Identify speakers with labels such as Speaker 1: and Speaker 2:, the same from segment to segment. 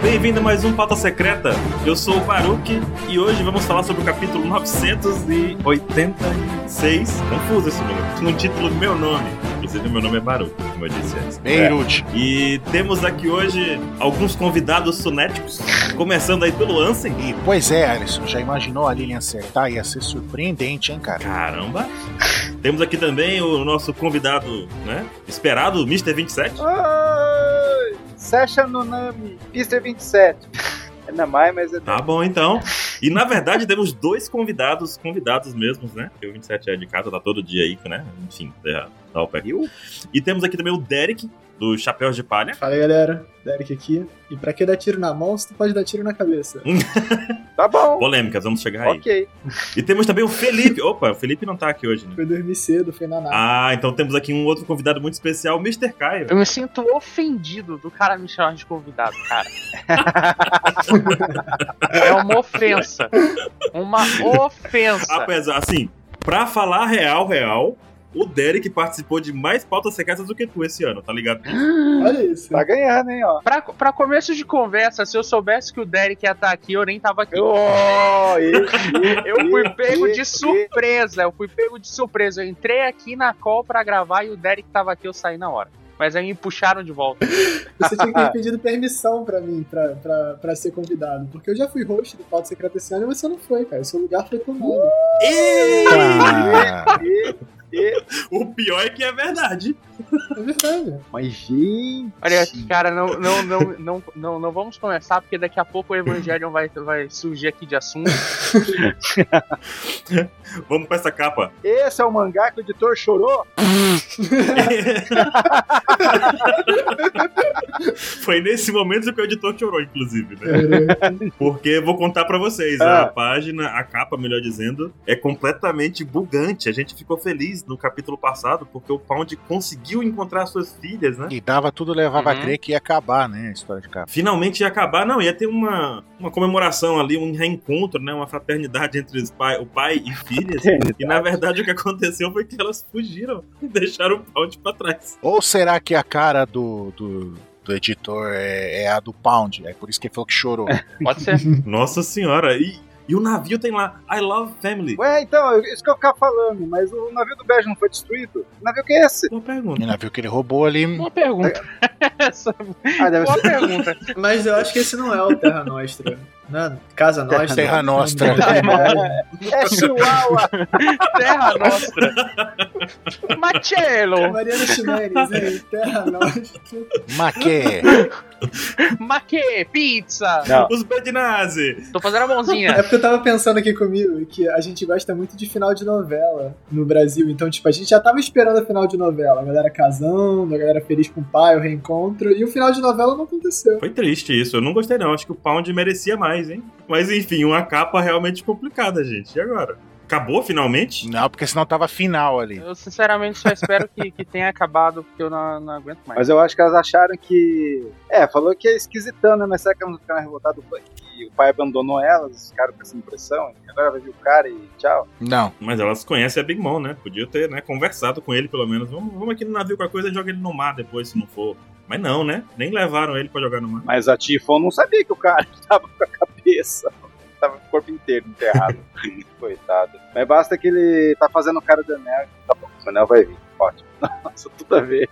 Speaker 1: Bem-vindo a mais um Pauta Secreta. Eu sou o Baruque e hoje vamos falar sobre o capítulo 986. Confuso esse número. Com o título do meu nome. Inclusive, meu nome é Baruque, como eu disse antes.
Speaker 2: Beirute.
Speaker 1: É. E temos aqui hoje alguns convidados sonéticos. Começando aí pelo Ansem.
Speaker 2: E pois é, Alisson, já imaginou a Lilian acertar? Ia ser surpreendente, hein, cara?
Speaker 1: Caramba! Temos aqui também o nosso convidado, né? Esperado, Mr. 27.
Speaker 3: Oi! Sesha Nunami, Mr. 27. É Namai, mas é.
Speaker 1: Tá bom então. E na verdade temos dois convidados, convidados mesmos, né? Porque o 27 é de casa, tá todo dia aí, né? Enfim, é, tá o pé. E temos aqui também o Derek, do Chapéu de Palha.
Speaker 4: Fala aí, galera, Derek aqui. E pra que dar tiro na mão, se tu pode dar tiro na cabeça?
Speaker 3: Tá bom.
Speaker 1: Polêmicas, vamos chegar aí.
Speaker 3: Ok.
Speaker 1: E temos também o Felipe. Opa, o Felipe não tá aqui hoje, né?
Speaker 4: Foi dormir cedo, foi na nada.
Speaker 1: Ah, então temos aqui um outro convidado muito especial, Mr. Caio.
Speaker 5: Eu me sinto ofendido do cara me chamar de convidado, cara. é uma ofensa. Uma ofensa.
Speaker 1: Apesar, assim, pra falar real, real, o Derek participou de mais pautas secretas do que tu esse ano, tá ligado?
Speaker 4: Olha isso.
Speaker 3: Tá ganhando, hein, ó.
Speaker 5: Pra, pra começo de conversa, se eu soubesse que o Derek ia estar aqui, eu nem tava aqui.
Speaker 3: Oh, e-
Speaker 5: Eu fui pego
Speaker 3: e-
Speaker 5: de surpresa. Eu fui pego de surpresa. Eu entrei aqui na call pra gravar e o Derek tava aqui, eu saí na hora. Mas aí me puxaram de volta.
Speaker 4: Você tinha que ter pedido permissão pra mim, pra, pra, pra ser convidado. Porque eu já fui host do Pauta Secreta esse ano e você não foi, cara. O seu lugar foi comigo.
Speaker 2: Ah,
Speaker 3: e-
Speaker 1: O pior é que é verdade.
Speaker 4: É verdade.
Speaker 2: mas, gente.
Speaker 5: Olha, cara, não, não, não, não, não, não vamos começar, porque daqui a pouco o Evangelion vai, vai surgir aqui de assunto.
Speaker 1: Vamos pra essa capa.
Speaker 3: Esse é o mangá que o editor chorou?
Speaker 1: Foi nesse momento que o editor chorou, inclusive, né?
Speaker 4: Cara,
Speaker 3: É.
Speaker 1: Porque eu vou contar pra vocês,
Speaker 3: Ah.
Speaker 1: a página, a capa, melhor dizendo, é completamente bugante. A gente ficou feliz no capítulo passado porque o Pound conseguiu encontrar suas filhas, né?
Speaker 2: E dava tudo, levava
Speaker 5: Uhum.
Speaker 2: a crer que ia acabar, né? A história de capa.
Speaker 1: Finalmente ia acabar, não, ia ter uma, uma comemoração ali, um reencontro, né? Uma fraternidade entre os pai, o pai e filhas. E na verdade o que aconteceu foi que elas fugiram e deixaram o Pound pra trás.
Speaker 2: Ou será que a cara do, do, do editor é, é a do Pound? É por isso que ele falou que chorou.
Speaker 5: Pode ser.
Speaker 1: Nossa senhora, e, e o navio tem lá, I love family.
Speaker 3: Ué, então, isso que eu ficava falando, mas o navio do Bege não foi destruído? Que navio que é esse?
Speaker 1: Boa
Speaker 2: E
Speaker 1: pergunta.
Speaker 2: navio que ele roubou ali.
Speaker 5: Boa pergunta. Essa
Speaker 3: Ah, deve
Speaker 5: boa
Speaker 3: ser.
Speaker 5: pergunta.
Speaker 4: Mas eu acho que esse não é o Terra Nostra. Né? Casa Nostra.
Speaker 2: Terra Nostra.
Speaker 3: É Chihuahua!
Speaker 5: Terra Nostra. Machelo.
Speaker 4: Mariana Chimenez, hein? Terra Nostra.
Speaker 2: Maquê.
Speaker 5: Maquê. Pizza.
Speaker 3: Não.
Speaker 1: Os Bednazi!
Speaker 5: Tô fazendo a mãozinha.
Speaker 4: É porque eu tava pensando aqui comigo que a gente gosta muito de final de novela no Brasil. Então, tipo, a gente já tava esperando a final de novela. A galera casando, a galera feliz com o pai, o reencontro. E o final de novela não aconteceu.
Speaker 1: Foi triste isso, eu não gostei não, acho que o Pound merecia mais, hein? Mas enfim, uma capa realmente complicada, gente. E agora? Acabou finalmente?
Speaker 2: Não, porque senão tava final ali.
Speaker 5: Eu sinceramente só espero que, que tenha acabado, porque eu não, não aguento mais.
Speaker 3: Mas eu acho que elas acharam que. É, falou que é esquisitana, mas será que elas não ficaram revoltadas? E o pai abandonou elas, ficaram com essa impressão, e agora vai vir o cara e tchau.
Speaker 2: Não.
Speaker 1: Mas elas conhecem a Big Mom, né? Podia ter né, conversado com ele, pelo menos. Vamos, vamos aqui no navio com a coisa e joga ele no mar depois, se não for. Mas não, né? Nem levaram ele pra jogar no mar.
Speaker 3: Mas a Tifon não sabia que o cara tava com a cabeça. Tava com o corpo inteiro enterrado. Coitado. Mas basta que ele tá fazendo o cara do Anel. Tá bom, o Anel vai vir. Ótimo. Nossa, tudo a ver.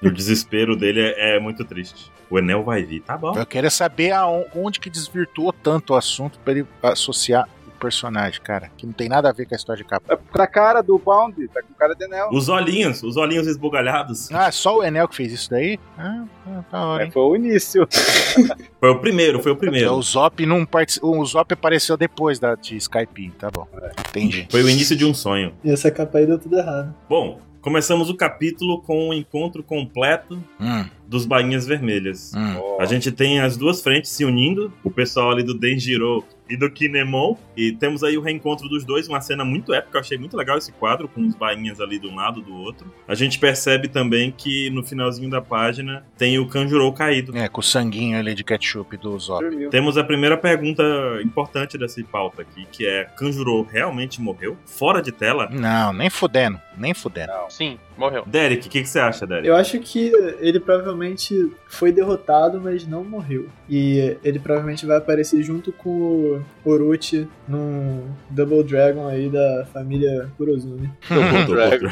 Speaker 1: E o desespero dele é, é muito triste. O Enel vai vir, tá bom.
Speaker 2: Eu queria saber aonde que desvirtuou tanto o assunto pra ele associar o personagem, cara. Que não tem nada a ver com a história de capa.
Speaker 3: É porque na cara do Bound, tá com cara do Enel.
Speaker 1: Os olhinhos, os olhinhos esbugalhados.
Speaker 2: Ah, só o Enel que fez isso daí? Ah, tá, tá hora,
Speaker 3: Mas
Speaker 2: hein?
Speaker 3: foi o início.
Speaker 1: Foi o primeiro, foi o
Speaker 2: Então,
Speaker 1: É, primeiro.
Speaker 2: o Zop não participou. O Zop apareceu depois da, de Skype, tá bom.
Speaker 1: É.
Speaker 2: Entendi.
Speaker 1: Foi o início de um sonho.
Speaker 4: E essa capa aí deu tudo errado.
Speaker 1: Bom, começamos o capítulo com o encontro completo
Speaker 2: Hum,
Speaker 1: dos bainhas vermelhas.
Speaker 2: hum.
Speaker 1: A gente tem as duas frentes se unindo. O pessoal ali do Denjiro e do Kinemon. E temos aí o reencontro dos dois, uma cena muito épica. Eu achei muito legal esse quadro, com os bainhas ali de um lado do outro. A gente percebe também que no finalzinho da página tem o Kanjuro caído.
Speaker 2: É, com o sanguinho ali de ketchup do Zop.
Speaker 3: Dormiu.
Speaker 1: Temos a primeira pergunta importante dessa pauta aqui, que é: Kanjuro realmente morreu? Fora de tela?
Speaker 2: Não, nem fudendo, nem fudendo.
Speaker 5: Sim, morreu.
Speaker 1: Derek, o que, que você acha, Derek?
Speaker 4: Eu acho que ele provavelmente foi derrotado, mas não morreu. E ele provavelmente vai aparecer junto com o Orochi num Double Dragon aí da família Kurozumi.
Speaker 1: Double Dragon.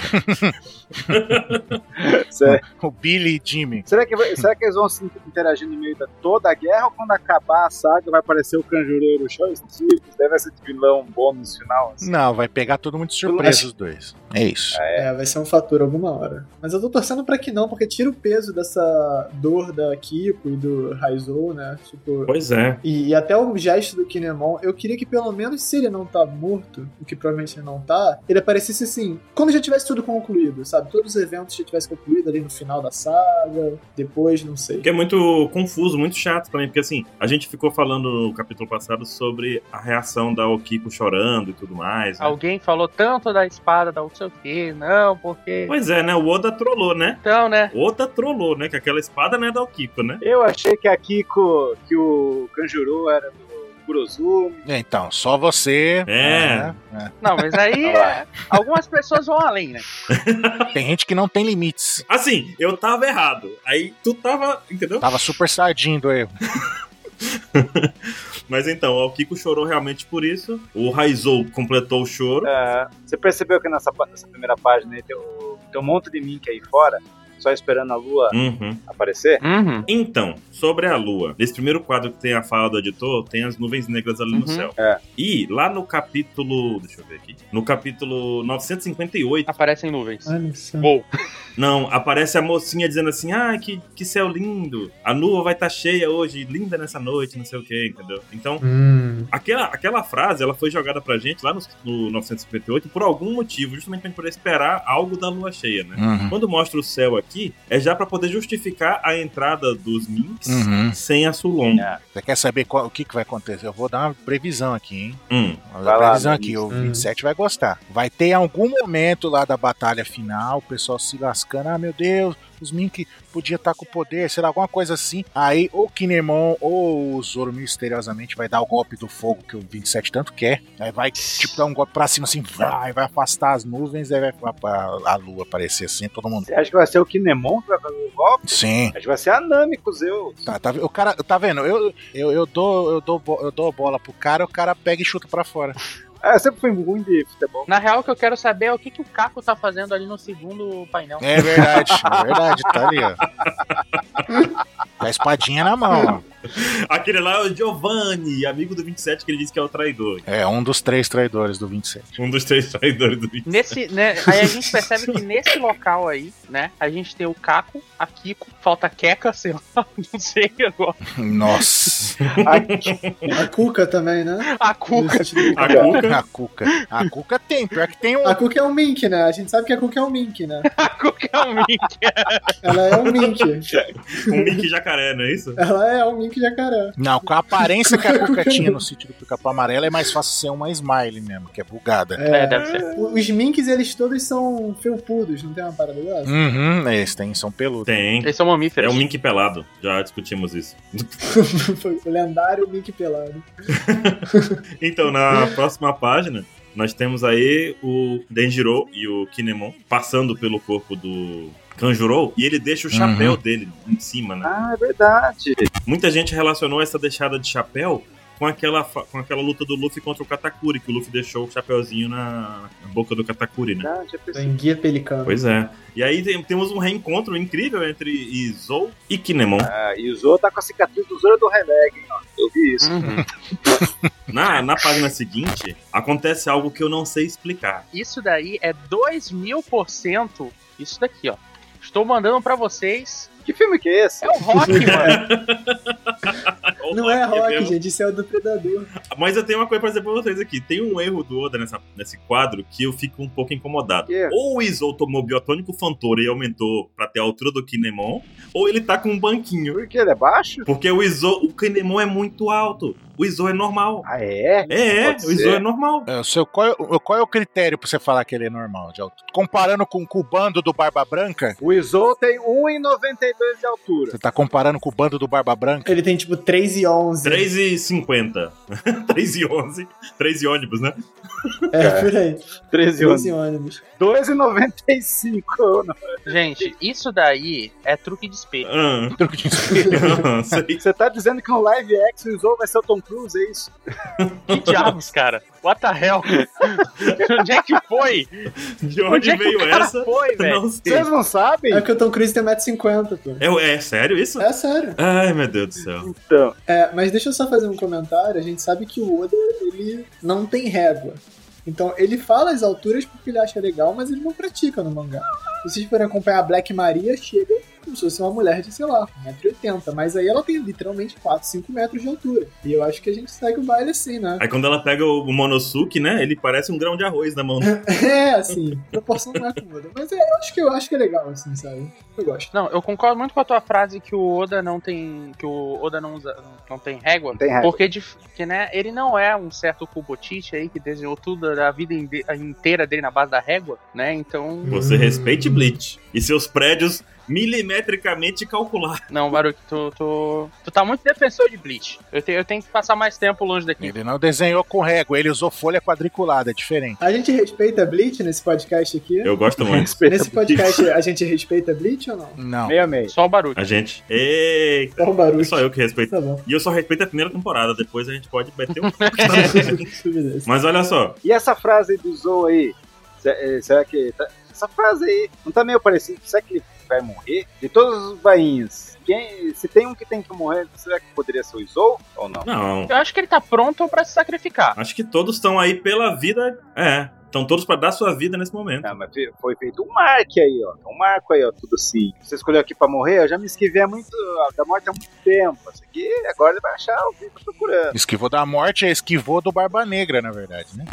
Speaker 3: Sério.
Speaker 2: O Billy e Jimmy.
Speaker 3: Será que, vai- será que eles vão se interagir no meio da toda a guerra ou quando acabar a saga vai aparecer o Kanjureiro Show Stevens? Deve ser de vilão bônus final. Assim.
Speaker 2: Não, vai pegar todo mundo de surpresa os dois. É isso.
Speaker 4: É. vai ser um fator alguma hora. Mas eu tô torcendo pra que não, porque tira o peso dessa dor da Kiko e do Raizou, né? Tipo,
Speaker 1: Pois é.
Speaker 4: E, e até o gesto do Kinemon, eu queria que pelo menos se ele não tá morto, o que provavelmente ele não tá, ele aparecesse assim, quando já tivesse tudo concluído, sabe? Todos os eventos já tivessem concluído ali no final da saga, depois, não sei.
Speaker 1: Que é muito confuso, muito chato também, porque assim, a gente ficou falando no capítulo passado sobre a reação da Okiko chorando e tudo mais. né?
Speaker 5: Alguém falou tanto da espada da não sei o quê, não, porque.
Speaker 1: Pois é, né? O Oda trollou, né?
Speaker 5: Então, né?
Speaker 1: O Oda trollou, né? Que aquela espada não é da Okiko, né?
Speaker 3: Eu achei que a Kiko, que o Kanjuro era do Kurozumi.
Speaker 2: Então, só você.
Speaker 1: É.
Speaker 2: né?
Speaker 5: Não, mas aí
Speaker 3: Olha lá.
Speaker 5: é, algumas pessoas vão além, né?
Speaker 2: É. Tem gente que não tem limites.
Speaker 1: Assim, eu tava errado. Aí tu tava, entendeu?
Speaker 2: Tava super sardinho do erro.
Speaker 1: Mas então, o Okiko chorou realmente por isso. O Raizou completou o choro.
Speaker 3: É, você percebeu que nessa, pa- nessa primeira página aí tem, o- tem um monte de Mink aí fora, só esperando a lua
Speaker 1: Uhum.
Speaker 3: aparecer?
Speaker 5: Uhum.
Speaker 1: Então, sobre a Lua. Nesse primeiro quadro que tem a fala do editor, tem as nuvens negras ali no
Speaker 5: Uhum.
Speaker 1: céu.
Speaker 3: É.
Speaker 1: E lá no capítulo. Deixa eu ver aqui. No capítulo 958.
Speaker 5: Aparecem nuvens.
Speaker 4: Ai, meu céu.
Speaker 5: Vou.
Speaker 1: Não, aparece a mocinha dizendo assim: Ah, que, que céu lindo! A lua vai estar cheia hoje, linda nessa noite, não sei o que, entendeu? Então,
Speaker 4: Hum.
Speaker 1: Aquela, aquela frase, ela foi jogada pra gente lá no, no 958 por algum motivo, justamente pra gente poder esperar algo da lua cheia, né?
Speaker 2: Uhum.
Speaker 1: Quando mostra o céu aqui, é já pra poder justificar a entrada dos Minks
Speaker 2: Uhum.
Speaker 1: sem a Sulong.
Speaker 3: Hum. É.
Speaker 2: Você quer saber qual- o que, que vai acontecer? Eu vou dar uma previsão aqui, hein?
Speaker 1: Hum.
Speaker 2: Vou
Speaker 3: Vai
Speaker 2: dar uma
Speaker 3: lá,
Speaker 2: previsão
Speaker 3: Vinícius.
Speaker 2: aqui. O
Speaker 4: Hum.
Speaker 2: 27 vai gostar. Vai ter algum momento lá da batalha final, o pessoal se lascando. Ah, meu Deus, os Mink podia estar com o poder, será alguma coisa assim. Aí ou o Kinemon ou o Zoro misteriosamente vai dar o golpe do fogo que o 27 tanto quer. Aí vai, tipo, dar um golpe pra cima assim, vai, vai afastar as nuvens, aí vai a, a- a lua aparecer assim, todo mundo.
Speaker 3: Você acha que vai ser o Kinemon que vai fazer o golpe?
Speaker 2: Sim.
Speaker 3: Acho que vai ser a Nami com o Zeus.
Speaker 2: Tá, tá, o cara, tá vendo? Eu, eu, eu, dou, eu, dou, bo- eu dou bola pro cara, o cara pega e chuta pra fora.
Speaker 3: Ah, eu sempre fui ruim de futebol.
Speaker 5: Na real, o que eu quero saber é o que, que o Caco tá fazendo ali no segundo painel.
Speaker 2: É verdade, é verdade, tá ali, ó. Com a espadinha na mão. ó.
Speaker 1: Aquele lá é o Giovanni, amigo do 27, que ele disse que é o traidor.
Speaker 2: É, um dos três traidores do 27.
Speaker 1: Um dos três traidores do 27.
Speaker 5: Nesse, né, aí a gente percebe que nesse local aí, né, a gente tem o Caco, a Kiko, falta a Keka, sei lá, não sei agora,
Speaker 2: Nossa.
Speaker 4: A Cuca também, né?
Speaker 5: a Cuca.
Speaker 4: No sentido
Speaker 1: A
Speaker 4: do-
Speaker 1: Cuca.
Speaker 2: A Cuca. A Cuca tem, pior que tem um.
Speaker 4: A Cuca é um Mink, né? A gente sabe que a Cuca é um Mink, né?
Speaker 5: A Cuca é um Mickey.
Speaker 4: Ela é um Mink.
Speaker 1: um Mickey jacaré, não é isso?
Speaker 4: Ela é um Mink jacaré.
Speaker 2: Não, com a aparência que a Cuca tinha no sítio do pica-pau amarelo, é mais fácil ser uma smile mesmo, que é bugada.
Speaker 5: É, deve ser.
Speaker 4: O- Os Minks, eles todos são felpudos, não tem uma parada dessa?
Speaker 2: Uhum, eles têm, são peludos.
Speaker 1: Tem.
Speaker 5: Eles são
Speaker 1: É
Speaker 5: mamíferos.
Speaker 1: um Mickey pelado. Já discutimos isso.
Speaker 4: Foi o lendário Mink pelado.
Speaker 1: Então, na próxima página, nós temos aí o Denjiro e o Kinemon passando pelo corpo do Kanjuro e ele deixa o chapéu dele em cima, né?
Speaker 3: Ah, é verdade.
Speaker 1: Muita gente relacionou essa deixada de chapéu com aquela, fa- com aquela luta do Luffy contra o Katakuri, que o Luffy deixou o chapéuzinho na, na boca do Katakuri, né?
Speaker 3: Ah, já pensei.
Speaker 4: Enguia Pelicano.
Speaker 1: Pois é. E aí tem- temos um reencontro incrível entre Izou e Kinemon.
Speaker 3: Ah, e o Zoro tá com a cicatriz do Zoro do Releg, hein? ó. Eu vi isso.
Speaker 5: Uhum.
Speaker 1: Na, na página seguinte, acontece algo que eu não sei explicar.
Speaker 5: Isso daí é 2 mil por cento isso daqui, ó. Estou mandando pra vocês.
Speaker 3: Que filme que é esse?
Speaker 5: É o rock, mano.
Speaker 4: Não é rock,
Speaker 1: mesmo.
Speaker 4: gente, isso é o do Predador.
Speaker 1: Mas eu tenho uma coisa pra dizer pra vocês aqui. Tem um erro do Oda nessa, nesse quadro que eu fico um pouco incomodado.
Speaker 3: Que?
Speaker 1: Ou o Izou tomou biotônico Fantora e aumentou pra ter a altura do Kinemon, ou ele tá com um banquinho.
Speaker 3: Porque ele é baixo?
Speaker 1: Porque o Izou, o Kinemon é muito alto. O Izo é normal.
Speaker 3: Ah, é?
Speaker 1: É, é,
Speaker 3: Pode
Speaker 1: o Izo
Speaker 3: ser.
Speaker 1: é normal.
Speaker 2: É, o seu, qual, é, o- qual é o critério pra você falar que ele é normal, de altura? Comparando com, com o bando do Barba Branca?
Speaker 3: O Izo tem 1,92 de altura.
Speaker 2: Você tá comparando com o bando do Barba Branca?
Speaker 4: Ele tem tipo 3 e 11.
Speaker 1: 3 e 50. 3 e 11. 3 e ônibus, né?
Speaker 4: É, por aí.
Speaker 3: 13
Speaker 4: 3
Speaker 3: anos.
Speaker 4: e ônibus.
Speaker 3: 2,95. né?
Speaker 5: Gente, isso daí é truque de espelho.
Speaker 1: Ah,
Speaker 2: Truque de espelho.
Speaker 1: não sei.
Speaker 3: Você tá dizendo que um live action o Izo vai ser o Tom Cruise, é isso?
Speaker 5: Que diabos, cara? What the hell? Onde é que foi?
Speaker 1: De
Speaker 5: Onde
Speaker 1: onde
Speaker 5: é que o
Speaker 1: veio
Speaker 5: cara
Speaker 1: essa?
Speaker 5: foi, velho?
Speaker 1: Não sei.
Speaker 3: Vocês não sabem?
Speaker 4: É que o Tom Cruise tem 1,50m, pô.
Speaker 1: É, é sério isso?
Speaker 4: É sério.
Speaker 1: Ai, meu Deus do céu.
Speaker 3: Então,
Speaker 4: É, mas deixa eu só fazer um comentário. A gente sabe que o Oda, ele não tem régua. Então, ele fala as alturas porque ele acha legal, mas ele não pratica no mangá. Se vocês forem acompanhar a Black Maria, chega como se fosse uma mulher de, sei lá, 1,80m. Mas aí ela tem literalmente 4, 5 metros de altura. E eu acho que a gente segue o baile assim, né?
Speaker 1: Aí quando ela pega o Monosuke, né? Ele parece um grão de arroz na mão.
Speaker 4: É, assim, proporção não é com o Oda. Mas é, eu, acho que, eu acho que é legal, assim, sabe? Eu gosto.
Speaker 5: Não, eu concordo muito com a tua frase que o Oda não tem. que o Oda não usa. não tem régua.
Speaker 3: não tem régua.
Speaker 5: Porque de, que, né, ele não é um certo Kubotiche aí que desenhou tudo a vida inde- a inteira dele na base da régua, né? Então,
Speaker 1: Você
Speaker 4: Hum.
Speaker 1: respeite Bleach e seus prédios milimetricamente calculados.
Speaker 5: não, Baruch, tu, tu, tu tá muito defensor de Bleach. Eu, te- eu tenho que passar mais tempo longe
Speaker 1: É
Speaker 5: daqui.
Speaker 2: Ele não desenhou com régua, ele usou folha quadriculada, é diferente.
Speaker 4: A gente respeita Bleach nesse podcast aqui?
Speaker 1: Eu gosto muito.
Speaker 4: Nesse podcast, a gente respeita Bleach ou não?
Speaker 2: Não.
Speaker 3: Meio a meio.
Speaker 5: Só o Baruch.
Speaker 1: A gente. Eita,
Speaker 4: É um barulho.
Speaker 1: é só eu que respeito.
Speaker 4: Tá bom.
Speaker 1: E eu só respeito a primeira temporada, depois a gente pode meter um.
Speaker 4: Beleza.
Speaker 1: Mas olha só,
Speaker 3: E essa frase do Zou aí? se- eh, Será que. tá- Essa frase aí não tá meio parecida? Será que ele vai morrer? De todos os bainhas, quem, se tem um que tem que morrer, será que poderia ser o Zou ou não?
Speaker 1: não.
Speaker 5: Eu acho que ele tá pronto pra se sacrificar.
Speaker 1: Acho que todos estão aí pela vida. É, estão todos pra dar sua vida nesse momento.
Speaker 3: Não, mas fe- foi feito um marco aí, ó. Um marco aí, ó, tudo assim. Você escolheu aqui pra morrer, eu já me esquivei há muito, da morte há muito tempo. Isso aqui, agora ele vai achar o que tá procurando.
Speaker 2: Esquivou da morte, é esquivou do Barba Negra, na verdade, né?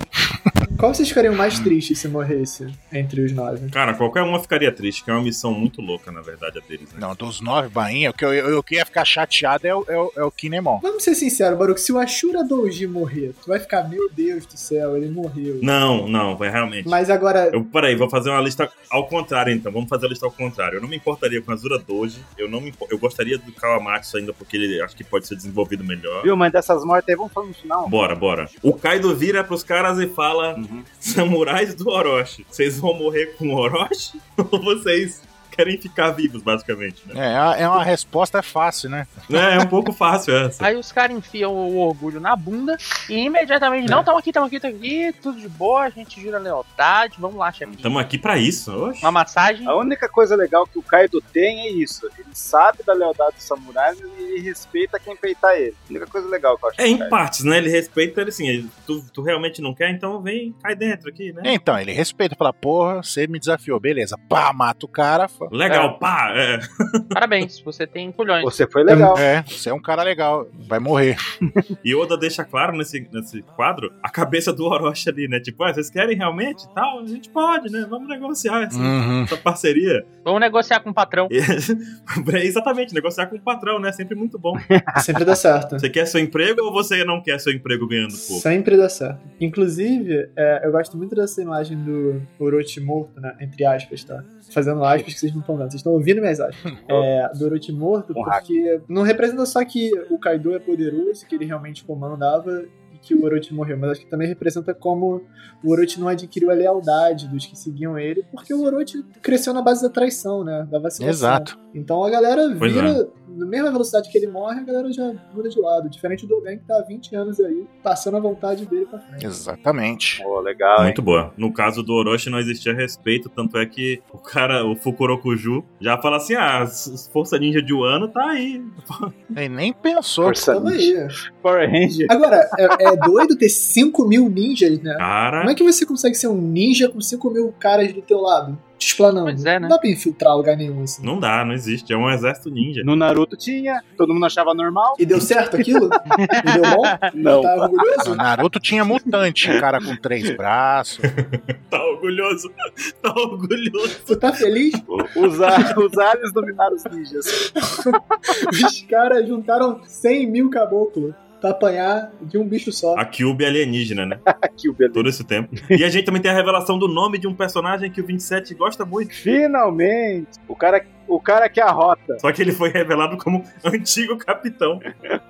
Speaker 4: Qual vocês ficariam mais triste se morresse entre os nove?
Speaker 1: Cara, qualquer uma ficaria triste, que é uma missão muito louca, na verdade, a deles, né?
Speaker 2: Não, dos nove bainha, o que eu, eu, o que ia ficar chateado é o, é o, é o Kinemon.
Speaker 4: Vamos ser sinceros, Baruch, se o Ashura Douji morrer, tu vai ficar, meu Deus do céu, ele morreu.
Speaker 1: Não, não, é realmente.
Speaker 4: Mas agora,
Speaker 1: Eu, peraí, vou fazer uma lista ao contrário, então. Vamos fazer a lista ao contrário. Eu não me importaria com a Azura Doji. Eu não me impo- Eu gostaria do Kawamatsu ainda, porque ele acho que pode ser desenvolvido melhor.
Speaker 3: Viu, mas dessas mortes aí, vamos falar no final.
Speaker 1: Bora, bora. O Kaido vira pros caras e fala:
Speaker 3: Uhum.
Speaker 1: Samurais do Orochi, vocês vão morrer com o Orochi? Ou vocês querem ficar vivos, basicamente? Né?
Speaker 2: É, a- é uma resposta fácil, né?
Speaker 1: é, é um pouco fácil essa.
Speaker 5: Aí os caras enfiam o orgulho na bunda e imediatamente,
Speaker 1: É.
Speaker 5: não, tamo aqui, tamo aqui, tamo aqui, tudo de boa, a gente jura lealdade, vamos lá, chefe.
Speaker 1: Estamos aqui pra isso. Oxe.
Speaker 5: Uma massagem.
Speaker 3: A única coisa legal que o Kaido tem é isso. Ele sabe da lealdade dos samurais e ele respeita quem peitar ele. A única coisa legal que eu acho.
Speaker 1: É
Speaker 3: do
Speaker 1: em
Speaker 3: Kaido.
Speaker 1: partes, né? Ele respeita ele assim. ele- tu, tu realmente não quer, então vem, cai dentro aqui, né?
Speaker 2: Então, ele respeita, fala, porra, você me desafiou, beleza. Pá, mata o cara. fa-
Speaker 1: Legal, pá! É.
Speaker 5: Parabéns, você tem culhões.
Speaker 3: Você foi legal.
Speaker 2: É, você é um cara legal, vai morrer.
Speaker 1: E Oda deixa claro nesse, nesse quadro a cabeça do Orochi ali, né? Tipo, ah, vocês querem realmente e tal? A gente pode, né? Vamos negociar essa,
Speaker 2: Uhum.
Speaker 1: essa parceria.
Speaker 5: Vamos negociar com o patrão.
Speaker 1: É, Exatamente, negociar com o patrão, né? Sempre muito bom.
Speaker 4: sempre dá certo.
Speaker 1: Você quer seu emprego ou você não quer seu emprego ganhando um pouco?
Speaker 4: Sempre dá certo. Inclusive, é, eu gosto muito dessa imagem do Orochi morto, né? Entre aspas, tá? Fazendo aspas que vocês não estão vendo. Vocês estão ouvindo minhas aspas. É, do Orochi morto,
Speaker 3: Um hack.
Speaker 4: porque não representa só que o Kaido é poderoso, que ele realmente comandava e que o Orochi morreu, mas acho que também representa como o Orochi não adquiriu a lealdade dos que seguiam ele, porque o Orochi cresceu na base da traição, né? Da vacilação.
Speaker 2: Exato.
Speaker 4: Então a galera
Speaker 1: Pois é.
Speaker 4: vira, na mesma velocidade que ele morre, a galera já muda de lado. Diferente do Oden que tá há 20 anos aí, passando a vontade dele pra frente.
Speaker 2: Exatamente.
Speaker 3: Pô, legal, hein?
Speaker 1: Muito boa. No caso do Orochi não existia respeito, tanto é que o cara, o Fukurokuju, já fala assim: ah, as- as força ninja de Wano tá aí.
Speaker 2: Ele nem pensou.
Speaker 3: Força
Speaker 4: Tamo
Speaker 3: Ninja.
Speaker 4: aí.
Speaker 3: Power Ranger.
Speaker 4: Agora, é, é doido ter 5 mil ninjas, né? Como
Speaker 1: Cara,
Speaker 4: é que você consegue ser um ninja com 5 mil caras do teu lado? Te explanando.
Speaker 5: Pois é, né?
Speaker 4: Não dá pra infiltrar lugar nenhum assim.
Speaker 1: não dá, não existe. É um exército ninja.
Speaker 3: No Naruto tinha, todo mundo achava normal.
Speaker 4: E deu certo aquilo? e deu bom?
Speaker 3: Não.
Speaker 4: Tá orgulhoso?
Speaker 2: O Naruto tinha mutante, cara com três braços.
Speaker 1: Tá orgulhoso. Tá orgulhoso.
Speaker 4: Tu tá feliz?
Speaker 3: Os, a- os aliens dominaram os ninjas.
Speaker 4: Os caras juntaram 100 mil caboclos. pra apanhar de um bicho só.
Speaker 1: A Cube alienígena, né?
Speaker 3: Aqui o Beleza.
Speaker 1: Todo esse tempo. E a gente também tem a revelação do nome de um personagem que o 27 gosta muito.
Speaker 3: Finalmente! O cara, o cara que arrota,
Speaker 1: Só que ele foi revelado como antigo capitão.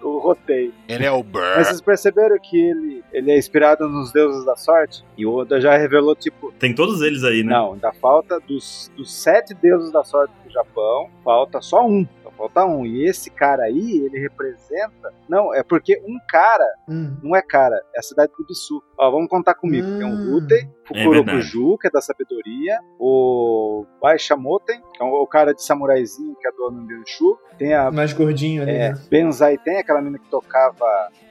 Speaker 3: o roteiro.
Speaker 2: Ele é o
Speaker 3: Mas
Speaker 2: Burr.
Speaker 3: vocês perceberam que ele, ele é inspirado nos deuses da sorte? E o Oda já revelou, tipo,
Speaker 1: Tem todos eles aí, né?
Speaker 3: não, ainda falta dos, dos sete deuses da sorte do Japão, falta só um. Só falta um. E esse cara aí, ele representa. Não, é porque um cara
Speaker 4: Hum.
Speaker 3: não é cara, é a cidade do Bisu. Ó, vamos contar comigo. Tem
Speaker 4: Hum.
Speaker 3: um Ruten, Fukurokuju, que é da sabedoria, o Baishamoten, que é o o cara de samuraizinho, que é do Ananganshu, tem a
Speaker 4: Mais gordinho ali,
Speaker 3: é,
Speaker 4: né?
Speaker 3: Benzai tem, aquela menina que tocava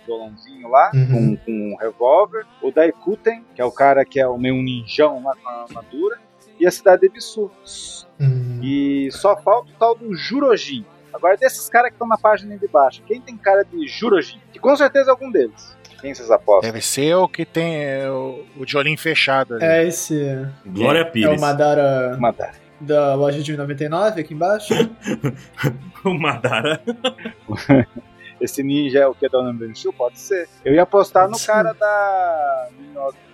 Speaker 3: violãozinho lá,
Speaker 4: Uhum.
Speaker 3: com, com um revólver. O Daikuten, que é o cara que é o meio ninjão lá com a armadura. E a cidade de Ebisu.
Speaker 4: Hum.
Speaker 3: E só falta o tal do Jurojin. Agora, desses caras que estão na página de baixo, quem tem cara de Jurojin? Que com certeza é algum deles. Quem vocês apostam?
Speaker 2: Deve ser o que tem é, o, o de olhinho fechado ali.
Speaker 4: É esse.
Speaker 1: Glória
Speaker 4: É o
Speaker 1: Pires.
Speaker 4: Madara
Speaker 3: Madara.
Speaker 4: da loja de 99 aqui embaixo.
Speaker 1: o Madara.
Speaker 3: Esse ninja é o que é da Nambenchu? Pode ser. Eu ia apostar no cara da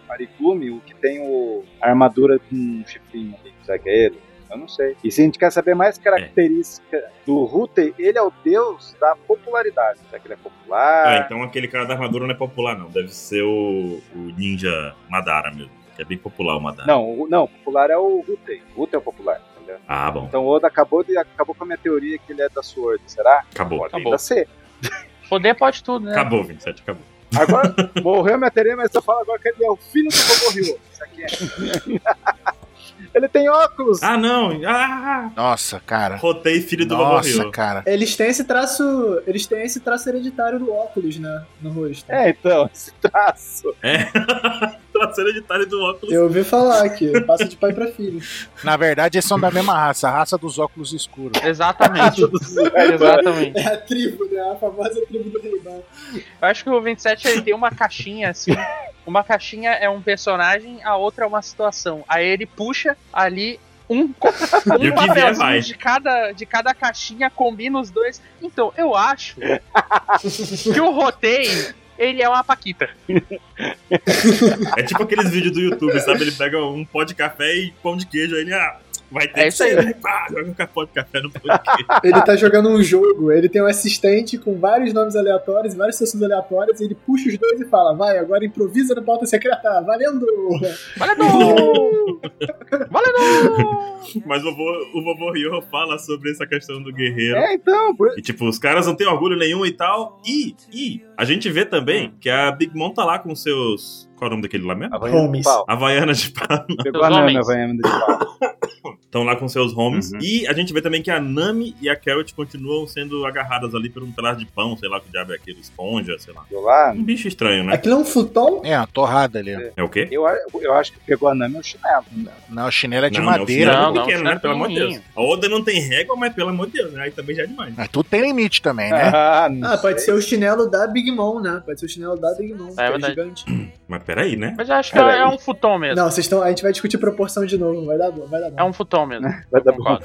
Speaker 3: Marigumi, o que tem o, a armadura com um chifrinho ali. Será que é ele? Eu não sei. E se a gente quer saber mais característica do Ruten, ele é o deus da popularidade. Será que ele é
Speaker 1: Ah,
Speaker 3: popular?
Speaker 1: então aquele cara da armadura não é popular, não. Deve ser o, o ninja Madara mesmo. Que é bem popular o Madara.
Speaker 3: Não, o- não, popular é o Ruten. Ruten é o popular, entendeu?
Speaker 1: Ah, bom.
Speaker 3: Então o Oda acabou, de, acabou com a minha teoria que ele é da Sword, será?
Speaker 1: Acabou.
Speaker 3: Pode
Speaker 1: Acabou,
Speaker 3: ainda ser.
Speaker 5: Poder pode tudo, né?
Speaker 1: acabou 27, acabou.
Speaker 3: Agora, morreu minha teoria, mas eu falo agora que ele é o filho do vovô Ryu. Isso aqui é. ele tem óculos!
Speaker 1: Ah, não! Ah!
Speaker 2: Nossa, cara.
Speaker 1: Rotei filho do Vovô
Speaker 2: Nossa,
Speaker 1: Rio.
Speaker 2: cara.
Speaker 4: Eles têm esse traço. Eles têm esse traço hereditário do óculos, né? No rosto.
Speaker 3: É, então, esse traço.
Speaker 1: Traseira de talho do óculos.
Speaker 4: Eu ouvi falar que passa de pai pra filho.
Speaker 2: Na verdade, eles são da mesma raça, a raça dos óculos escuros.
Speaker 5: Exatamente. Exatamente.
Speaker 4: É a tribo, né? A famosa tribo do Reibão.
Speaker 5: Eu acho que o 27 ele tem uma caixinha assim. Uma caixinha é um personagem, a outra é uma situação. Aí ele puxa ali um, co-
Speaker 1: E o
Speaker 5: um
Speaker 1: que vier vai.
Speaker 5: papelzinho de cada, de cada caixinha, combina os dois. Então, eu acho que o roteiro ele é uma paquita.
Speaker 1: É tipo aqueles vídeos do YouTube, sabe? Ele pega um pó de café e pão de queijo, aí ele, ah, vai ter
Speaker 5: É
Speaker 1: que
Speaker 5: isso aí.
Speaker 1: ser. Pá, joga um pó de café no pão de queijo.
Speaker 4: Ele tá jogando um jogo, ele tem um assistente com vários nomes aleatórios, várias sessões aleatórias, ele puxa os dois e fala: vai, agora improvisa no pauta secreta, valendo!
Speaker 5: Valendo! Valendo!
Speaker 1: Mas o vovô, o vovô Ryo fala sobre essa questão do guerreiro.
Speaker 3: É, então, por-
Speaker 1: E tipo, os caras não têm orgulho nenhum e tal. E, e a gente vê também que a Big Mom tá lá com seus. Qual é o nome daquele lá mesmo?
Speaker 3: Havaiana
Speaker 4: Homens.
Speaker 3: de pau.
Speaker 1: Havaiana de pau.
Speaker 3: Pegou
Speaker 5: Os
Speaker 3: a Nami,
Speaker 5: homens.
Speaker 3: a Havaiana de pau.
Speaker 1: Estão lá com seus homes.
Speaker 3: Uhum.
Speaker 1: E a gente vê também que a Nami e a Carrot continuam sendo agarradas ali por um pedaço de pão, sei lá que diabo é aquele, esponja, sei lá.
Speaker 3: Viu lá?
Speaker 1: Um bicho estranho, né?
Speaker 4: Aquilo é um futon?
Speaker 2: É, uma torrada ali. ó.
Speaker 1: É o quê?
Speaker 3: Eu, a- eu acho que pegou a Nami o chinelo.
Speaker 2: Não, o chinelo é de
Speaker 1: Não, não, o
Speaker 2: madeira.
Speaker 1: chinelo é
Speaker 5: Não, não,
Speaker 1: pequeno,
Speaker 5: o chinelo
Speaker 1: né? Pelo amor de Deus.
Speaker 5: pequenininho.
Speaker 1: A Oda não tem régua, mas pelo amor de Deus, né? Aí também já é demais.
Speaker 2: Mas tudo tem limite também, né?
Speaker 3: Ah, não
Speaker 4: Ah, pode ser
Speaker 3: sei.
Speaker 4: o chinelo da Big Mom, né? Pode ser o chinelo da Big Mom, que é
Speaker 5: verdade.
Speaker 4: gigante.
Speaker 1: Mas peraí, né?
Speaker 5: Mas eu acho que
Speaker 3: Peraí.
Speaker 5: é um futon mesmo.
Speaker 4: Não, vocês estão. A gente vai discutir proporção de novo, vai dar bom, vai dar bom.
Speaker 5: É um futon mesmo.
Speaker 3: Vai dar
Speaker 5: Eu
Speaker 3: bom.
Speaker 5: concordo.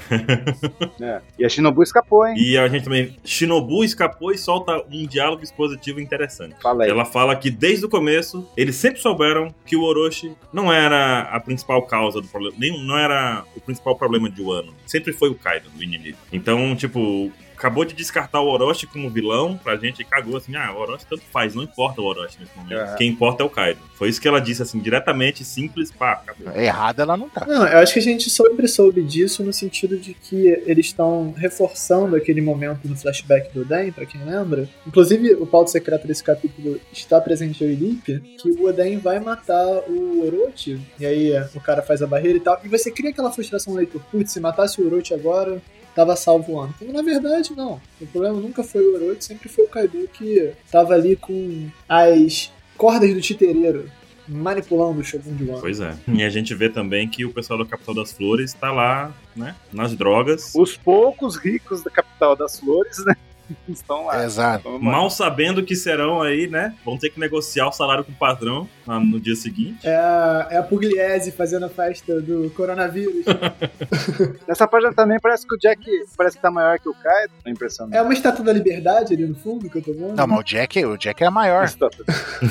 Speaker 3: É. E a Shinobu escapou, hein?
Speaker 1: E a gente também. Shinobu escapou e solta um diálogo expositivo interessante.
Speaker 3: Fala aí.
Speaker 1: Ela fala que desde o começo eles sempre souberam que o Orochi não era a principal causa do problema, nem não era o principal problema de Wano. Sempre foi o Kaido, o inimigo. Então, tipo, acabou de descartar o Orochi como vilão pra gente e cagou assim: ah, o Orochi tanto faz, não importa o Orochi nesse momento.
Speaker 3: Aham.
Speaker 1: Quem importa é o Kaido. Foi isso que ela disse, assim, diretamente, simples, pá, acabou.
Speaker 2: Errada ela não tá.
Speaker 4: Não, eu acho que a gente sempre soube disso no sentido de que eles estão reforçando aquele momento no flashback do Oden, pra quem lembra. Inclusive, o pauta secreto desse capítulo está presente ao Elipe, que o Oden vai matar o Orochi, e aí o cara faz a barreira e tal, e você cria aquela frustração no leitor, putz, se matasse o Orochi agora, tava salvo o ano. Como na verdade, não. O problema nunca foi o Orochi, sempre foi o Kaido que tava ali com as cordas do titereiro, manipulando o Shogun de Wano.
Speaker 1: Pois é. E a gente vê também que o pessoal da Capital das Flores tá lá, né, nas drogas.
Speaker 3: Os poucos ricos da capital das flores, né? estão lá.
Speaker 2: Exato.
Speaker 3: Comemorando.
Speaker 1: Mal sabendo que serão aí, né? Vão ter que negociar o salário com o padrão na- no dia seguinte.
Speaker 4: É a, é a Pugliese fazendo a festa do coronavírus.
Speaker 3: Nessa página também parece que o Jack parece que tá maior que o Kaido. Tô impressionado.
Speaker 4: É uma estátua da liberdade ali no fundo que eu tô vendo.
Speaker 2: Não, mas o Jack, o Jack é maior.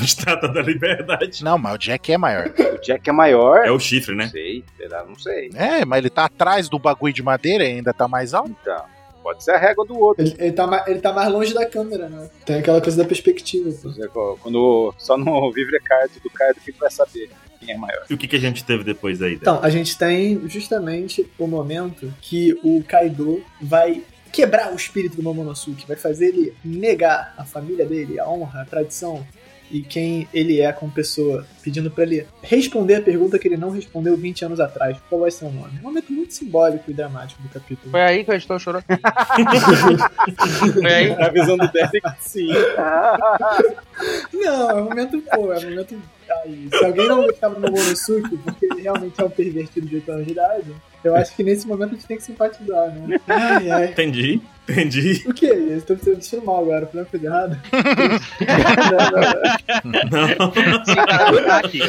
Speaker 1: Estátua da Liberdade.
Speaker 2: Não, mas o Jack é maior.
Speaker 3: O Jack é maior.
Speaker 1: É o chifre,
Speaker 3: Não
Speaker 1: né?
Speaker 3: sei, será? Não sei.
Speaker 2: É, mas ele tá atrás do bagulho de madeira e ainda tá mais alto.
Speaker 3: Então, pode ser a régua do outro.
Speaker 4: Ele, ele, tá, ma- ele tá mais longe da câmera, né? Tem aquela coisa da perspectiva, pô.
Speaker 3: Quando só no Vivre Card do Kaido que ele vai saber quem é maior.
Speaker 1: E o que, que a gente teve depois aí? Débora?
Speaker 4: Então, a gente tem justamente o momento que o Kaido vai quebrar o espírito do Momonosuke, vai fazer ele negar a família dele, a honra, a tradição e quem ele é como pessoa, pedindo pra ele responder a pergunta que ele não respondeu 20 anos atrás, qual é seu nome? É um momento muito simbólico e dramático do capítulo.
Speaker 5: Foi aí que o editor chorou. Foi aí.
Speaker 3: A visão do Derek, sim.
Speaker 4: Não, é um momento, pô, é um momento. Aí, se alguém não gostava do Momonosuke, porque ele realmente é um pervertido de 8 anos de idade, eu acho que nesse momento a gente tem que simpatizar, né? Ai, ai.
Speaker 1: Entendi, entendi.
Speaker 4: O que? Eu tô me sentindo mal agora, foi uma coisa errada.
Speaker 1: Não.
Speaker 5: Sim, cara, tá aqui.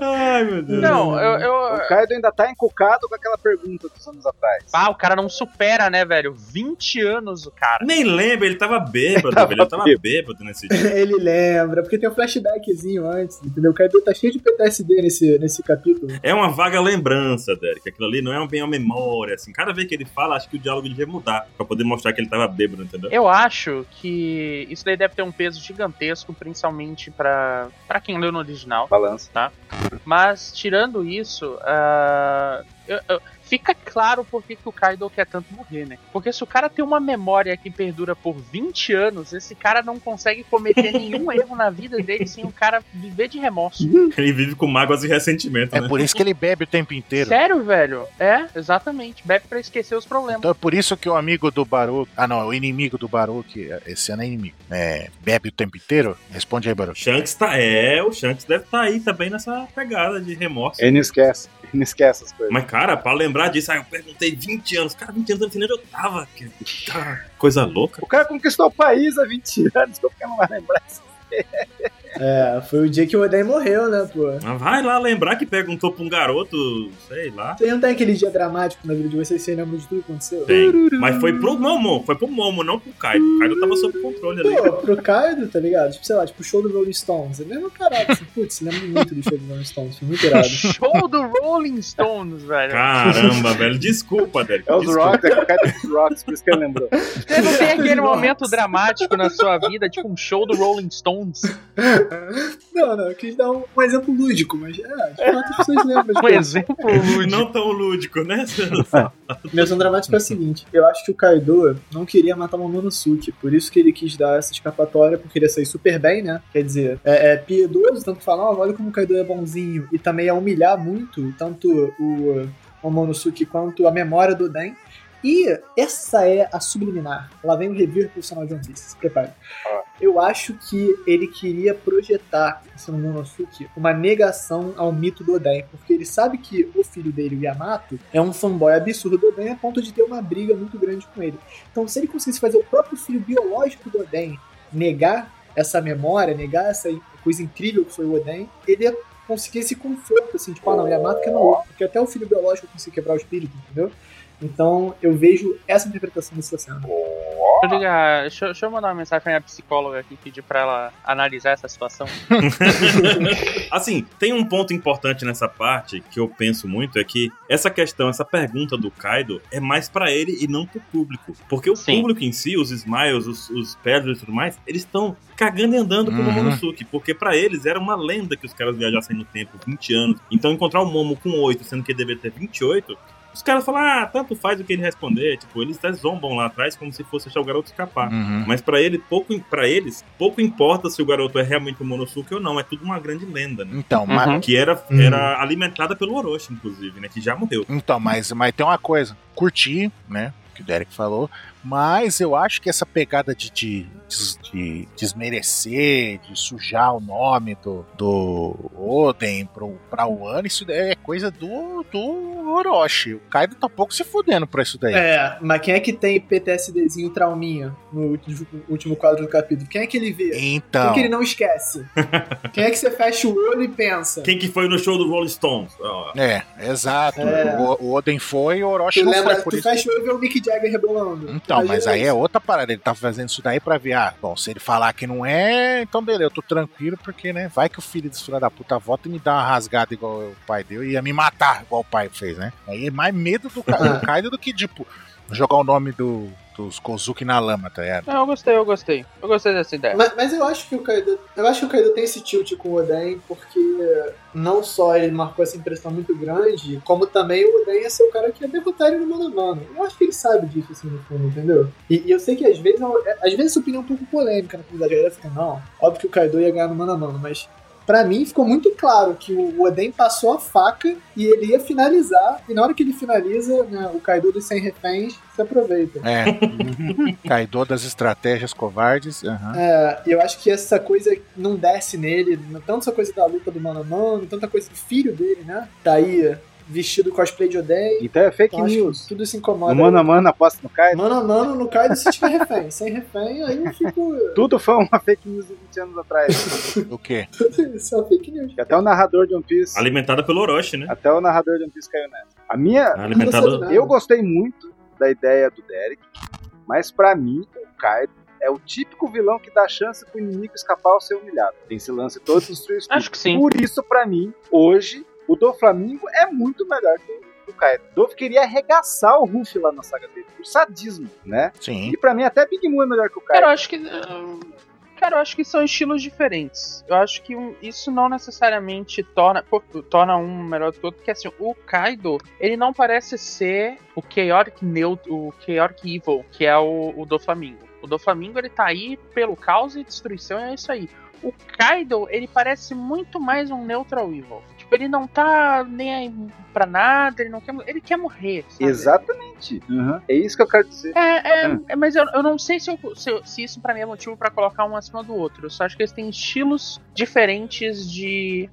Speaker 1: Ai, meu Deus.
Speaker 5: Não, eu. eu-
Speaker 3: O Kaido ainda tá encucado com aquela pergunta dos anos atrás.
Speaker 5: Ah, o cara não supera, né, velho? 20 anos o cara.
Speaker 1: Nem lembro, ele tava bêbado, velho. Ele tava bêbado nesse dia.
Speaker 4: Ele lembra, porque tem um flashbackzinho antes, entendeu? O Kaido tá cheio de PTSD nesse, nesse capítulo.
Speaker 1: É uma vaga lembrança, Derek. Aquilo ali não é bem uma memória, assim. Cada vez que ele fala, acho que o diálogo devia mudar. Pra poder mostrar que ele tava bêbado, entendeu?
Speaker 5: Eu acho que isso daí deve ter um peso gigantesco, principalmente pra, pra quem leu no original.
Speaker 3: Balança.
Speaker 5: Mas, tirando isso, ah, eu- eu- fica claro por que, que o Kaido quer tanto morrer, né? Porque se o cara tem uma memória que perdura por 20 anos, esse cara não consegue cometer nenhum erro na vida dele sem o cara viver de remorso.
Speaker 1: Ele vive com mágoas e ressentimento,
Speaker 2: É
Speaker 1: né?
Speaker 2: por isso que ele bebe o tempo inteiro.
Speaker 5: Sério, velho? É, exatamente. Bebe pra esquecer os problemas.
Speaker 2: Então é por isso que o amigo do Baruch. Ah, não, o inimigo do Baruch. Esse ano é inimigo. É, bebe o tempo inteiro? Responde aí, Baruch.
Speaker 1: Shanks tá. É, o Shanks deve tá aí também nessa pegada de remorso.
Speaker 3: Ele não esquece. Ele não esquece as coisas.
Speaker 1: Mas, cara, pra lembrar disso, ah, eu perguntei 20 anos. Cara, 20 anos eu não sei nem onde eu tava. que- tá, Coisa louca.
Speaker 3: O cara conquistou o país há 20 anos, como que ele não vai lembrar isso?
Speaker 4: É, foi o dia que o Oden morreu, né, pô?
Speaker 1: Mas vai lá lembrar que perguntou pra um garoto, sei lá.
Speaker 4: Vocês não tem aquele dia dramático na vida de vocês, vocês lembram de tudo que aconteceu?
Speaker 1: Tem. Mas foi pro Momo, foi pro Momo, não pro Kaido. O Kaido tava sob controle ali.
Speaker 4: Pô, pro Kaido, tá ligado? Tipo, sei lá, tipo o show do Rolling Stones. É mesmo caralho, assim, putz, lembro muito do show do Rolling Stones, foi muito irado.
Speaker 5: Show do Rolling Stones, velho.
Speaker 1: Caramba, velho. Desculpa, Derek.
Speaker 3: É os
Speaker 1: desculpa.
Speaker 3: Rocks, é o Kaido dos Rocks, por isso que ele lembrou.
Speaker 5: Você não tem aquele
Speaker 4: Nossa.
Speaker 5: momento dramático na sua vida, tipo um show do Rolling Stones?
Speaker 4: Não, não, eu quis dar um, um exemplo lúdico, mas é, de fato as pessoas lembram. de
Speaker 5: Um
Speaker 4: coisas.
Speaker 5: exemplo
Speaker 1: Não tão lúdico, né?
Speaker 4: Minha visão dramática é o seguinte: eu acho que o Kaido não queria matar o Momonosuke, por isso que ele quis dar essa escapatória, porque ele ia sair super bem, né? Quer dizer, é, é piedoso, tanto falar, "Ó, olha como o Kaido é bonzinho, e também ia humilhar muito, tanto o uh, Momonosuke quanto a memória do Den. E essa é a subliminar. Lá vem o review profissional de One Piece, se prepare.
Speaker 3: Ah.
Speaker 4: Eu acho que ele queria projetar esse Momonosuke uma negação ao mito do Oden, porque ele sabe que o filho dele, o Yamato, é um fanboy absurdo do Oden a ponto de ter uma briga muito grande com ele. Então, se ele conseguisse fazer o próprio filho biológico do Oden negar essa memória, negar essa coisa incrível que foi o Oden, ele ia conseguir esse conforto, assim, tipo, ah, não, Yamato que é maluco, porque até o filho biológico conseguiu quebrar o espírito, entendeu? Então, eu vejo essa interpretação dessa cena.
Speaker 5: Deixa eu, ligar- deixa eu- deixa eu mandar uma mensagem pra minha psicóloga aqui, pedir pra ela analisar essa situação.
Speaker 1: Assim, tem um ponto importante nessa parte que eu penso muito: é que essa questão, essa pergunta do Kaido é mais pra ele e não pro público. Porque o
Speaker 5: Sim.
Speaker 1: público em si, os Smiles, os, os Pedros e tudo mais, eles estão cagando e andando pro
Speaker 2: Uhum.
Speaker 1: Momonosuke. Porque pra eles era uma lenda que os caras viajassem no tempo 20 anos. Então encontrar o Momo com 8, sendo que ele deveria ter 28. Os caras falam, ah, tanto faz o que ele responder. Tipo, eles até zombam lá atrás como se fosse achar o garoto escapar.
Speaker 2: Uhum.
Speaker 1: Mas pra ele, pouco para eles, pouco importa se o garoto é realmente um Monosuke ou não, é tudo uma grande lenda, né?
Speaker 2: Então, mas,
Speaker 5: Uhum.
Speaker 1: Que era,
Speaker 4: Hum.
Speaker 1: era alimentada pelo Orochi, inclusive, né? Que já morreu.
Speaker 2: então mas, mas tem uma coisa. Curti, né? o Que o Derek falou. Mas eu acho que essa pegada de, de, de, de desmerecer, de sujar o nome do, do Oden pro, pra Wano, isso daí é coisa do, do Orochi. O Kaido tá pouco se fudendo pra isso daí.
Speaker 4: É, mas quem é que tem PTSDzinho trauminha no último- último quadro do capítulo? Quem é que ele vê? Quem
Speaker 2: Então,
Speaker 4: que ele não esquece? quem é que você fecha o olho e pensa?
Speaker 1: Quem que foi no show do Rolling Stones? Ó,
Speaker 2: é, exato.
Speaker 4: É.
Speaker 2: O, o Oden foi e o Orochi
Speaker 4: Tu
Speaker 2: não
Speaker 4: lembra,
Speaker 2: foi por
Speaker 4: tu
Speaker 2: isso.
Speaker 4: fecha o olho e vê o Mick Jagger rebolando.
Speaker 2: Então, mas aí
Speaker 4: é
Speaker 2: é outra parada. Ele tá fazendo isso daí pra ver. Ah, bom, se ele falar que não é, então beleza, eu tô tranquilo, porque, né? Vai que o filho desse filho da puta volta e me dá uma rasgada igual o pai deu e ia me matar igual o pai fez, né? Aí é mais medo do, Ka do Kaido do que, tipo, jogar o nome do, dos Kozuki na lama, tá ligado?
Speaker 5: Não, eu gostei, eu gostei. Eu gostei dessa ideia.
Speaker 4: Mas, mas eu acho que o Kaido. Eu acho que o Kaido tem esse tilt com o Oden, porque não só ele marcou essa impressão muito grande, como também o Oden ia ser o cara que ia derrotar ele no mano a mano. Eu acho que ele sabe disso, assim, no fundo, entendeu? E, e eu sei que às vezes é um- é- às vezes essa opinião é um pouco polêmica na comunidade. A galera fica, não, óbvio que o Kaido ia ganhar no mano a mano, mas. Pra mim ficou muito claro que o Oden passou a faca e ele ia finalizar, e na hora que ele finaliza, né, o Kaido dos 100 reféns se aproveita.
Speaker 2: É. Kaido das estratégias covardes. aham.
Speaker 4: É, eu acho que essa coisa não desce nele, tanto essa coisa da luta do mano a mano, tanta coisa do filho dele, né? Tá aí vestido cosplay de Odeia.
Speaker 3: Então é fake
Speaker 4: Então acho que é
Speaker 3: news.
Speaker 4: tudo se
Speaker 3: No
Speaker 4: incomoda.
Speaker 3: mano a mano, aposta no Kaido.
Speaker 4: Mano a mano não cai se tiver refém. Sem refém, aí eu fico.
Speaker 3: Tudo foi uma fake news de 20 anos atrás.
Speaker 4: É.
Speaker 2: O quê?
Speaker 4: Isso é fake news.
Speaker 3: E até o narrador de One Piece.
Speaker 1: alimentada pelo Orochi, né?
Speaker 3: Até o narrador de One Piece caiu nessa. A minha,
Speaker 4: Não
Speaker 1: Alimentada.
Speaker 4: gostei,
Speaker 3: Eu gostei muito da ideia do Derek, mas pra mim, o Kaido é o típico vilão que dá chance pro inimigo escapar ou ser humilhado. Tem esse lance todo dos Three Stooges.
Speaker 5: Acho que sim.
Speaker 3: Por isso, pra mim, hoje, o do Flamengo é muito melhor que o do Kaido. O Dolph queria arregaçar o Ruff lá na saga dele, por sadismo, né?
Speaker 2: Sim.
Speaker 3: E pra mim, até Big Moon é melhor que o
Speaker 5: Cara,
Speaker 3: Kaido.
Speaker 5: eu acho que. hum, Cara, eu acho que são estilos diferentes. Eu acho que um- isso não necessariamente torna, pô, torna um melhor do que outro, porque assim, o Kaido, ele não parece ser o Chaotic Neutral, o Chaotic Evil, que é o, o do Flamingo. O do Flamingo, ele tá aí pelo caos e destruição, e é isso aí. O Kaido, ele parece muito mais um Neutral Evil. Tipo, ele não tá nem aí pra nada, ele não quer. Ele quer morrer. sabe?
Speaker 3: Exatamente. É isso que eu quero dizer.
Speaker 5: É, é,
Speaker 3: Hum.
Speaker 5: é, mas eu, eu não sei se, eu- se eu- se isso pra mim é motivo pra colocar um acima do outro. Eu só acho que eles têm estilos diferentes de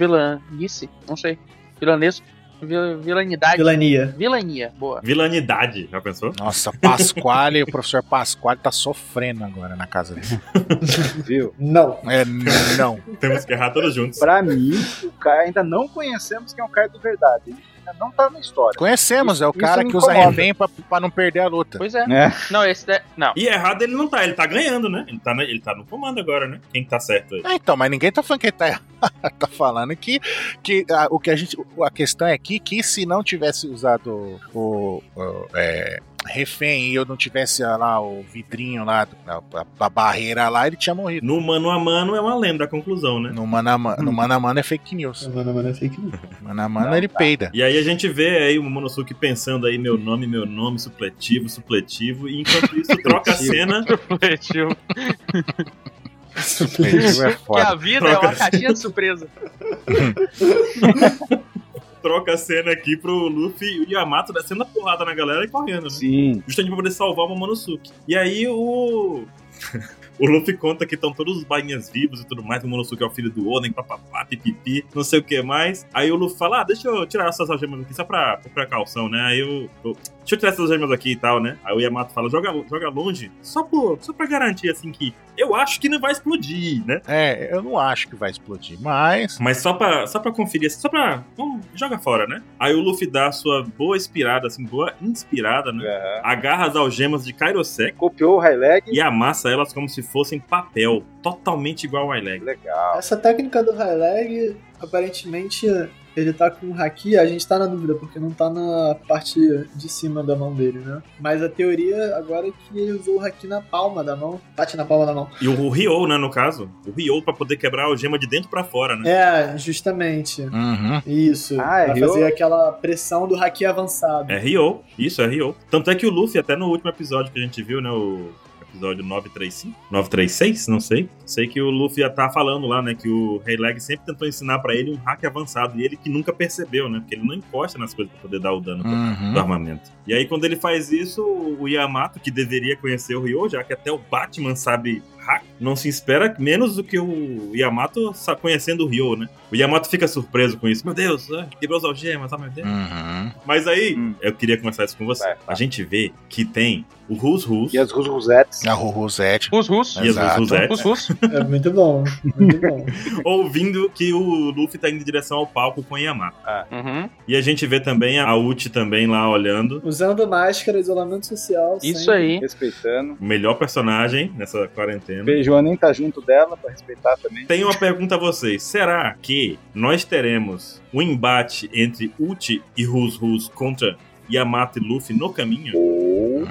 Speaker 5: vilanice, não sei, vilanesco, vil- vilanidade,
Speaker 4: Vilania.
Speaker 5: vilania, boa.
Speaker 1: Vilanidade, já pensou?
Speaker 2: Nossa, Pasquale, o professor Pasquale tá sofrendo agora na casa dele.
Speaker 3: Viu?
Speaker 4: Não.
Speaker 2: É, n- não.
Speaker 1: Temos que errar todos juntos.
Speaker 3: Pra mim, o Kaido ainda não conhecemos quem é o Kaido verdade. Ele ainda não tá na história.
Speaker 2: Conhecemos, é o
Speaker 3: Isso
Speaker 2: cara
Speaker 3: me
Speaker 2: que usa
Speaker 3: incomoda.
Speaker 2: refém pra, pra não perder a luta.
Speaker 5: Pois é.
Speaker 3: É.
Speaker 5: Não, esse da, não.
Speaker 1: E errado ele não tá, ele tá ganhando, né? Ele tá, na- ele tá no comando agora, né? Quem que tá certo aí?
Speaker 2: Ah, então, mas ninguém tá falando que ele tá errado. tá falando que, que ah, o que a gente. A questão é aqui que se não tivesse usado o. o, é, refém e eu não tivesse ah, lá o vidrinho lá, a, a- a barreira lá, ele tinha morrido.
Speaker 1: No mano a mano é uma lenda, a conclusão, né?
Speaker 2: No mano a mano, no mano, a mano é fake news.
Speaker 4: Mano, mano, Hum. é fake news.
Speaker 2: Mano a mano
Speaker 3: Não,
Speaker 2: ele peida.
Speaker 1: E aí a gente vê aí o Momonosuke pensando aí meu nome, meu nome, supletivo, supletivo, e enquanto isso troca a cena,
Speaker 5: Supletivo.
Speaker 2: Peidinho é
Speaker 5: Que a
Speaker 2: foda.
Speaker 5: vida é uma caixinha de surpresa.
Speaker 1: troca a cena aqui pro Luffy e o Yamato descendo a porrada na galera e correndo, né?
Speaker 3: Sim.
Speaker 1: Justamente pra poder salvar o Momonosuke. E aí o. O Luffy conta que estão todos os bainhas vivos e tudo mais. O Momonosuke é o filho do Oden, papapá, pipipi, não sei o que mais. Aí o Luffy fala: ah, deixa eu tirar essas algemas aqui só pra, por precaução, né? Aí eu. eu- Deixa eu tirar essas algemas aqui e tal, né? Aí o Yamato fala: joga, joga longe, só, por, só pra garantir, assim, que eu acho que não vai explodir, né?
Speaker 2: É, eu não acho que vai explodir, mas.
Speaker 1: Mas só pra, só pra conferir, assim, só pra. Vamos, joga fora, né? Aí o Luffy dá a sua boa inspirada, assim, boa inspirada, né?
Speaker 3: Aham.
Speaker 1: Agarra as algemas de Kairosek
Speaker 3: Copiou o high leg.
Speaker 1: e amassa elas como se fossem papel, totalmente igual ao Ileg.
Speaker 3: Legal.
Speaker 4: Essa técnica do high leg, aparentemente, ele tá com um haki, a gente tá na dúvida, porque não tá na parte de cima da mão dele, né? Mas a teoria agora é que ele usou o haki na palma da mão. Bate na palma da mão.
Speaker 1: E o Ryo, né, no caso, o Ryo pra poder quebrar a algema de dentro pra fora, né?
Speaker 4: É, justamente.
Speaker 2: Uhum.
Speaker 4: Isso.
Speaker 3: Ah, é
Speaker 4: pra
Speaker 3: Ryo?
Speaker 4: fazer aquela pressão do haki avançado.
Speaker 1: É Ryo, isso é Ryo. Tanto é que o Luffy, até no último episódio que a gente viu, né, o episódio 935, 936, não sei. Sei que o Luffy já tá falando lá, né, que o Rei Leg sempre tentou ensinar pra ele um hack avançado e ele que nunca percebeu, né, porque ele não encosta nas coisas pra poder dar o dano pra- do
Speaker 2: Uhum.
Speaker 1: armamento. E aí, quando ele faz isso, o Yamato, que deveria conhecer o Ryo, já que até o Batman sabe hack, não se espera menos do que o Yamato sa- conhecendo o Ryo, né? O Yamato fica surpreso com isso. Meu Deus, ah, quebrou as algemas, ah, meu Deus.
Speaker 2: Uhum.
Speaker 1: Mas aí,
Speaker 3: Hum.
Speaker 1: eu queria conversar isso com você.
Speaker 3: Vai, vai.
Speaker 1: A gente vê que tem o Rus Rus
Speaker 3: E as Rus Rusettes.
Speaker 2: A Ruruzete.
Speaker 5: Os russos.
Speaker 1: e as Rus
Speaker 2: Exato.
Speaker 1: Rusettes
Speaker 5: Os russos.
Speaker 4: É muito bom, muito bom.
Speaker 1: ouvindo que o Luffy tá indo em direção ao palco com o Yamato.
Speaker 5: Uhum.
Speaker 1: E a gente vê também a Uchi também lá olhando.
Speaker 4: Usando máscara, isolamento social.
Speaker 5: Isso
Speaker 4: sempre.
Speaker 5: aí.
Speaker 3: Respeitando.
Speaker 1: O melhor personagem nessa quarentena.
Speaker 3: Beijo, nem tá junto dela pra respeitar também.
Speaker 1: Tenho uma pergunta a vocês. Será que nós teremos um embate entre Uchi e Rus Rus contra Yamato e Luffy no caminho?
Speaker 3: Ou.
Speaker 2: Hum.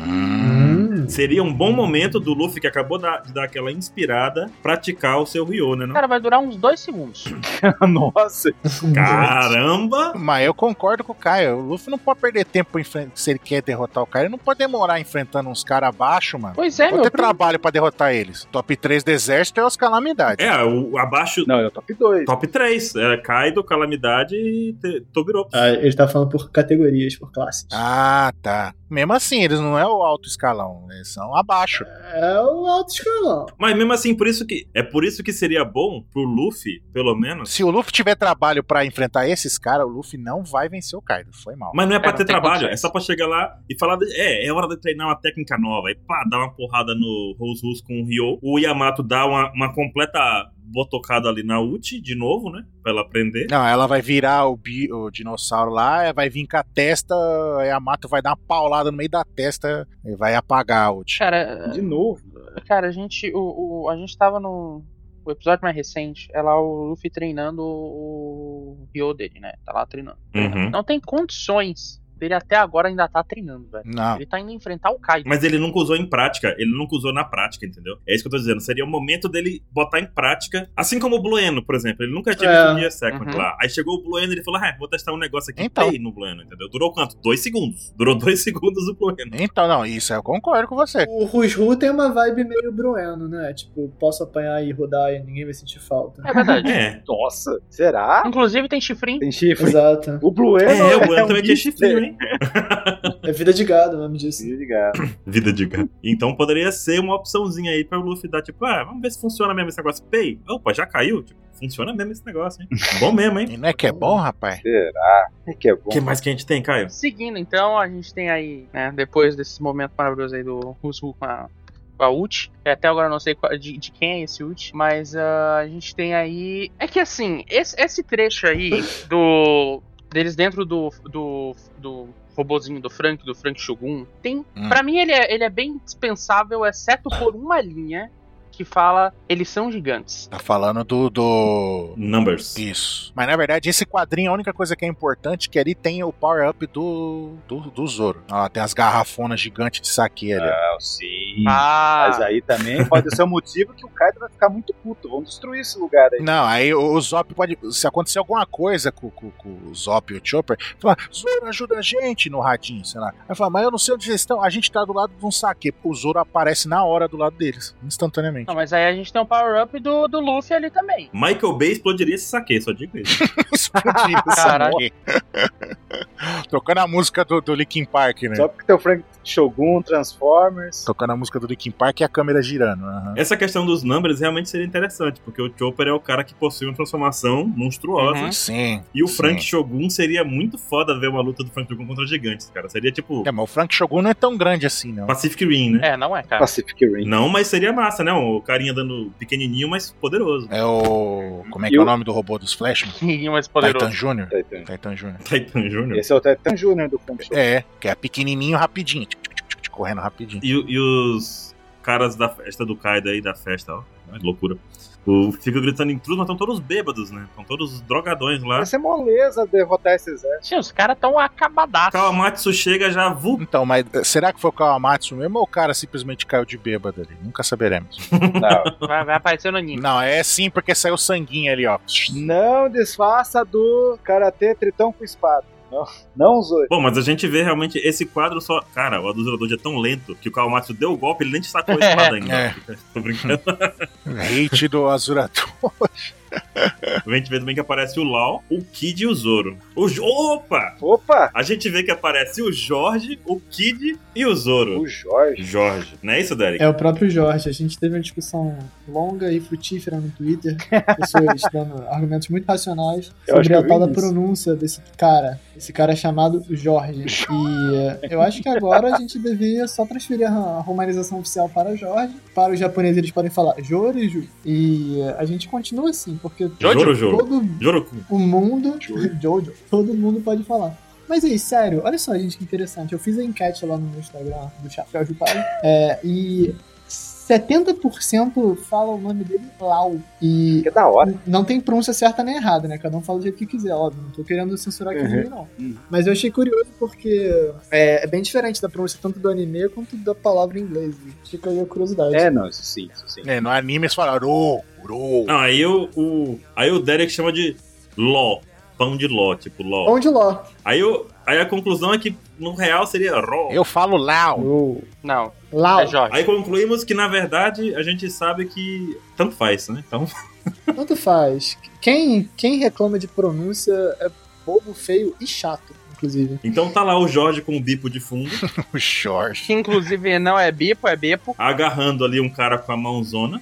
Speaker 4: Hum.
Speaker 1: Seria um bom momento do Luffy, que acabou da- de dar aquela inspirada, praticar o seu Ryo, né? Não?
Speaker 5: Cara, vai durar uns dois segundos.
Speaker 3: Nossa,
Speaker 1: Caramba!
Speaker 2: Mas eu concordo com o Caio. O Luffy não pode perder tempo enfren- se ele quer derrotar o cara. Ele não pode demorar enfrentando uns caras abaixo, mano.
Speaker 5: Pois é,
Speaker 2: Pode
Speaker 5: meu.
Speaker 2: ter trabalho pra derrotar eles. Top 3 do exército é os calamidades.
Speaker 1: É, o, abaixo.
Speaker 3: Não, é o top 2.
Speaker 1: Top 3. É, Kaido, Calamidade e Te- Tobiropo.
Speaker 4: Ah, ele tá falando por categorias, por classes.
Speaker 2: Ah, tá. Mesmo assim, eles não é o alto escalão, eles são abaixo.
Speaker 4: É o alto escalão.
Speaker 1: Mas mesmo assim, por isso que. É por isso que seria bom pro Luffy, pelo menos.
Speaker 2: Se o Luffy tiver trabalho pra enfrentar esses caras, o Luffy não vai vencer o Kaido. Foi mal.
Speaker 1: Mas não é pra
Speaker 5: É, não
Speaker 1: ter
Speaker 5: tem
Speaker 1: trabalho,
Speaker 5: condições.
Speaker 1: é só pra chegar lá e falar. de- é, é hora de treinar uma técnica nova. E pá, dá uma porrada no Rose Rus com o Ryo. O Yamato dá uma, uma completa botocada ali na Uchi, de novo, né? Pra ela aprender.
Speaker 2: Não, ela vai virar o, bi- o dinossauro lá, ela vai vir com a testa, aí a Mato vai dar uma paulada no meio da testa e vai apagar a ult.
Speaker 5: Cara,
Speaker 3: De novo.
Speaker 5: cara, a gente. O, o- a gente tava no. O episódio mais recente é lá o Luffy treinando o o Ryo dele, né? Tá lá treinando.
Speaker 1: Uhum.
Speaker 5: Não tem condições dele até agora ainda tá treinando, velho.
Speaker 2: Não.
Speaker 5: Ele tá indo enfrentar o Kaido.
Speaker 1: Mas ele nunca usou em prática, ele nunca usou na prática, entendeu? É isso que eu tô dizendo. Seria o momento dele botar em prática. Assim como o Blueno, por exemplo. Ele nunca tinha
Speaker 4: É.
Speaker 1: visto o Gear Second
Speaker 5: Uhum.
Speaker 1: lá. Aí chegou o Blueno e ele falou: ah, vou testar um negócio aqui.
Speaker 2: Então.
Speaker 1: Então. no Blueno, entendeu? Durou quanto? Dois segundos. Durou dois segundos o Blueno.
Speaker 2: Então, não, isso eu concordo com você.
Speaker 4: O Rusru tem uma vibe meio Brueno, né? Tipo, posso apanhar e rodar e ninguém vai sentir falta.
Speaker 5: É verdade.
Speaker 1: É.
Speaker 3: Nossa, será?
Speaker 5: Inclusive tem chifrinho.
Speaker 3: Tem chifre?
Speaker 4: Exato.
Speaker 3: O Blue
Speaker 1: É, o Blueno
Speaker 3: um
Speaker 1: também tinha
Speaker 3: mister.
Speaker 1: chifrinho, hein?
Speaker 4: É vida de gado assim. o nome disso.
Speaker 3: Sim, tá ligado.
Speaker 1: Vida de gato. Então poderia ser uma opçãozinha aí pra o Luffy dar, tipo, ah, vamos ver se funciona mesmo esse negócio. Pei, opa, já caiu? Tipo, funciona mesmo esse negócio, hein? Bom mesmo, hein?
Speaker 2: E não é que é bom, rapaz?
Speaker 3: Será? É que é bom.
Speaker 1: O que mais que a gente tem, Caio?
Speaker 5: Seguindo, então, a gente tem aí, né, depois desse momento maravilhoso aí do Rusu com a, com a ult. que Até agora eu não sei qual- de, de quem é esse ult, mas ah, a gente tem aí. É que assim, esse, esse trecho aí do. deles dentro do. do. do robozinho do Frank, do Frank Shogun, tem.
Speaker 2: Hum.
Speaker 5: Pra mim ele é, ele é bem dispensável, exceto por uma linha que fala eles são gigantes.
Speaker 2: Tá falando do. do...
Speaker 1: Numbers.
Speaker 2: Isso. Mas na verdade, esse quadrinho, a única coisa que é importante é que ali tem o power-up do, do, do Zoro. Ó, tem as garrafonas gigantes de saque ali. ó.
Speaker 3: Não, sim.
Speaker 5: Ah,
Speaker 3: né? Mas aí também pode ser o motivo que o Kaido vai ficar muito puto. Vamos destruir esse lugar aí.
Speaker 2: Não, aí o o Zop pode. Se acontecer alguma coisa com, com- com o Zop e o Chopper, fala, Zoro, ajuda a gente no radinho, sei lá. Aí fala, mas eu não sei onde vocês estão. A gente tá do lado de um saque. O Zoro aparece na hora do lado deles, instantaneamente.
Speaker 5: não, mas aí a gente tem um power-up do, do Luffy ali também.
Speaker 1: Michael Bay explodiria esse saque, só digo isso.
Speaker 2: Explodiu essa
Speaker 5: Caralho.
Speaker 2: porra. Tocando a música do, do Linkin Park,
Speaker 1: É.
Speaker 2: né?
Speaker 3: Só porque tem o Frank Shogun, Transformers.
Speaker 2: Tocando a música do Linkin Park e a câmera girando. aham.
Speaker 1: Essa questão dos numbers realmente seria interessante, porque o Chopper é o cara que possui uma transformação monstruosa.
Speaker 5: Uhum.
Speaker 2: Sim.
Speaker 1: E o
Speaker 2: sim.
Speaker 1: Frank Shogun seria muito foda ver uma luta do Frank Shogun contra gigantes, cara. Seria tipo
Speaker 2: É, mas o Frank Shogun não é tão grande assim, não.
Speaker 1: Pacific Rim,
Speaker 3: Hum?
Speaker 1: né?
Speaker 5: É, não é, cara.
Speaker 3: Pacific Rim.
Speaker 1: Não, mas seria massa, né? O carinha dando pequenininho, mas poderoso.
Speaker 2: É o. Como é que
Speaker 3: E
Speaker 2: é o
Speaker 3: o-
Speaker 2: nome do robô dos Flashman?
Speaker 5: Ninguém mais
Speaker 2: Titan
Speaker 5: poderoso.
Speaker 2: Jr.
Speaker 3: Titan.
Speaker 1: Hum.
Speaker 2: Titan Jr.
Speaker 1: Titan Jr.
Speaker 3: Esse é o Titan Jr. do Frank Shogun.
Speaker 2: É, que é pequenininho, rapidinho. tic, tic, tic, tic, tic, Correndo rapidinho.
Speaker 1: E, e os caras da festa do Kaido aí, da festa, ó. Olha que loucura. O, ficam gritando intruso, mas estão todos bêbados, né? Estão todos drogadões lá.
Speaker 3: Vai ser moleza derrotar esse exército.
Speaker 5: Sim, os caras tão acabadaços.
Speaker 1: Kawamatsu chega já vu.
Speaker 2: Então, mas eh, será que foi o Kawamatsu mesmo ou o cara simplesmente caiu de bêbado ali? Nunca saberemos.
Speaker 3: Não,
Speaker 5: Vai, vai aparecer no anime.
Speaker 2: Não, é sim porque saiu sanguinho ali, ó.
Speaker 3: não desfaça do Karatê Tritão com espada. Não, não Zoe.
Speaker 1: Bom, mas a gente vê realmente esse quadro só. Cara, o Adulador é tão lento que o Calmatsu deu o golpe, ele nem sacou a espada ainda.
Speaker 2: É.
Speaker 1: Tô brincando.
Speaker 2: Hate do Azurator.
Speaker 1: A gente vê também que aparece o Lau, o Kid e o Zoro. O Jo- Opa!
Speaker 3: Opa!
Speaker 1: A gente vê que aparece o Jorge, o Kid e o Zoro.
Speaker 3: O Jorge.
Speaker 1: Jorge. Não é isso, Derek?
Speaker 4: É o próprio Jorge. A gente teve uma discussão longa e frutífera no Twitter. Pessoas dando argumentos muito racionais
Speaker 3: Eu acho
Speaker 4: sobre um
Speaker 3: que é eu
Speaker 4: a
Speaker 3: vi
Speaker 4: tal da
Speaker 3: isso.
Speaker 4: pronúncia desse cara. Esse cara é chamado Jorge. E eh, eu acho que agora a gente devia só transferir a romanização oficial para Jorge. Para os japoneses eles podem falar Joriju. E eh, a gente continua assim, porque
Speaker 1: Joro, Joro.
Speaker 4: todo
Speaker 1: Joro.
Speaker 4: o mundo. Jojo. Todo mundo pode falar. Mas aí, sério, olha só, gente, que interessante. Eu fiz a enquete lá no meu Instagram do Chapéu de Palha é, e 70% fala o nome dele Lau. E
Speaker 3: Que é da hora.
Speaker 4: não tem pronúncia certa nem errada, né? Cada um fala do jeito que quiser, óbvio. Não tô querendo censurar aqui
Speaker 3: Uhum.
Speaker 4: ninguém, não.
Speaker 3: Uhum.
Speaker 4: Mas eu achei curioso porque é, é bem diferente da pronúncia tanto do anime quanto da palavra em inglês. né? Fica aí a curiosidade.
Speaker 3: É, não, isso sim, isso sim.
Speaker 2: É, no anime eles falaram, ô, ô.
Speaker 1: Não, aí o, o- Aí o Derek chama de Ló. Pão de Ló, tipo Ló.
Speaker 4: Onde Ló?
Speaker 1: Aí, o, aí a conclusão é que no real seria Ró.
Speaker 2: Eu falo Lau.
Speaker 5: Não,
Speaker 4: Lau.
Speaker 5: é Jorge.
Speaker 1: Aí concluímos que, na verdade, a gente sabe que tanto faz, né? Então,
Speaker 4: Tanto faz. Quem, quem reclama de pronúncia é bobo, feio e chato, inclusive.
Speaker 1: então tá lá o Jorge com o bipo de fundo,
Speaker 2: O Jorge.
Speaker 5: Que inclusive não é Bipo, é Bepo.
Speaker 1: agarrando ali um cara com a mãozona.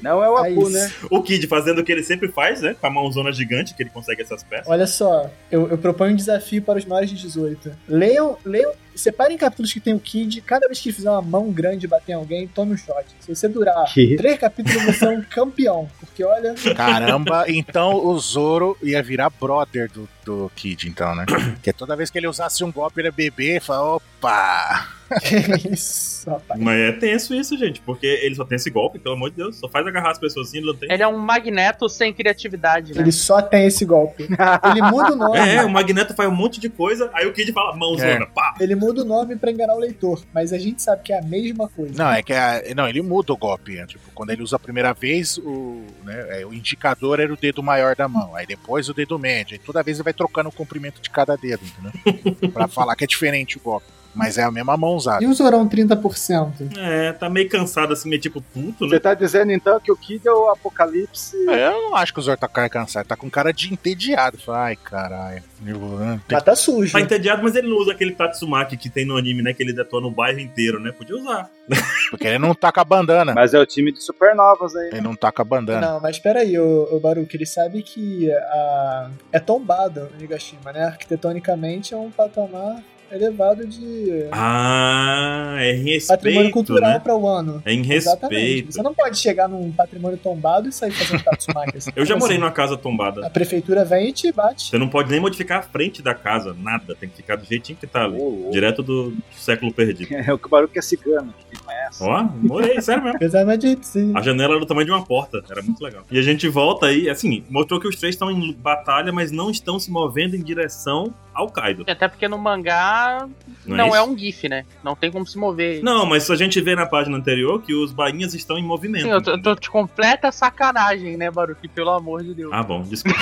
Speaker 3: Não é o
Speaker 4: Aí,
Speaker 3: Apu, né?
Speaker 1: O Kid fazendo o que ele sempre faz, né? Com a mãozona gigante, que ele consegue essas peças.
Speaker 4: Olha só, eu, eu proponho um desafio para os maiores de 18. Leiam, leiam, separem capítulos que tem o Kid, cada vez que fizer uma mão grande e bater em alguém, tome um shot. Se você durar
Speaker 3: Que?
Speaker 4: três capítulos, você é um campeão. Porque olha,
Speaker 2: Caramba, então o Zoro ia virar brother do, do Kid, então, né? Porque toda vez que ele usasse um golpe, ele ia beber e falar, opa!
Speaker 4: que isso, rapaz.
Speaker 1: Mas é tenso isso, gente, porque ele só tem esse golpe, pelo amor de Deus. Só faz agarrar as pessoas assim, ele não tem.
Speaker 5: Ele é um magneto sem criatividade, né?
Speaker 4: Ele só tem esse golpe. Ele muda o nome.
Speaker 1: É, o Magneto faz um monte de coisa, aí o Kid fala, mãozona,
Speaker 2: É.
Speaker 1: pá!
Speaker 4: Ele muda o nome para enganar o leitor. Mas a gente sabe que é a mesma coisa.
Speaker 2: Não, é que a- não, ele muda o golpe. né? Tipo, quando ele usa a primeira vez, o, né, é, o indicador era o dedo maior da mão. Aí depois o dedo médio. Aí toda vez ele vai trocando o comprimento de cada dedo, entendeu? pra falar que é diferente o golpe. Mas é a mesma mão usada.
Speaker 4: E o Zorão 30%?
Speaker 1: É, tá meio cansado assim, meio tipo puto, né?
Speaker 3: Você tá dizendo então que o Kid é o Apocalipse?
Speaker 2: Eu não acho que o Zoro tá com cara cansado, tá com cara de entediado. Fala, Ai, caralho. eu "Ah, vou- eu tenho
Speaker 4: Mas tá sujo.
Speaker 1: Tá entediado, mas ele não usa aquele Tatsumaki que tem no anime, né? Que ele detona o bairro inteiro, né? Podia usar.
Speaker 2: que- Porque ele não tá com a bandana.
Speaker 3: Mas é o time de supernovas aí.
Speaker 2: Ele não tá com a bandana.
Speaker 4: Não, mas peraí, o, o Baruch, ele sabe que a, é tombado o Nigashima, né? Arquitetonicamente é um patamar elevado de
Speaker 1: Ah, é em
Speaker 4: É. patrimônio
Speaker 1: respeito,
Speaker 4: cultural
Speaker 1: né?
Speaker 4: para o ano.
Speaker 1: É em
Speaker 4: Exatamente.
Speaker 1: respeito.
Speaker 4: Você não pode chegar num patrimônio tombado e sair fazendo tatsumaki. assim.
Speaker 1: Eu já
Speaker 4: Como
Speaker 1: morei
Speaker 4: assim?
Speaker 1: numa casa tombada.
Speaker 4: A prefeitura vem e te bate.
Speaker 1: Você não pode nem modificar a frente da casa, nada. Tem que ficar do jeitinho que tá ali.
Speaker 3: Ô, louco.
Speaker 1: Direto do século perdido.
Speaker 3: É o que o barulho que é cigano. que não é essa.
Speaker 1: Ó, morei, sério mesmo.
Speaker 4: Exatamente, sim.
Speaker 1: A janela era do tamanho de uma porta, era muito legal. E a gente volta aí, assim, mostrou que os três estão em batalha, mas não estão se movendo em direção ao Kaido.
Speaker 5: Até porque no mangá não,
Speaker 1: isso?
Speaker 5: é, um GIF, né? Não tem como se mover.
Speaker 1: Não, mas a gente vê na página anterior que os bainhas estão em movimento.
Speaker 5: Sim, eu tô, eu tô de completa sacanagem, né, Baruque? Pelo amor de Deus.
Speaker 1: Ah, bom, desculpa.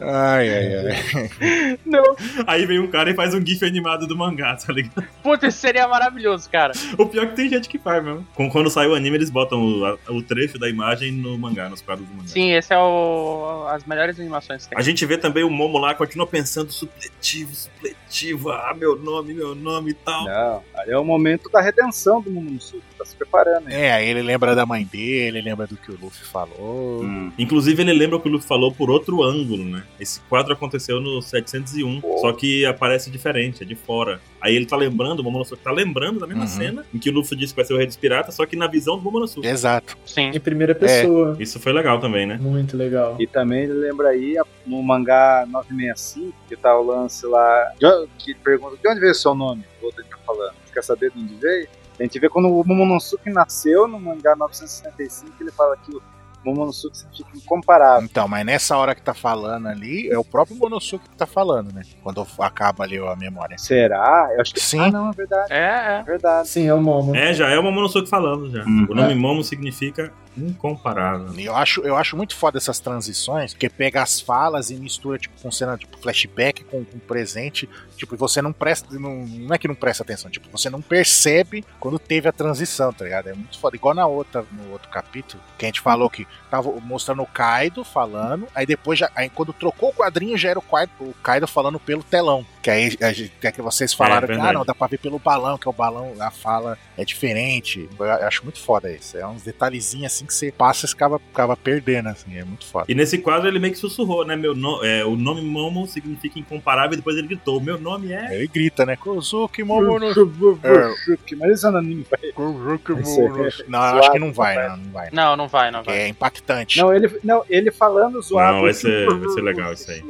Speaker 2: Ai, ai, ai.
Speaker 5: Não.
Speaker 1: Aí vem um cara e faz um gif animado do mangá, tá ligado?
Speaker 5: Puta, isso seria maravilhoso, cara.
Speaker 1: O pior é que tem gente que faz mesmo. Com- Quando sai o anime, eles botam o, a- o trecho da imagem no mangá, nos quadros do mangá.
Speaker 5: Sim, esse é o. As melhores animações que
Speaker 1: A
Speaker 5: tem.
Speaker 1: gente vê também o Momo lá, continua pensando, supletivo, supletivo, ah, meu nome, meu nome e tal.
Speaker 3: Não, ali é o momento da redenção do Momonosuke. Tá se preparando aí.
Speaker 2: É, aí ele lembra da mãe dele, lembra do que o Luffy falou.
Speaker 1: Inclusive, ele lembra o que o Luffy falou por outro ângulo, né? Esse quadro aconteceu no 701,
Speaker 3: Pô.
Speaker 1: só que aparece diferente, é de fora. Aí ele tá lembrando, o Momonosuke tá lembrando da mesma
Speaker 2: Uhum.
Speaker 1: cena em que o Luffy disse que vai ser o rei dos piratas, só que na visão do Momonosuke.
Speaker 2: Exato.
Speaker 5: Sim.
Speaker 4: Em primeira pessoa.
Speaker 1: Isso foi legal também, né?
Speaker 4: Muito legal.
Speaker 3: E também ele lembra aí a- no mangá 965, que tá o lance lá, de onde- que pergunta de onde veio o seu nome? O outro tá falando, você quer saber de onde veio? A gente vê quando o Momonosuke nasceu no mangá 965, ele fala que o Momonosuke significa incomparável.
Speaker 2: Então, mas nessa hora que tá falando ali, é o próprio Monosuke que tá falando, né? Quando acaba ali a memória.
Speaker 3: Será? Eu acho que
Speaker 2: Sim.
Speaker 3: Ah, não, é verdade,
Speaker 5: É,
Speaker 3: é
Speaker 5: é.
Speaker 3: verdade.
Speaker 4: Sim, é o Momo.
Speaker 1: É, já é o Momonosuke falando já.
Speaker 3: Hum.
Speaker 1: O nome Momo significa Incomparável.
Speaker 2: Eu acho, eu acho muito foda essas transições, porque pega as falas e mistura tipo, com cena tipo, flashback, com, com presente. Tipo, e você não presta. Não, não é que não presta atenção, tipo, você não percebe quando teve a transição, tá ligado? É muito foda. Igual na outra, no outro capítulo, que a gente falou que tava mostrando o Kaido falando, aí depois, já, aí quando trocou o quadrinho, já era o Kaido, o Kaido falando pelo telão. Que aí a gente- é que vocês falaram que ah,
Speaker 1: verdade.
Speaker 2: não, dá pra ver pelo balão, que é o balão, a fala é diferente. Eu acho muito foda isso. É uns detalhezinhos assim que você passa e você acaba, acaba perdendo, assim. É muito foda.
Speaker 1: E nesse quadro ele meio que sussurrou, né? Meu no- é, o nome Momo significa incomparável e depois ele gritou: Meu nome é.
Speaker 2: Ele grita, né? Kozuki Momono.
Speaker 3: Momonosuke, mas isso é anime, vai.
Speaker 2: Kozuki
Speaker 3: Isso é-
Speaker 2: Momono. Não, eu acho que não vai, não, não vai.
Speaker 5: Não, não vai, não
Speaker 2: Porque
Speaker 5: vai.
Speaker 2: é impactante.
Speaker 3: Não, ele, não, ele falando zoado.
Speaker 1: Não, vai ser- vai ser legal isso aí.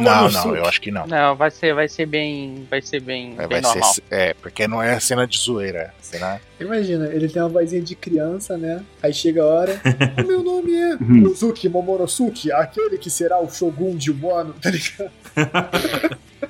Speaker 2: Não, não, eu acho que não.
Speaker 5: Não, vai ser, vai ser bem. Vai ser bem,
Speaker 2: É, vai
Speaker 5: bem normal.
Speaker 2: ser, é, porque não é cena de zoeira. é Cena...
Speaker 4: Imagina, ele tem uma vozinha de criança, né? Aí chega a hora. o meu nome é Yuzuki Momonosuke, aquele que será o Shogun de Wano, tá ligado?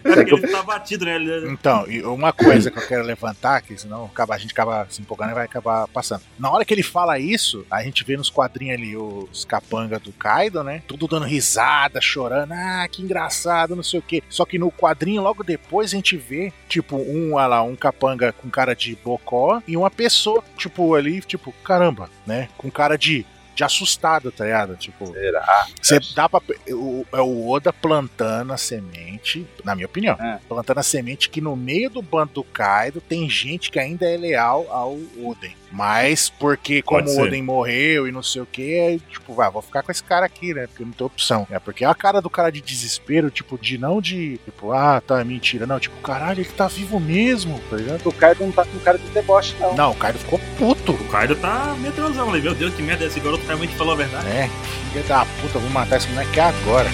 Speaker 1: Ele tá batido, né? Ele-
Speaker 2: Então, e uma coisa que eu quero levantar, que senão acaba, a gente acaba se empolgando e vai acabar passando. Na hora que ele fala isso, a gente vê nos quadrinhos ali os capanga do Kaido, né? Tudo dando risada, chorando, ah, que engraçado, não sei o quê. Só que no quadrinho, logo depois, a gente vê, tipo, um, olha lá, um capanga com cara de bocó e uma pessoa, tipo, ali, tipo, caramba, né? Com cara de. De assustado, tá ligado? Tipo,
Speaker 3: Será?
Speaker 2: você dá pra. o- É o Oda plantando a semente, na minha opinião
Speaker 1: É.
Speaker 2: plantando a semente que no meio do bando do Kaido tem gente que ainda é leal ao Oden. Mas porque como
Speaker 1: Pode
Speaker 2: o
Speaker 1: ser.
Speaker 2: Oden morreu e não sei o que, aí, tipo, vai, vou ficar com esse cara aqui, né? Porque não tem opção. É porque é a cara do cara de desespero, tipo, de não de, tipo, ah, tá, mentira. Não, tipo, caralho, ele tá vivo mesmo, tá ligado?
Speaker 3: O Kaido não tá com cara de deboche, não.
Speaker 2: Não, o Kaido ficou puto,
Speaker 1: O Kaido tá metrosão ali. Meu Deus, que merda, é esse garoto realmente falou a verdade.
Speaker 2: né? Filha da puta, vou matar esse moleque agora.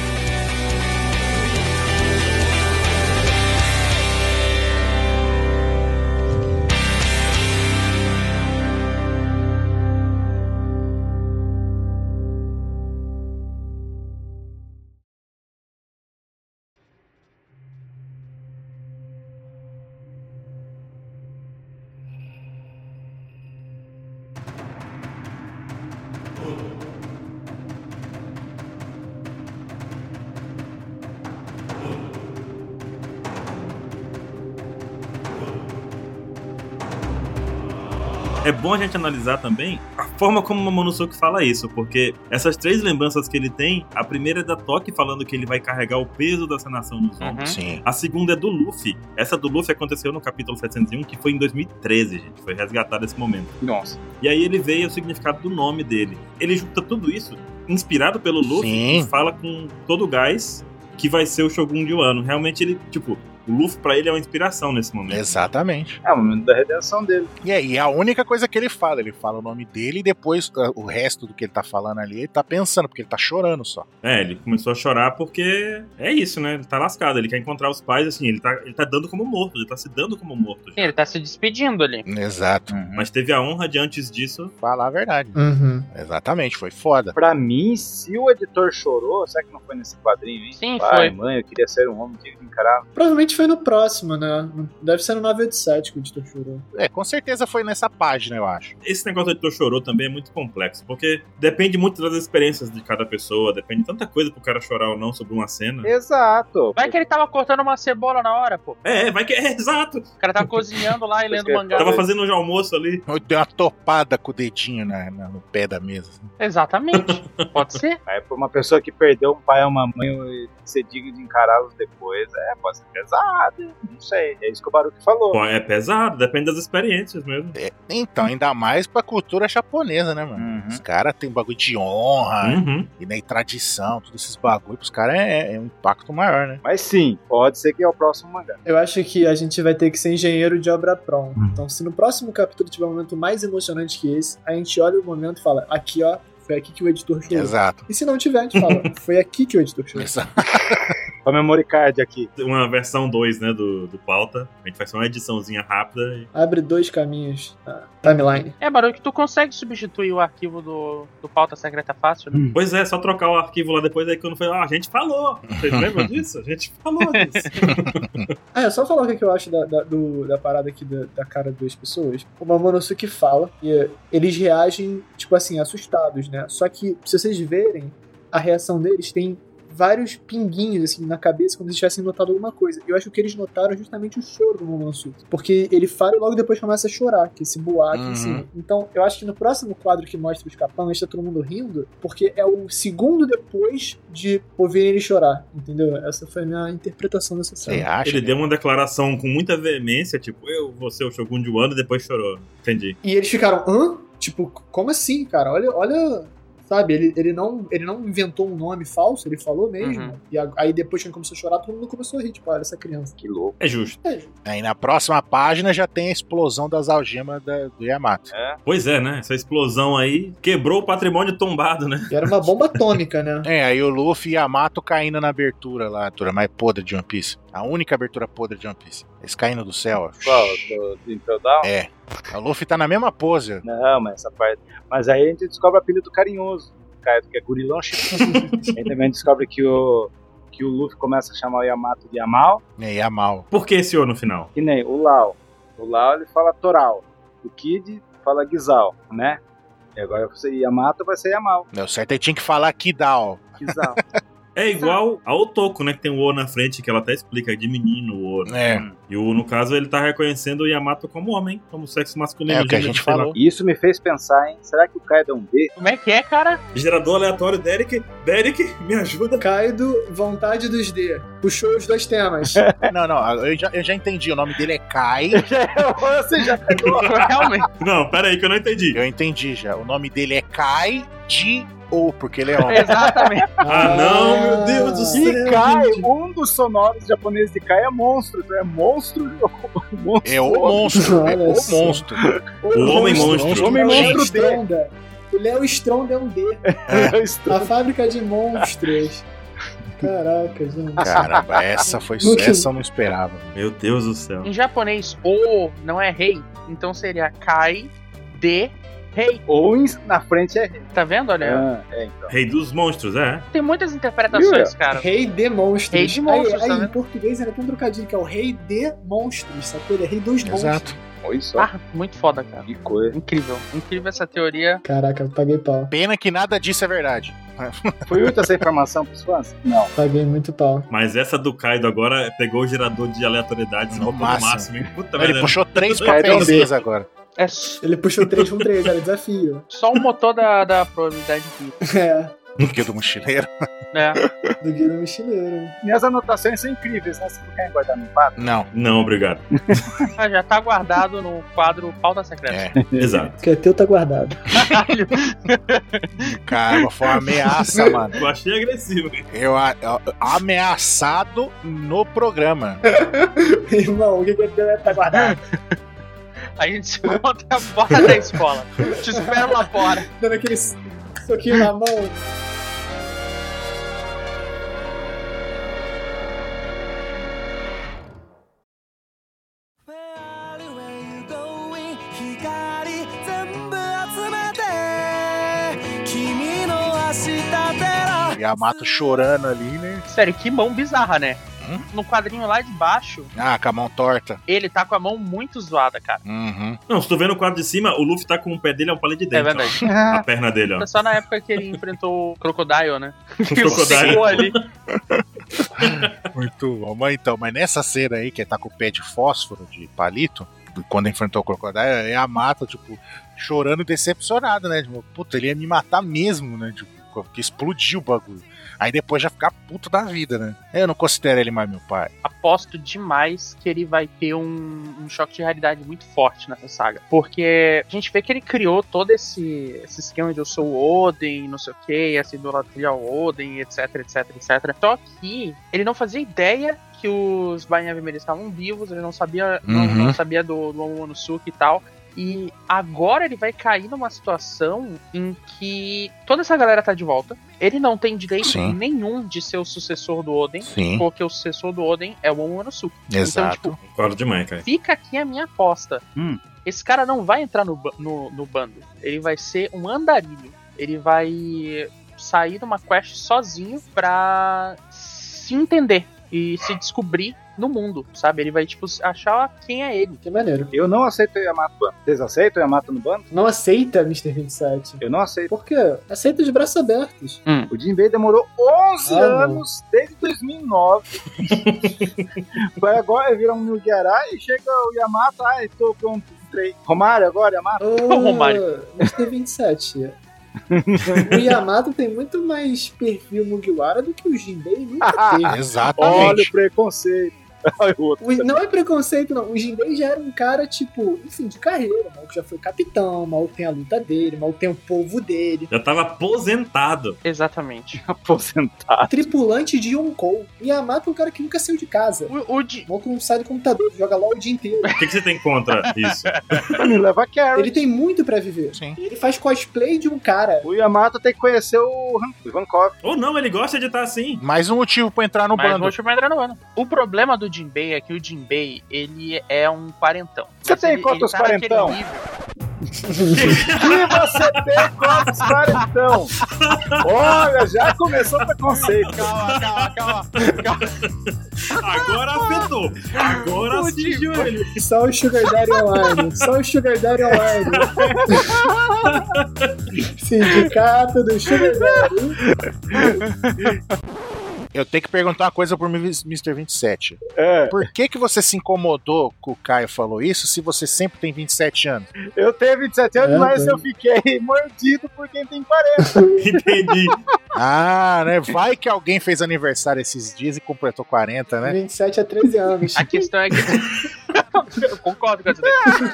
Speaker 1: É bom a gente analisar também a forma como o Momonosuke fala isso, porque essas três lembranças que ele tem, a primeira é da Toque falando que ele vai carregar o peso da sanação nos ombros.
Speaker 5: Uhum.
Speaker 2: Sim.
Speaker 1: A segunda é do Luffy. Essa do Luffy aconteceu no capítulo 701, que foi em 2013, gente. Foi resgatado esse momento.
Speaker 3: Nossa.
Speaker 1: E aí ele veio o significado do nome dele. Ele junta tudo isso, inspirado pelo Luffy,
Speaker 2: Sim.
Speaker 1: e fala com todo o gás que vai ser o Shogun de Wano. Realmente ele, tipo, o Luffy pra ele é uma inspiração nesse momento.
Speaker 2: Exatamente.
Speaker 3: É o momento da redenção dele.
Speaker 2: E é, e é a única coisa que ele fala. Ele fala o nome dele e depois ah, o resto do que ele tá falando ali, ele tá pensando, porque ele tá chorando só.
Speaker 1: É, ele começou a chorar porque é isso, né? Ele tá lascado, ele quer encontrar os pais, assim, ele tá, ele tá dando como morto, ele tá se dando como morto. gente.
Speaker 5: Ele tá se despedindo ali.
Speaker 2: Exato.
Speaker 1: Mas teve a honra de antes disso.
Speaker 2: Falar a verdade.
Speaker 4: Uhum.
Speaker 2: Exatamente, foi foda.
Speaker 3: Pra mim, se o editor chorou, será que não foi nesse quadrinho, hein?
Speaker 5: Sim, foi.
Speaker 3: Pai, mãe, eu queria ser um homem digno de encarar.
Speaker 4: Provavelmente foi no próximo, né? Deve ser no 987 que o editor chorou.
Speaker 2: É, com certeza foi nessa página, eu acho.
Speaker 1: Esse negócio do editor chorou também é muito complexo, porque depende muito das experiências de cada pessoa, depende de tanta coisa pro cara chorar ou não sobre uma cena.
Speaker 3: Exato.
Speaker 5: Vai que ele tava cortando uma cebola na hora, pô.
Speaker 1: É, é, vai que. É, exato!
Speaker 5: O cara tava cozinhando lá e lendo mangá.
Speaker 1: Tava fazendo já almoço ali.
Speaker 2: Eu dei uma topada com o dedinho na- na- no pé da mesa. assim.
Speaker 5: Exatamente. Pode ser.
Speaker 3: Aí, pra uma pessoa que perdeu um pai ou uma mãe, eu- ser digno de encará-los depois, é, pode ser pesado. hein? Não sei. É isso que o Baruch falou.
Speaker 1: Pô, é pesado, depende das experiências mesmo.
Speaker 2: É, então, ainda mais pra cultura japonesa, né, mano?
Speaker 3: Uhum.
Speaker 2: Os caras têm bagulho de honra
Speaker 1: Uhum.
Speaker 2: e nem tradição, todos esses bagulho. Pros caras é, é um impacto maior, né?
Speaker 3: Mas sim, pode ser que é o próximo mangá.
Speaker 4: Eu acho que a gente vai ter que ser engenheiro de obra pronta. Então, se no próximo capítulo tiver um momento mais emocionante que esse, a gente olha o momento e fala: aqui, ó, foi aqui que o editor chorou.
Speaker 2: Exato.
Speaker 4: E se não tiver, a gente fala: foi aqui que o editor chorou.
Speaker 2: Exato.
Speaker 3: Ó, memory card aqui.
Speaker 1: Uma versão 2, né, do, do pauta. A gente faz só uma ediçãozinha rápida. e-
Speaker 4: Abre dois caminhos na timeline.
Speaker 5: É, barulho que tu consegue substituir o arquivo do, do pauta secreta fácil, né?
Speaker 1: Pois é, só trocar o arquivo lá depois, aí quando foi, ah, a gente falou. Vocês lembram disso? A gente falou disso.
Speaker 4: Ah, é só falar o que que eu acho da, da, do- da parada aqui da, da cara de duas pessoas. O Mamonosuke fala e eles reagem, tipo assim, assustados, né? Só que, se vocês verem, a reação deles tem vários pinguinhos, assim, na cabeça, como se eles tivessem notado alguma coisa. Eu acho que eles notaram é justamente o choro do Momonosuke. Porque ele fala e logo depois começa a chorar, que esse boato
Speaker 2: Uhum.
Speaker 4: em cima. Então, eu acho que no próximo quadro que mostra os capangas, tá todo mundo rindo, porque é o segundo depois de ouvir ele chorar, entendeu? Essa foi a minha interpretação dessa cena.
Speaker 2: Você acha? né?
Speaker 1: Ele deu uma declaração com muita veemência, tipo, eu vou ser o Shogun de Wano e depois chorou. Entendi.
Speaker 4: E eles ficaram, hã? Tipo, como assim, cara? Olha, olha. Sabe, ele, ele, não, ele não inventou um nome falso, ele falou mesmo.
Speaker 5: Uhum.
Speaker 4: E a- aí depois que ele começou a chorar, todo mundo começou a rir, tipo, olha essa criança.
Speaker 3: Que louco.
Speaker 1: É justo.
Speaker 4: É,
Speaker 2: Aí na próxima página já tem a explosão das algemas da- do Yamato.
Speaker 3: É.
Speaker 1: Pois é, né? Essa explosão aí quebrou o patrimônio tombado, né?
Speaker 4: e era uma bomba atômica, né?
Speaker 2: É, aí o Luffy e Yamato caindo na abertura lá, a abertura mais podre de One Piece. A única abertura podre de One Piece. Eles caindo do céu,
Speaker 3: Qual?
Speaker 2: ó.
Speaker 3: Do, do Impel Down?
Speaker 2: É. O Luffy tá na mesma pose.
Speaker 3: um- Não, mas essa parte. Mas aí a gente descobre a pilha do carinhoso, do Kaido, que é gurilão chifre. a gente também descobre que o, que o Luffy começa a chamar o Yamato de Yamal,
Speaker 2: É, E a mal.
Speaker 1: Por que esse O no final?
Speaker 3: que nem o Lau. O Lau ele fala Toral, o Kid fala Gizal, né? E agora você Yamato vai ser Yamal.
Speaker 2: Não, É, certo, ele tinha que falar Kidal.
Speaker 3: Gizal.
Speaker 1: É igual ao Toco, né? Que tem o O na frente, que ela até explica de menino o O. né?
Speaker 2: É,
Speaker 1: E o, no caso, ele tá reconhecendo o Yamato como homem, como sexo masculino.
Speaker 2: é o que a
Speaker 1: gênero,
Speaker 2: gente
Speaker 1: sei lá.
Speaker 2: falou.
Speaker 3: E isso me fez pensar, hein? Será que o Kaido é um B?
Speaker 5: Como é que é, cara?
Speaker 1: Gerador aleatório, Derek. Derek, me ajuda.
Speaker 4: Kaido, vontade dos D. Puxou os dois temas.
Speaker 2: É, Não, não, eu já, eu já entendi. O nome dele é Kai.
Speaker 3: Você já pegou?
Speaker 5: Realmente.
Speaker 1: Não, pera aí que eu não entendi.
Speaker 2: Eu entendi já. O nome dele é Kai de ou porque ele é homem.
Speaker 5: Exatamente.
Speaker 1: Ah, não, meu Deus
Speaker 4: Ah.
Speaker 1: do céu.
Speaker 3: E Kai, um dos sonoros japoneses de Kai é monstro, então é monstro. monstro.
Speaker 2: É o monstro. É
Speaker 4: Olha
Speaker 2: o
Speaker 4: só.
Speaker 2: monstro.
Speaker 1: O homem monstro.
Speaker 2: monstro.
Speaker 4: O homem monstro
Speaker 3: Gente.
Speaker 4: Stronda. O Léo Stronda é um D. A fábrica de monstros. Caraca, gente.
Speaker 2: Caramba, essa foi
Speaker 4: Nunca-
Speaker 2: essa eu não esperava.
Speaker 1: Meu Deus do céu.
Speaker 5: Em japonês, o não é rei. Então seria Kai de rei.
Speaker 3: Ou em- na frente é.
Speaker 5: Tá vendo? Olha.
Speaker 3: Ah, é, então.
Speaker 1: Rei dos monstros, é.
Speaker 5: Tem muitas interpretações, cara.
Speaker 4: Rei de monstros.
Speaker 5: Rei de monstros,
Speaker 4: Aí,
Speaker 5: tá
Speaker 4: aí em
Speaker 5: vendo?
Speaker 4: português era tão trocadilho, que é o rei de monstros, sacou? Ele é rei dos monstros.
Speaker 2: Exato.
Speaker 3: Olha só.
Speaker 5: Ah, muito foda, cara.
Speaker 3: Que coisa.
Speaker 5: Incrível. Incrível essa teoria.
Speaker 4: Caraca, eu paguei pau.
Speaker 2: Pena que nada disso é verdade.
Speaker 3: Foi útil essa informação pros fãs? Não.
Speaker 4: Paguei muito pau.
Speaker 1: Mas essa do Kaido agora pegou o gerador de aleatoriedades
Speaker 2: No
Speaker 1: no máximo.
Speaker 2: máximo.
Speaker 1: máximo hein? Puta
Speaker 2: Ele
Speaker 1: merda.
Speaker 2: puxou três
Speaker 1: Vai
Speaker 3: dar um
Speaker 2: papéis
Speaker 3: beijo.
Speaker 2: agora.
Speaker 5: É s-
Speaker 4: Ele puxou 3 com 3, era desafio.
Speaker 5: só o motor da, da probabilidade de vida,
Speaker 4: É,
Speaker 2: No que do mochileiro?
Speaker 5: né?
Speaker 4: do guia do mochileiro.
Speaker 3: Minhas anotações são incríveis, né? Se tu quer guardar no quadro.
Speaker 2: Não.
Speaker 1: Não, obrigado.
Speaker 5: Ah, já tá guardado no quadro Pauta Secreta.
Speaker 2: É.
Speaker 1: Exato.
Speaker 4: Que é teu, tá guardado.
Speaker 5: Caralho.
Speaker 2: Caramba, foi uma ameaça, mano.
Speaker 1: Eu achei agressivo. hein?
Speaker 2: Eu, a- eu- ameaçado no programa.
Speaker 4: Irmão, o que que é teu, é tá guardado?
Speaker 5: A gente se encontra fora da escola. Te espero lá fora.
Speaker 4: Dando aquele soquinho na mão.
Speaker 2: Yamato chorando ali, né?
Speaker 5: Sério, que mão bizarra, né?
Speaker 2: Hum?
Speaker 5: No quadrinho lá de baixo,
Speaker 2: Ah, com a mão torta.
Speaker 5: ele tá com a mão muito zoada, cara.
Speaker 2: Uhum.
Speaker 1: Não, se tu vê no quadro de cima, o Luffy tá com o pé dele, é um palito de
Speaker 5: É
Speaker 1: dente. ó.
Speaker 5: verdade.
Speaker 1: A perna dele, ó.
Speaker 5: Só na época que ele enfrentou o Crocodile, né? Que
Speaker 1: Crocodile.
Speaker 5: ficou ali.
Speaker 2: Muito bom. Mas então, mas nessa cena aí, que ele tá com o pé de fósforo, de palito, quando enfrentou o Crocodile, Yamato, tipo, chorando e decepcionado, né? Tipo, puta, ele ia me matar mesmo, né? Tipo, porque explodiu o bagulho. Aí depois já ficar puto da vida, né? Eu não considero ele mais meu pai.
Speaker 5: aposto demais que ele vai ter um, um choque de realidade muito forte nessa saga. Porque a gente vê que ele criou todo esse, esse esquema de eu sou o Oden, não sei o que, essa idolatria ao Oden, etc, etc, etc. Só que ele não fazia ideia que os Bainha Vermelhos estavam vivos, ele não sabia, não,
Speaker 2: Uhum.
Speaker 5: não sabia do, do Momonosuke e tal. E agora ele vai cair numa situação em que toda essa galera tá de volta. Ele não tem direito
Speaker 2: Sim.
Speaker 5: nenhum de ser o sucessor do Oden,
Speaker 2: Sim,
Speaker 5: porque o sucessor do Oden é o Momonosuke.
Speaker 2: exato.
Speaker 5: Então, tipo,
Speaker 1: Concordo demais, cara.
Speaker 5: fica aqui a minha aposta.
Speaker 2: Hum.
Speaker 5: Esse cara não vai entrar no, ba- no, no bando. Ele vai ser um andarilho. Ele vai sair de uma quest sozinho pra se entender e se descobrir no mundo, sabe? Ele vai, tipo, achar quem é ele.
Speaker 4: Que maneiro.
Speaker 3: Eu não aceito o Yamato no bando. Vocês aceitam o Yamato no bando?
Speaker 4: Não aceita Mr. 27.
Speaker 3: Eu não aceito.
Speaker 4: Por quê? Aceita de braços abertos.
Speaker 5: Hum.
Speaker 3: O Jinbei demorou 11
Speaker 4: Ah, não.
Speaker 3: anos, desde 2009. Vai agora virar um Mugiará e chega o Yamato, ah, estou com um trem. Romário agora, Yamato?
Speaker 4: Ô,
Speaker 5: Romário.
Speaker 4: Mr. 27. o Yamato tem muito mais perfil Mugiwara do que o Jinbei né? nunca
Speaker 3: Ah.
Speaker 4: teve.
Speaker 3: Olha o
Speaker 2: Exatamente.
Speaker 3: preconceito. Olha o outro.
Speaker 4: O- não é preconceito, não. O Jinbei já era um cara, tipo, enfim, de carreira. O maluco já foi capitão, o maluco tem a luta dele, o maluco tem o povo dele.
Speaker 1: Já tava aposentado.
Speaker 5: Exatamente.
Speaker 3: Tá aposentado.
Speaker 4: Tripulante de Yonkou. O Yamato é um cara que nunca saiu de casa.
Speaker 5: O, o Di-
Speaker 4: O maluco não sai do computador, joga LOL o dia inteiro.
Speaker 1: O que, que você tem contra isso?
Speaker 3: Leva Carrie.
Speaker 4: Ele tem muito pra viver.
Speaker 2: Sim.
Speaker 4: Ele faz cosplay de um cara.
Speaker 3: O Yamato tem que conhecer o Han- o Ivankov.
Speaker 1: Ou não, ele gosta de estar assim.
Speaker 2: Mais um motivo pra entrar no
Speaker 5: mas
Speaker 2: bando.
Speaker 5: vou te mandar no ano. O problema do Jinbei é que o Jinbei, ele é um quarentão.
Speaker 3: Você
Speaker 5: Mas
Speaker 3: tem
Speaker 5: ele-
Speaker 3: quantos
Speaker 5: ele tá naquele
Speaker 3: quarentão?
Speaker 5: nível-
Speaker 3: E você tem quantos quarentão? Olha, já começou o preconceito.
Speaker 5: Calma, calma, calma.
Speaker 1: Agora afetou. Agora atingiu ele.
Speaker 4: Só o Sugar Daddy Online. Só o Sugar Daddy Online. Sindicato do Sugar Daddy.
Speaker 2: Eu tenho que perguntar uma coisa pro Mr. 27.
Speaker 3: É,
Speaker 2: Por que, que você se incomodou que o Caio falou isso se você sempre tem 27 anos?
Speaker 3: eu tenho 27 anos,
Speaker 4: É,
Speaker 3: mas
Speaker 4: bem.
Speaker 3: eu fiquei mordido por quem tem 40.
Speaker 1: Entendi.
Speaker 2: Ah, né? Vai que alguém fez aniversário esses dias e completou 40,
Speaker 5: É?
Speaker 2: né?
Speaker 4: 27 a 13 anos.
Speaker 5: A questão é que. Eu concordo com essa daqui.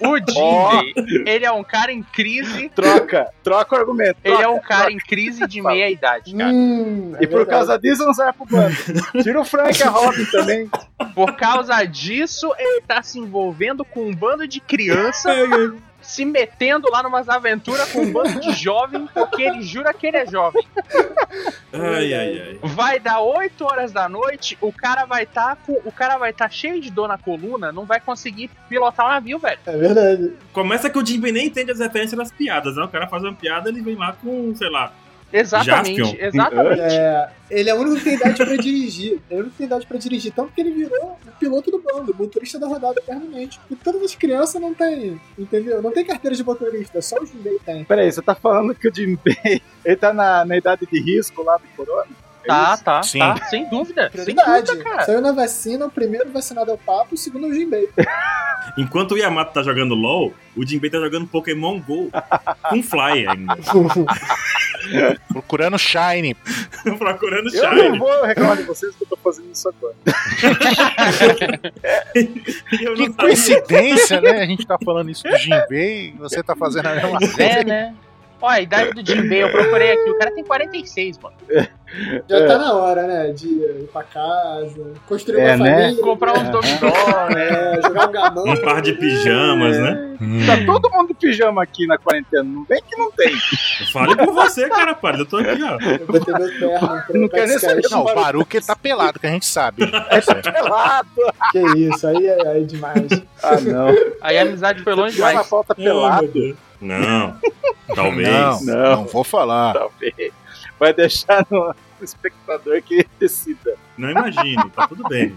Speaker 5: O Jinbei, ele é um cara em crise.
Speaker 3: Troca, troca o argumento.
Speaker 5: Ele
Speaker 3: troca.
Speaker 5: é um cara em crise de meia idade, cara.
Speaker 4: Hum, é
Speaker 3: E por
Speaker 4: verdade.
Speaker 3: causa disso não sai pro bando. Tira o Frank e a Robin também.
Speaker 5: Por causa disso, ele tá se envolvendo com um bando de criança, se metendo lá numas aventuras com um bando de jovem, porque ele jura que ele é jovem.
Speaker 1: Ai, ai, ai.
Speaker 5: Vai dar 8 horas da noite, o cara vai tá com, o cara vai tá cheio de dor na coluna, não vai conseguir pilotar o navio, velho.
Speaker 4: É verdade.
Speaker 1: Começa que o Jimmy nem entende as referências das piadas, né? O cara faz uma piada, ele vem lá com, sei lá.
Speaker 5: Exatamente,
Speaker 1: Jaspion.
Speaker 5: exatamente.
Speaker 4: É, ele é o único que tem idade pra dirigir. Ele é o único que tem idade pra dirigir. Tanto que ele virou o piloto do bando, o motorista da rodada eternamente. E todas as crianças não têm, entendeu? Não tem carteira de motorista, só o Jinbei tem.
Speaker 3: Peraí, você tá falando que o Jinbei, ele tá na, na idade de risco lá do corona? É
Speaker 5: Tá,
Speaker 3: isso?
Speaker 5: tá,
Speaker 2: Sim.
Speaker 5: tá. Sem dúvida. Sem
Speaker 4: Prioridade.
Speaker 5: dúvida, cara.
Speaker 4: Saiu na vacina, o primeiro vacinado é o Papo, o segundo é o Jinbei.
Speaker 1: Enquanto o Yamato tá jogando LOL, o Jinbei tá jogando Pokémon GO com Fly ainda.
Speaker 2: Procurando Shine.
Speaker 1: Procurando
Speaker 3: Eu não
Speaker 1: Shine.
Speaker 3: vou reclamar de vocês que eu tô fazendo isso agora.
Speaker 1: E eu
Speaker 2: Que
Speaker 1: não sabia.
Speaker 2: coincidência, né? A gente tá falando isso do Jinbei e você tá fazendo a mesma coisa.
Speaker 5: É, né? Ó, a idade do Jinbei, eu procurei aqui. O cara tem 46, mano.
Speaker 4: Já
Speaker 3: É.
Speaker 4: tá na hora, né? De ir pra casa, construir
Speaker 3: É,
Speaker 4: uma
Speaker 3: né?
Speaker 4: família.
Speaker 5: Comprar um uns dominó, né?
Speaker 4: É, jogar um gamão.
Speaker 1: Um par de pijamas, né?
Speaker 3: Tá todo mundo de pijama aqui na quarentena. Não vem que não tem.
Speaker 1: Eu falo com você, cara, pá. Eu tô aqui, ó.
Speaker 4: Bater meu terno. pra
Speaker 3: Não
Speaker 4: um
Speaker 3: quer nem saber.
Speaker 4: podcast.
Speaker 2: Não, o Baruque tá pelado, que a gente sabe.
Speaker 3: Pelado.
Speaker 4: Que isso, aí é, aí é demais.
Speaker 3: Ah, não.
Speaker 5: Aí a amizade foi longe
Speaker 3: Já na
Speaker 5: demais.
Speaker 3: falta
Speaker 1: Ai,
Speaker 3: pelado.
Speaker 1: meu Deus. Não. Talvez.
Speaker 2: Não,
Speaker 3: Não.
Speaker 2: não vou falar.
Speaker 3: Talvez. Vai deixar no no espectador que decida.
Speaker 1: Não imagine, tá tudo bem.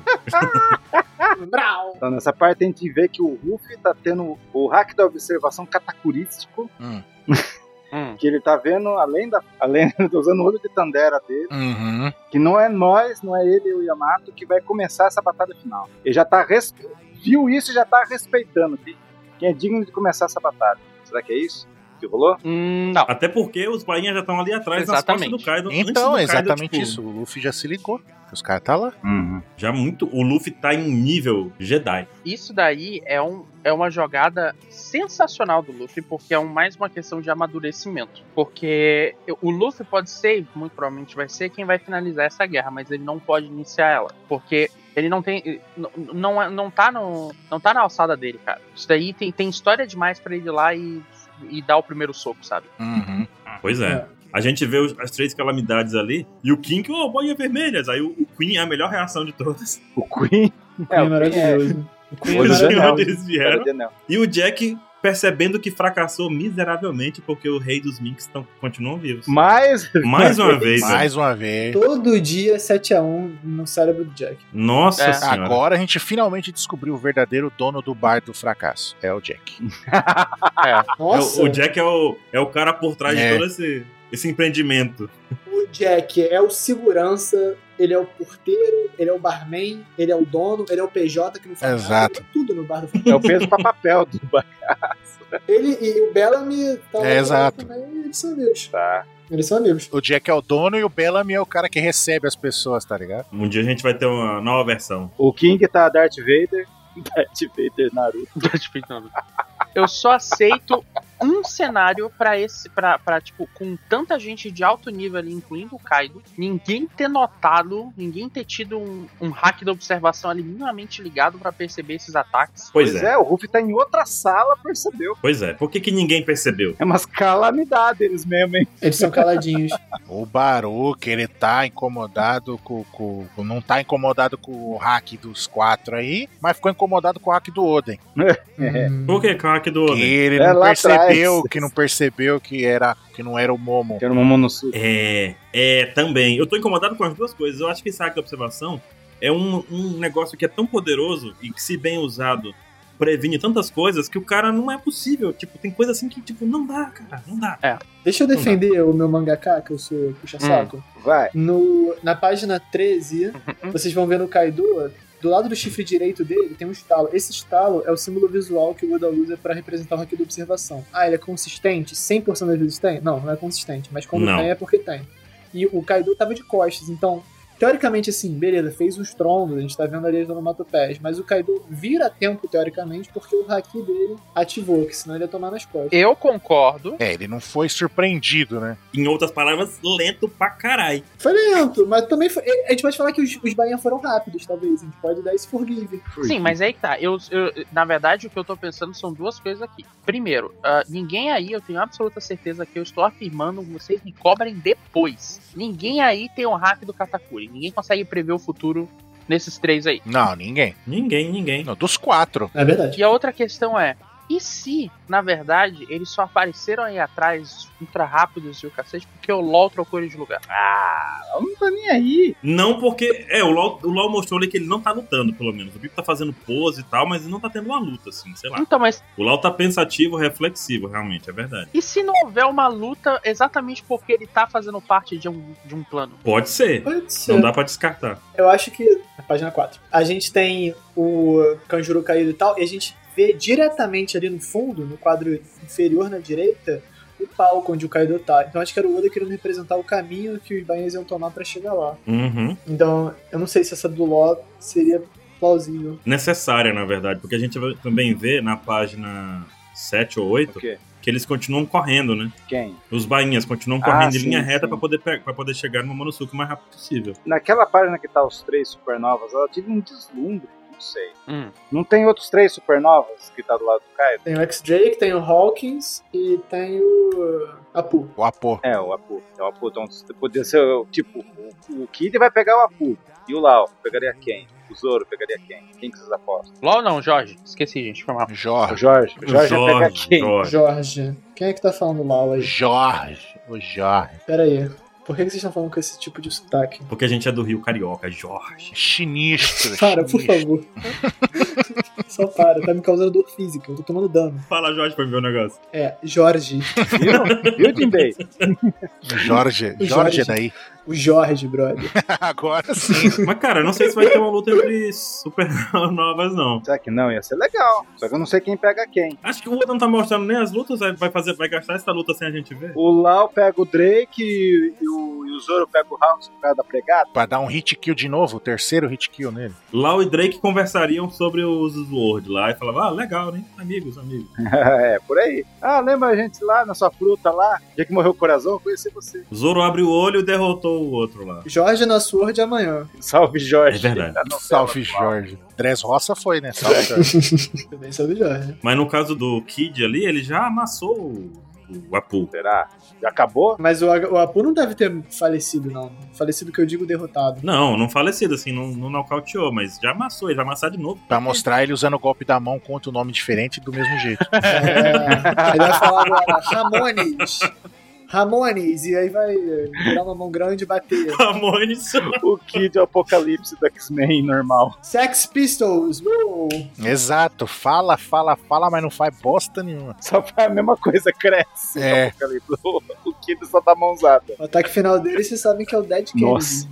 Speaker 4: Brau!
Speaker 3: Então, nessa parte a gente vê que o Ruffy tá tendo o hack da observação catacurístico,
Speaker 2: Hum.
Speaker 5: Hum.
Speaker 3: que ele tá vendo, além da. Além, tá usando o olho de Tandera dele,
Speaker 2: Uhum.
Speaker 3: que não é nós, não é ele e o Yamato que vai começar essa batalha final. Ele já tá. res- Viu isso e já tá respeitando que- quem é digno de começar essa batalha. Será que é isso que rolou?
Speaker 5: Hum, Não.
Speaker 1: Até porque os painhas já estão ali atrás nas
Speaker 5: Exatamente.
Speaker 1: costas do Kaido. antes do
Speaker 2: Então,
Speaker 1: Kaido,
Speaker 2: exatamente
Speaker 1: tipo,
Speaker 2: isso. O Luffy já se ligou. Os caras tá lá.
Speaker 1: Já muito. O Luffy tá em nível Jedi.
Speaker 5: Isso daí é, um, é uma jogada sensacional do Luffy, porque é um- mais uma questão de amadurecimento. Porque o Luffy pode ser, muito provavelmente vai ser, quem vai finalizar essa guerra, mas ele não pode iniciar ela. Porque Ele não tem. ele Não, não, não, tá, no, não tá na alçada dele, cara. Isso daí tem, tem história demais pra ele ir lá e, e dar o primeiro soco, sabe?
Speaker 2: Uhum.
Speaker 1: Pois é.
Speaker 4: É.
Speaker 1: A gente vê os- as três calamidades ali e o King, oh, boinha vermelhas. Aí o, o Queen é a melhor reação de todas.
Speaker 6: O Queen.
Speaker 4: É, maravilhoso. O Queen é
Speaker 1: Pois é,
Speaker 4: maravilhoso.
Speaker 1: onde eles vieram. E o Jack percebendo que fracassou miseravelmente porque o rei dos Minks tão, continuam vivos.
Speaker 6: Mas.
Speaker 1: Mais uma vez. né? velho.
Speaker 2: Mais uma vez.
Speaker 4: Todo dia 7x1 no cérebro do Jack.
Speaker 1: Nossa
Speaker 5: É.
Speaker 1: senhora.
Speaker 2: Agora a gente finalmente descobriu o verdadeiro dono do bar do fracasso. É o Jack.
Speaker 4: Nossa,
Speaker 1: É, o Jack é o, é o cara por trás
Speaker 2: É.
Speaker 1: de todo esse, esse empreendimento.
Speaker 4: o Jack é o segurança, ele é o porteiro, ele é o barman, ele é o dono, ele é o PJ que não faz
Speaker 2: Exato.
Speaker 4: nada, ele é tudo no bar do
Speaker 6: É o peso pra papel do bar.
Speaker 4: Ele e o Bellamy tá lá
Speaker 2: É, exato.
Speaker 4: também, eles são amigos.
Speaker 3: Tá.
Speaker 4: Eles são amigos.
Speaker 2: O Jack é o dono e o Bellamy é o cara que recebe as pessoas, tá ligado?
Speaker 1: Um dia a gente vai ter uma nova versão.
Speaker 6: O King tá Darth Vader.
Speaker 3: Darth Vader Naruto.
Speaker 5: Darth Vader, não. Eu só aceito um cenário pra esse, pra, pra, tipo, com tanta gente de alto nível ali, incluindo o Kaido, ninguém ter notado, ninguém ter tido um, um hack da observação ali minimamente ligado pra perceber esses ataques.
Speaker 1: Pois,
Speaker 6: Pois
Speaker 1: é.
Speaker 6: é, o Ruff tá em outra sala, percebeu?
Speaker 1: pois é. Por que, que ninguém percebeu?
Speaker 6: É umas calamidades eles mesmo, hein?
Speaker 4: Eles são caladinhos.
Speaker 2: O Baruch, ele tá incomodado com, com- com- Não tá incomodado com o hack dos quatro aí, mas ficou incomodado com o hack do Oden.
Speaker 4: Hum.
Speaker 1: Por que, craque do
Speaker 2: Que
Speaker 1: homem?
Speaker 2: ele
Speaker 6: É,
Speaker 2: não
Speaker 6: lá
Speaker 2: percebeu,
Speaker 6: atrás.
Speaker 2: que não percebeu que era que não era o Momo.
Speaker 6: Era uma monossu.
Speaker 1: É, é, também. Eu tô incomodado com as duas coisas. Eu acho que esse hack de observação é um, um negócio que é tão poderoso e que, se bem usado, previne tantas coisas que o cara não é possível. Tipo, tem coisa assim que, tipo, não dá, cara, não dá. Hum,
Speaker 4: Deixa eu defender o meu mangaká, que eu sou puxa-saco.
Speaker 6: Vai.
Speaker 4: No, na página 13,
Speaker 5: Uhum.
Speaker 4: vocês vão ver no Kaido, do lado do chifre direito dele tem um estalo. Esse estalo é o símbolo visual que o Oda usa pra representar o haki da observação. Ah, ele é consistente? 100% das vezes tem? Não, não é consistente, mas quando
Speaker 1: Não.
Speaker 4: tem é porque tem. E o Kaido tava de costas, então, teoricamente assim, beleza, fez uns trombos, a gente tá vendo ali as onomatopeias, mas o Kaido vira a tempo, teoricamente, porque o haki dele ativou, que senão ele ia tomar nas costas.
Speaker 5: Eu concordo.
Speaker 2: É, ele não foi surpreendido, né?
Speaker 1: Em outras palavras, lento pra caralho.
Speaker 4: Foi lento, mas também foi... A gente pode falar que os, os Bahia foram rápidos, talvez, a gente pode dar esse forgive.
Speaker 5: Sim, mas aí que tá. Eu, eu- na verdade, o que eu tô pensando são duas coisas aqui. Primeiro, ah, ninguém aí, eu tenho absoluta certeza que eu estou afirmando, vocês me cobrem depois. Ninguém aí tem um hack do Katakuri. Ninguém consegue prever o futuro nesses três aí.
Speaker 2: Não, ninguém.
Speaker 1: Ninguém, ninguém.
Speaker 2: Não, dos quatro.
Speaker 4: É verdade.
Speaker 5: E a outra questão é: e se, na verdade, eles só apareceram aí atrás, ultra rápidos e o cacete, porque o LOL trocou ele de lugar?
Speaker 4: Então,
Speaker 6: Ah, não tá nem aí.
Speaker 1: Não porque. É, o LOL, o LOL mostrou ali que ele não tá lutando, pelo menos. O Bico tá fazendo pose e tal, mas ele não tá tendo uma luta, assim, sei lá.
Speaker 5: Então, mas
Speaker 1: O LOL tá pensativo, reflexivo, realmente, é verdade.
Speaker 5: e se não houver uma luta exatamente porque ele tá fazendo parte de um, de um plano?
Speaker 1: Pode ser.
Speaker 4: Pode ser.
Speaker 1: Não dá pra descartar.
Speaker 4: Eu acho que. Na página 4. A gente tem o Kanjuru caído e tal, e a gente vê diretamente ali no fundo, no quadro inferior na direita, o palco onde o Kaido tá. Então acho que era o Oda querendo representar o caminho que os Bainhas iam tomar pra chegar lá.
Speaker 1: Uhum.
Speaker 4: Então, eu não sei se essa do Ló seria plausível.
Speaker 1: necessária, na verdade, porque a gente vai- também vê na página 7 ou 8
Speaker 6: O quê?
Speaker 1: que eles continuam correndo, né?
Speaker 6: Quem?
Speaker 1: Os bainhas continuam
Speaker 6: Ah,
Speaker 1: correndo em
Speaker 6: sim,
Speaker 1: linha reta
Speaker 6: sim.
Speaker 1: pra poder, pe- pra poder chegar no Momonosuke o mais rápido possível.
Speaker 6: Naquela página que tá os três supernovas, ela tive um deslumbre, não sei.
Speaker 5: Hum.
Speaker 6: Não tem outros três supernovas que tá do lado do Kaido?
Speaker 4: Tem o X-Drake, tem o Hawkins e tem o. uh, Apu.
Speaker 2: O Apo.
Speaker 6: É, o Apu. É o Apu. Então, se poder ser, o- tipo, o, o Kid vai pegar o Apu. E o Lau, pegaria quem? O Zoro, pegaria quem? Quem que vocês apostam?
Speaker 5: LOL não, Jorge. Esqueci, gente. Foi mal.
Speaker 6: Ah, O
Speaker 2: Jorge.
Speaker 6: Jorge. O Jorge, vai pegar
Speaker 1: Jorge,
Speaker 6: quem?
Speaker 1: Jorge.
Speaker 4: Jorge. Quem é que tá falando Ló aí?
Speaker 2: Jorge. O Jorge.
Speaker 4: Pera aí. Por que que vocês estão falando com esse tipo de sotaque?
Speaker 1: Porque a gente é do Rio Carioca, Jorge.
Speaker 2: Sinistro.
Speaker 4: Para, por
Speaker 2: sinistro.
Speaker 4: favor. Só para, tá me causando dor física, eu tô tomando dano.
Speaker 1: Fala, Jorge, pra me ver o negócio.
Speaker 4: É, Jorge.
Speaker 6: Viu? Viu, Jinbei?
Speaker 2: Jorge. Jorge
Speaker 4: O Jorge.
Speaker 2: é daí.
Speaker 4: O Jorge, brother.
Speaker 2: Agora sim.
Speaker 1: Mas, cara, eu não sei se vai ter uma luta entre supernovas, não.
Speaker 6: Será que não? Ia ser legal. Só que eu não sei quem pega quem.
Speaker 1: Acho que o Oda não tá mostrando nem as lutas, aí vai, fazer, vai gastar essa luta sem a gente ver.
Speaker 6: O Lau pega o Drake e, e o, e o Zoro pega o Hawks por causa da pregada?
Speaker 2: pra dar um hit kill de novo, o terceiro hit kill nele.
Speaker 1: Lau e Drake conversariam sobre os Sword lá e falava, ah, legal, né? Amigos, amigos.
Speaker 3: é, por aí. Ah, lembra a gente lá na sua fruta lá? Dia que morreu o coração, conheci você.
Speaker 1: O Zoro abre o olho e derrotou o outro lá.
Speaker 4: Jorge na Sword amanhã.
Speaker 3: Salve,
Speaker 1: É
Speaker 3: Jorge.
Speaker 6: Ah,
Speaker 1: verdade.
Speaker 3: Da novela
Speaker 2: Salve,
Speaker 3: atual.
Speaker 2: Jorge. Dres Roça foi, né? Salve, Jorge.
Speaker 4: Também sobre Jorge.
Speaker 1: Mas no caso do Kid ali, ele já amassou o, o Apu.
Speaker 3: Será? Já acabou?
Speaker 4: Mas o, o Apu não deve ter falecido, não. Falecido que eu digo derrotado. né?
Speaker 1: Não, não falecido, assim, não, não nocauteou, mas já amassou, ele vai amassar de novo.
Speaker 2: Pra mostrar ele usando o golpe da mão contra o nome diferente do mesmo jeito.
Speaker 4: É, ele vai falar agora, Ramones. Ramones. E aí vai dar uma mão grande e bater.
Speaker 1: Ramones.
Speaker 3: O Kid é o apocalipse do X-Men normal.
Speaker 4: Sex Pistols. uh! uou.
Speaker 2: Exato. Fala, fala, fala, mas não faz bosta nenhuma.
Speaker 3: Só faz a mesma coisa, cresce.
Speaker 2: É.
Speaker 3: O apocalipse. O Kid só dá mãozada.
Speaker 4: O ataque final dele, vocês sabem que é o Dead Kennedy.
Speaker 3: Nossa.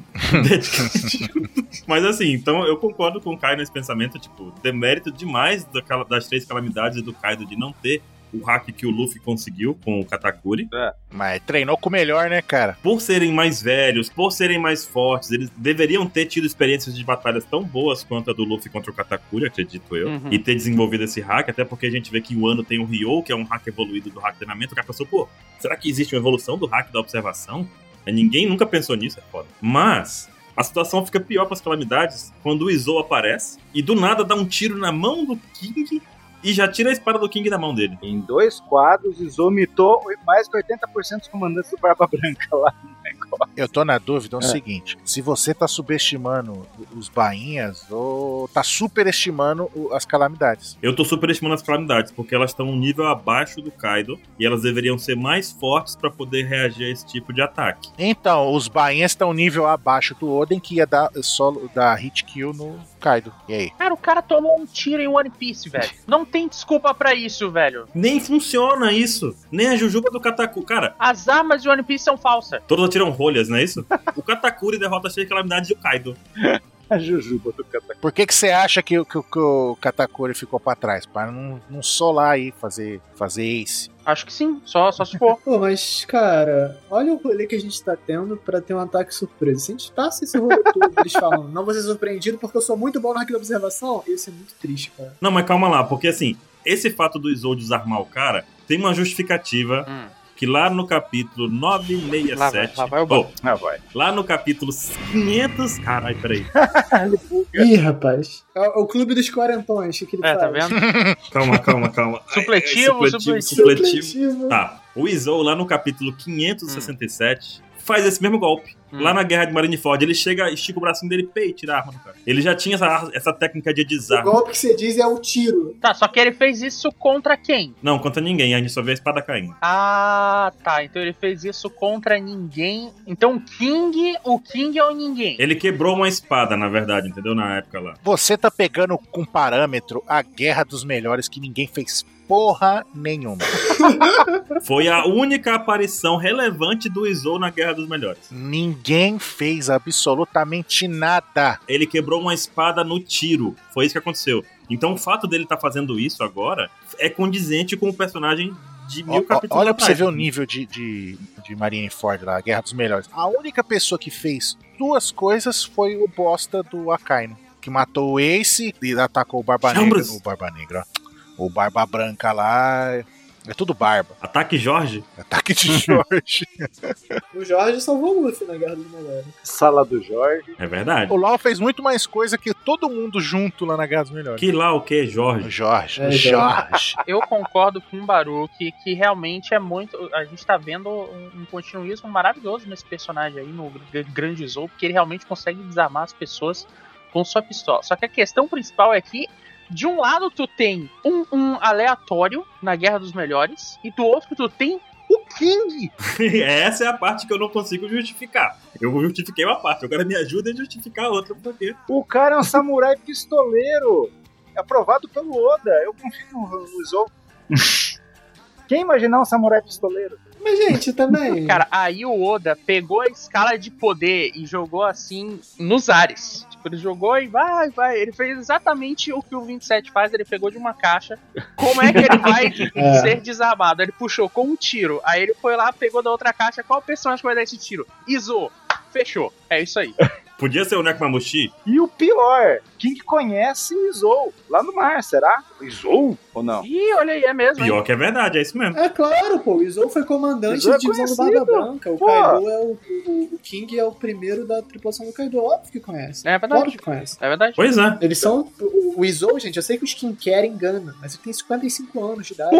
Speaker 1: Mas assim, então eu concordo com o Kai nesse pensamento, tipo, demérito demais da cala- das três calamidades do Kaido de não ter o hack que o Luffy conseguiu com o Katakuri.
Speaker 2: Mas treinou com o melhor, né, cara?
Speaker 1: Por serem mais velhos, por serem mais fortes, eles deveriam ter tido experiências de batalhas tão boas quanto a do Luffy contra o Katakuri, acredito eu.
Speaker 5: Uhum.
Speaker 1: E ter desenvolvido esse hack, até porque a gente vê que o ano tem o Ryo, que é um hack evoluído do hack de treinamento. O cara pensou, pô, será que existe uma evolução do hack da observação? É, Ninguém nunca pensou nisso, é foda. Mas a situação fica pior para as calamidades quando o Izou aparece e do nada dá um tiro na mão do King e já tira a espada do King da mão dele.
Speaker 3: Em dois quadros, exomitou mais que 80% dos comandantes do Barba Branca lá.
Speaker 2: Eu tô na dúvida, é o seguinte: se você tá subestimando os bainhas ou tá superestimando o- as calamidades.
Speaker 1: Eu tô superestimando as calamidades, porque elas estão um nível abaixo do Kaido e elas deveriam ser mais fortes para poder reagir a esse tipo de ataque.
Speaker 2: Então, os bainhas estão nível abaixo do Oden, que ia dar solo dar hit kill no Kaido. E aí?
Speaker 5: Cara, o cara tomou um tiro em One Piece, velho. Não tem desculpa pra isso, velho.
Speaker 1: Nem funciona isso. Nem a Jujuba do Kataku. Cara,
Speaker 5: As armas de One Piece são falsas.
Speaker 1: todos atiram rolhas, não é isso? O Katakuri derrota cheio de calamidades e o Kaido.
Speaker 3: A Jujuba do Katakuri.
Speaker 2: Por que que você acha que, o- que, o- que o Katakuri ficou pra trás? Pra não, não solar aí, fazer, fazer ace.
Speaker 5: Acho que sim, só, só se for.
Speaker 4: Pô, mas, cara, olha o rolê que a gente tá tendo pra ter um ataque surpresa. Se a gente passa esse rolê todo, eles falam, não vou ser surpreendido porque eu sou muito bom na hacking da observação, ia ser muito triste, cara.
Speaker 1: Não, mas calma lá, porque assim, esse fato do Izou desarmar o cara tem uma justificativa
Speaker 5: Hum.
Speaker 1: que lá no capítulo
Speaker 5: Lá vai,
Speaker 1: 967.
Speaker 5: lá vai o
Speaker 1: Bom,
Speaker 3: Ah, vai.
Speaker 1: lá no capítulo 500. Caralho, peraí.
Speaker 4: Ih, rapaz. É o, é o clube dos quarentões, o que ele
Speaker 5: É,
Speaker 4: faz?
Speaker 5: tá vendo?
Speaker 1: Calma, calma, calma. É,
Speaker 5: Supletivo,
Speaker 1: Ai, ai,
Speaker 5: supletivo.
Speaker 1: supletivo.
Speaker 4: Supletivo.
Speaker 1: Tá. O Izou, lá no capítulo 567, faz esse mesmo golpe. Lá na guerra de Marineford, ele chega, estica o bracinho dele, pei, tira a arma do cara. Ele já tinha essa, ar- essa técnica de
Speaker 4: O
Speaker 1: desarme.
Speaker 4: golpe que você diz é o tiro.
Speaker 5: Tá, só que ele fez isso contra quem?
Speaker 1: Não, contra ninguém, a gente só vê a espada caindo.
Speaker 5: Ah, tá. Então ele fez isso contra ninguém. Então o King, o King é o ninguém.
Speaker 1: Ele quebrou uma espada, na verdade, entendeu? Na época lá.
Speaker 2: Você tá pegando com parâmetro a guerra dos melhores que ninguém fez porra nenhuma.
Speaker 1: Foi a única aparição relevante do Izou na Guerra dos Melhores.
Speaker 2: Ninguém fez absolutamente nada.
Speaker 1: Ele quebrou uma espada no tiro. Foi isso que aconteceu. Então o fato dele estar fazendo isso agora é condizente com o personagem de mil
Speaker 2: Ó- ó-
Speaker 1: capítulos
Speaker 2: olha pra você
Speaker 1: atrás.
Speaker 2: ver o nível de, de, de Marineford lá, a Guerra dos Melhores. A única pessoa que fez duas coisas foi o bosta do Akainu, que matou o Ace e atacou o Barba Negra.
Speaker 1: Chambres.
Speaker 2: O Barba Negra, ó. O Barba Branca lá. É tudo barba.
Speaker 1: Ataque Jorge?
Speaker 2: Ataque de Jorge.
Speaker 4: O Jorge salvou o Luffy na Guerra dos Melhores.
Speaker 3: Sala do Jorge.
Speaker 1: É verdade.
Speaker 2: o Law fez muito mais coisa que todo mundo junto lá na Guerra dos Melhores.
Speaker 1: Que lá o que,
Speaker 2: O
Speaker 1: Jorge?
Speaker 2: Jorge.
Speaker 4: É,
Speaker 2: o Jorge.
Speaker 5: Eu concordo com o Baruch que realmente é muito. A gente tá vendo um, um continuismo maravilhoso nesse personagem aí, no Gr- Grande Zou, porque ele realmente consegue desarmar as pessoas com sua pistola. Só que a questão principal é que, de um lado, tu tem um, um aleatório na Guerra dos Melhores, e do outro, tu tem o King.
Speaker 1: Essa é a parte que eu não consigo justificar. Eu justifiquei uma parte, agora me ajuda a justificar a outra, porque.
Speaker 3: O cara é um samurai pistoleiro. Aprovado pelo Oda. Eu confio no no Zou. Quem imaginar um samurai pistoleiro?
Speaker 4: Mas, gente, também.
Speaker 5: Cara, aí o Oda pegou a escala de poder e jogou assim nos ares. Tipo, ele jogou e vai, vai. Ele fez exatamente o que o 27 faz, ele pegou de uma caixa. Como é que ele vai
Speaker 4: É.
Speaker 5: ser desarmado? Ele puxou com um tiro. Aí ele foi lá, pegou da outra caixa. Qual personagem vai dar esse tiro? Izou. Fechou. É isso aí.
Speaker 1: Podia ser o Nekomamushi?
Speaker 6: E o pior, quem que conhece Izou? Lá no mar, será? Izou? Ou não?
Speaker 5: Ih, olha aí, é mesmo. hein?
Speaker 1: Pior que é verdade, é isso mesmo.
Speaker 4: É claro, pô. O Izou foi comandante
Speaker 6: Izou é
Speaker 4: de divisão do
Speaker 6: conhecido.
Speaker 4: Barba Branca. O
Speaker 6: Pô.
Speaker 4: Kaido é o, o- o King é o primeiro da tripulação do Kaido. Óbvio que conhece.
Speaker 5: É verdade.
Speaker 4: Claro que conhece.
Speaker 5: É verdade.
Speaker 1: Pois é.
Speaker 4: Eles são. O, o Izou, gente, eu sei que os King quer engana, mas ele tem 55 anos de idade.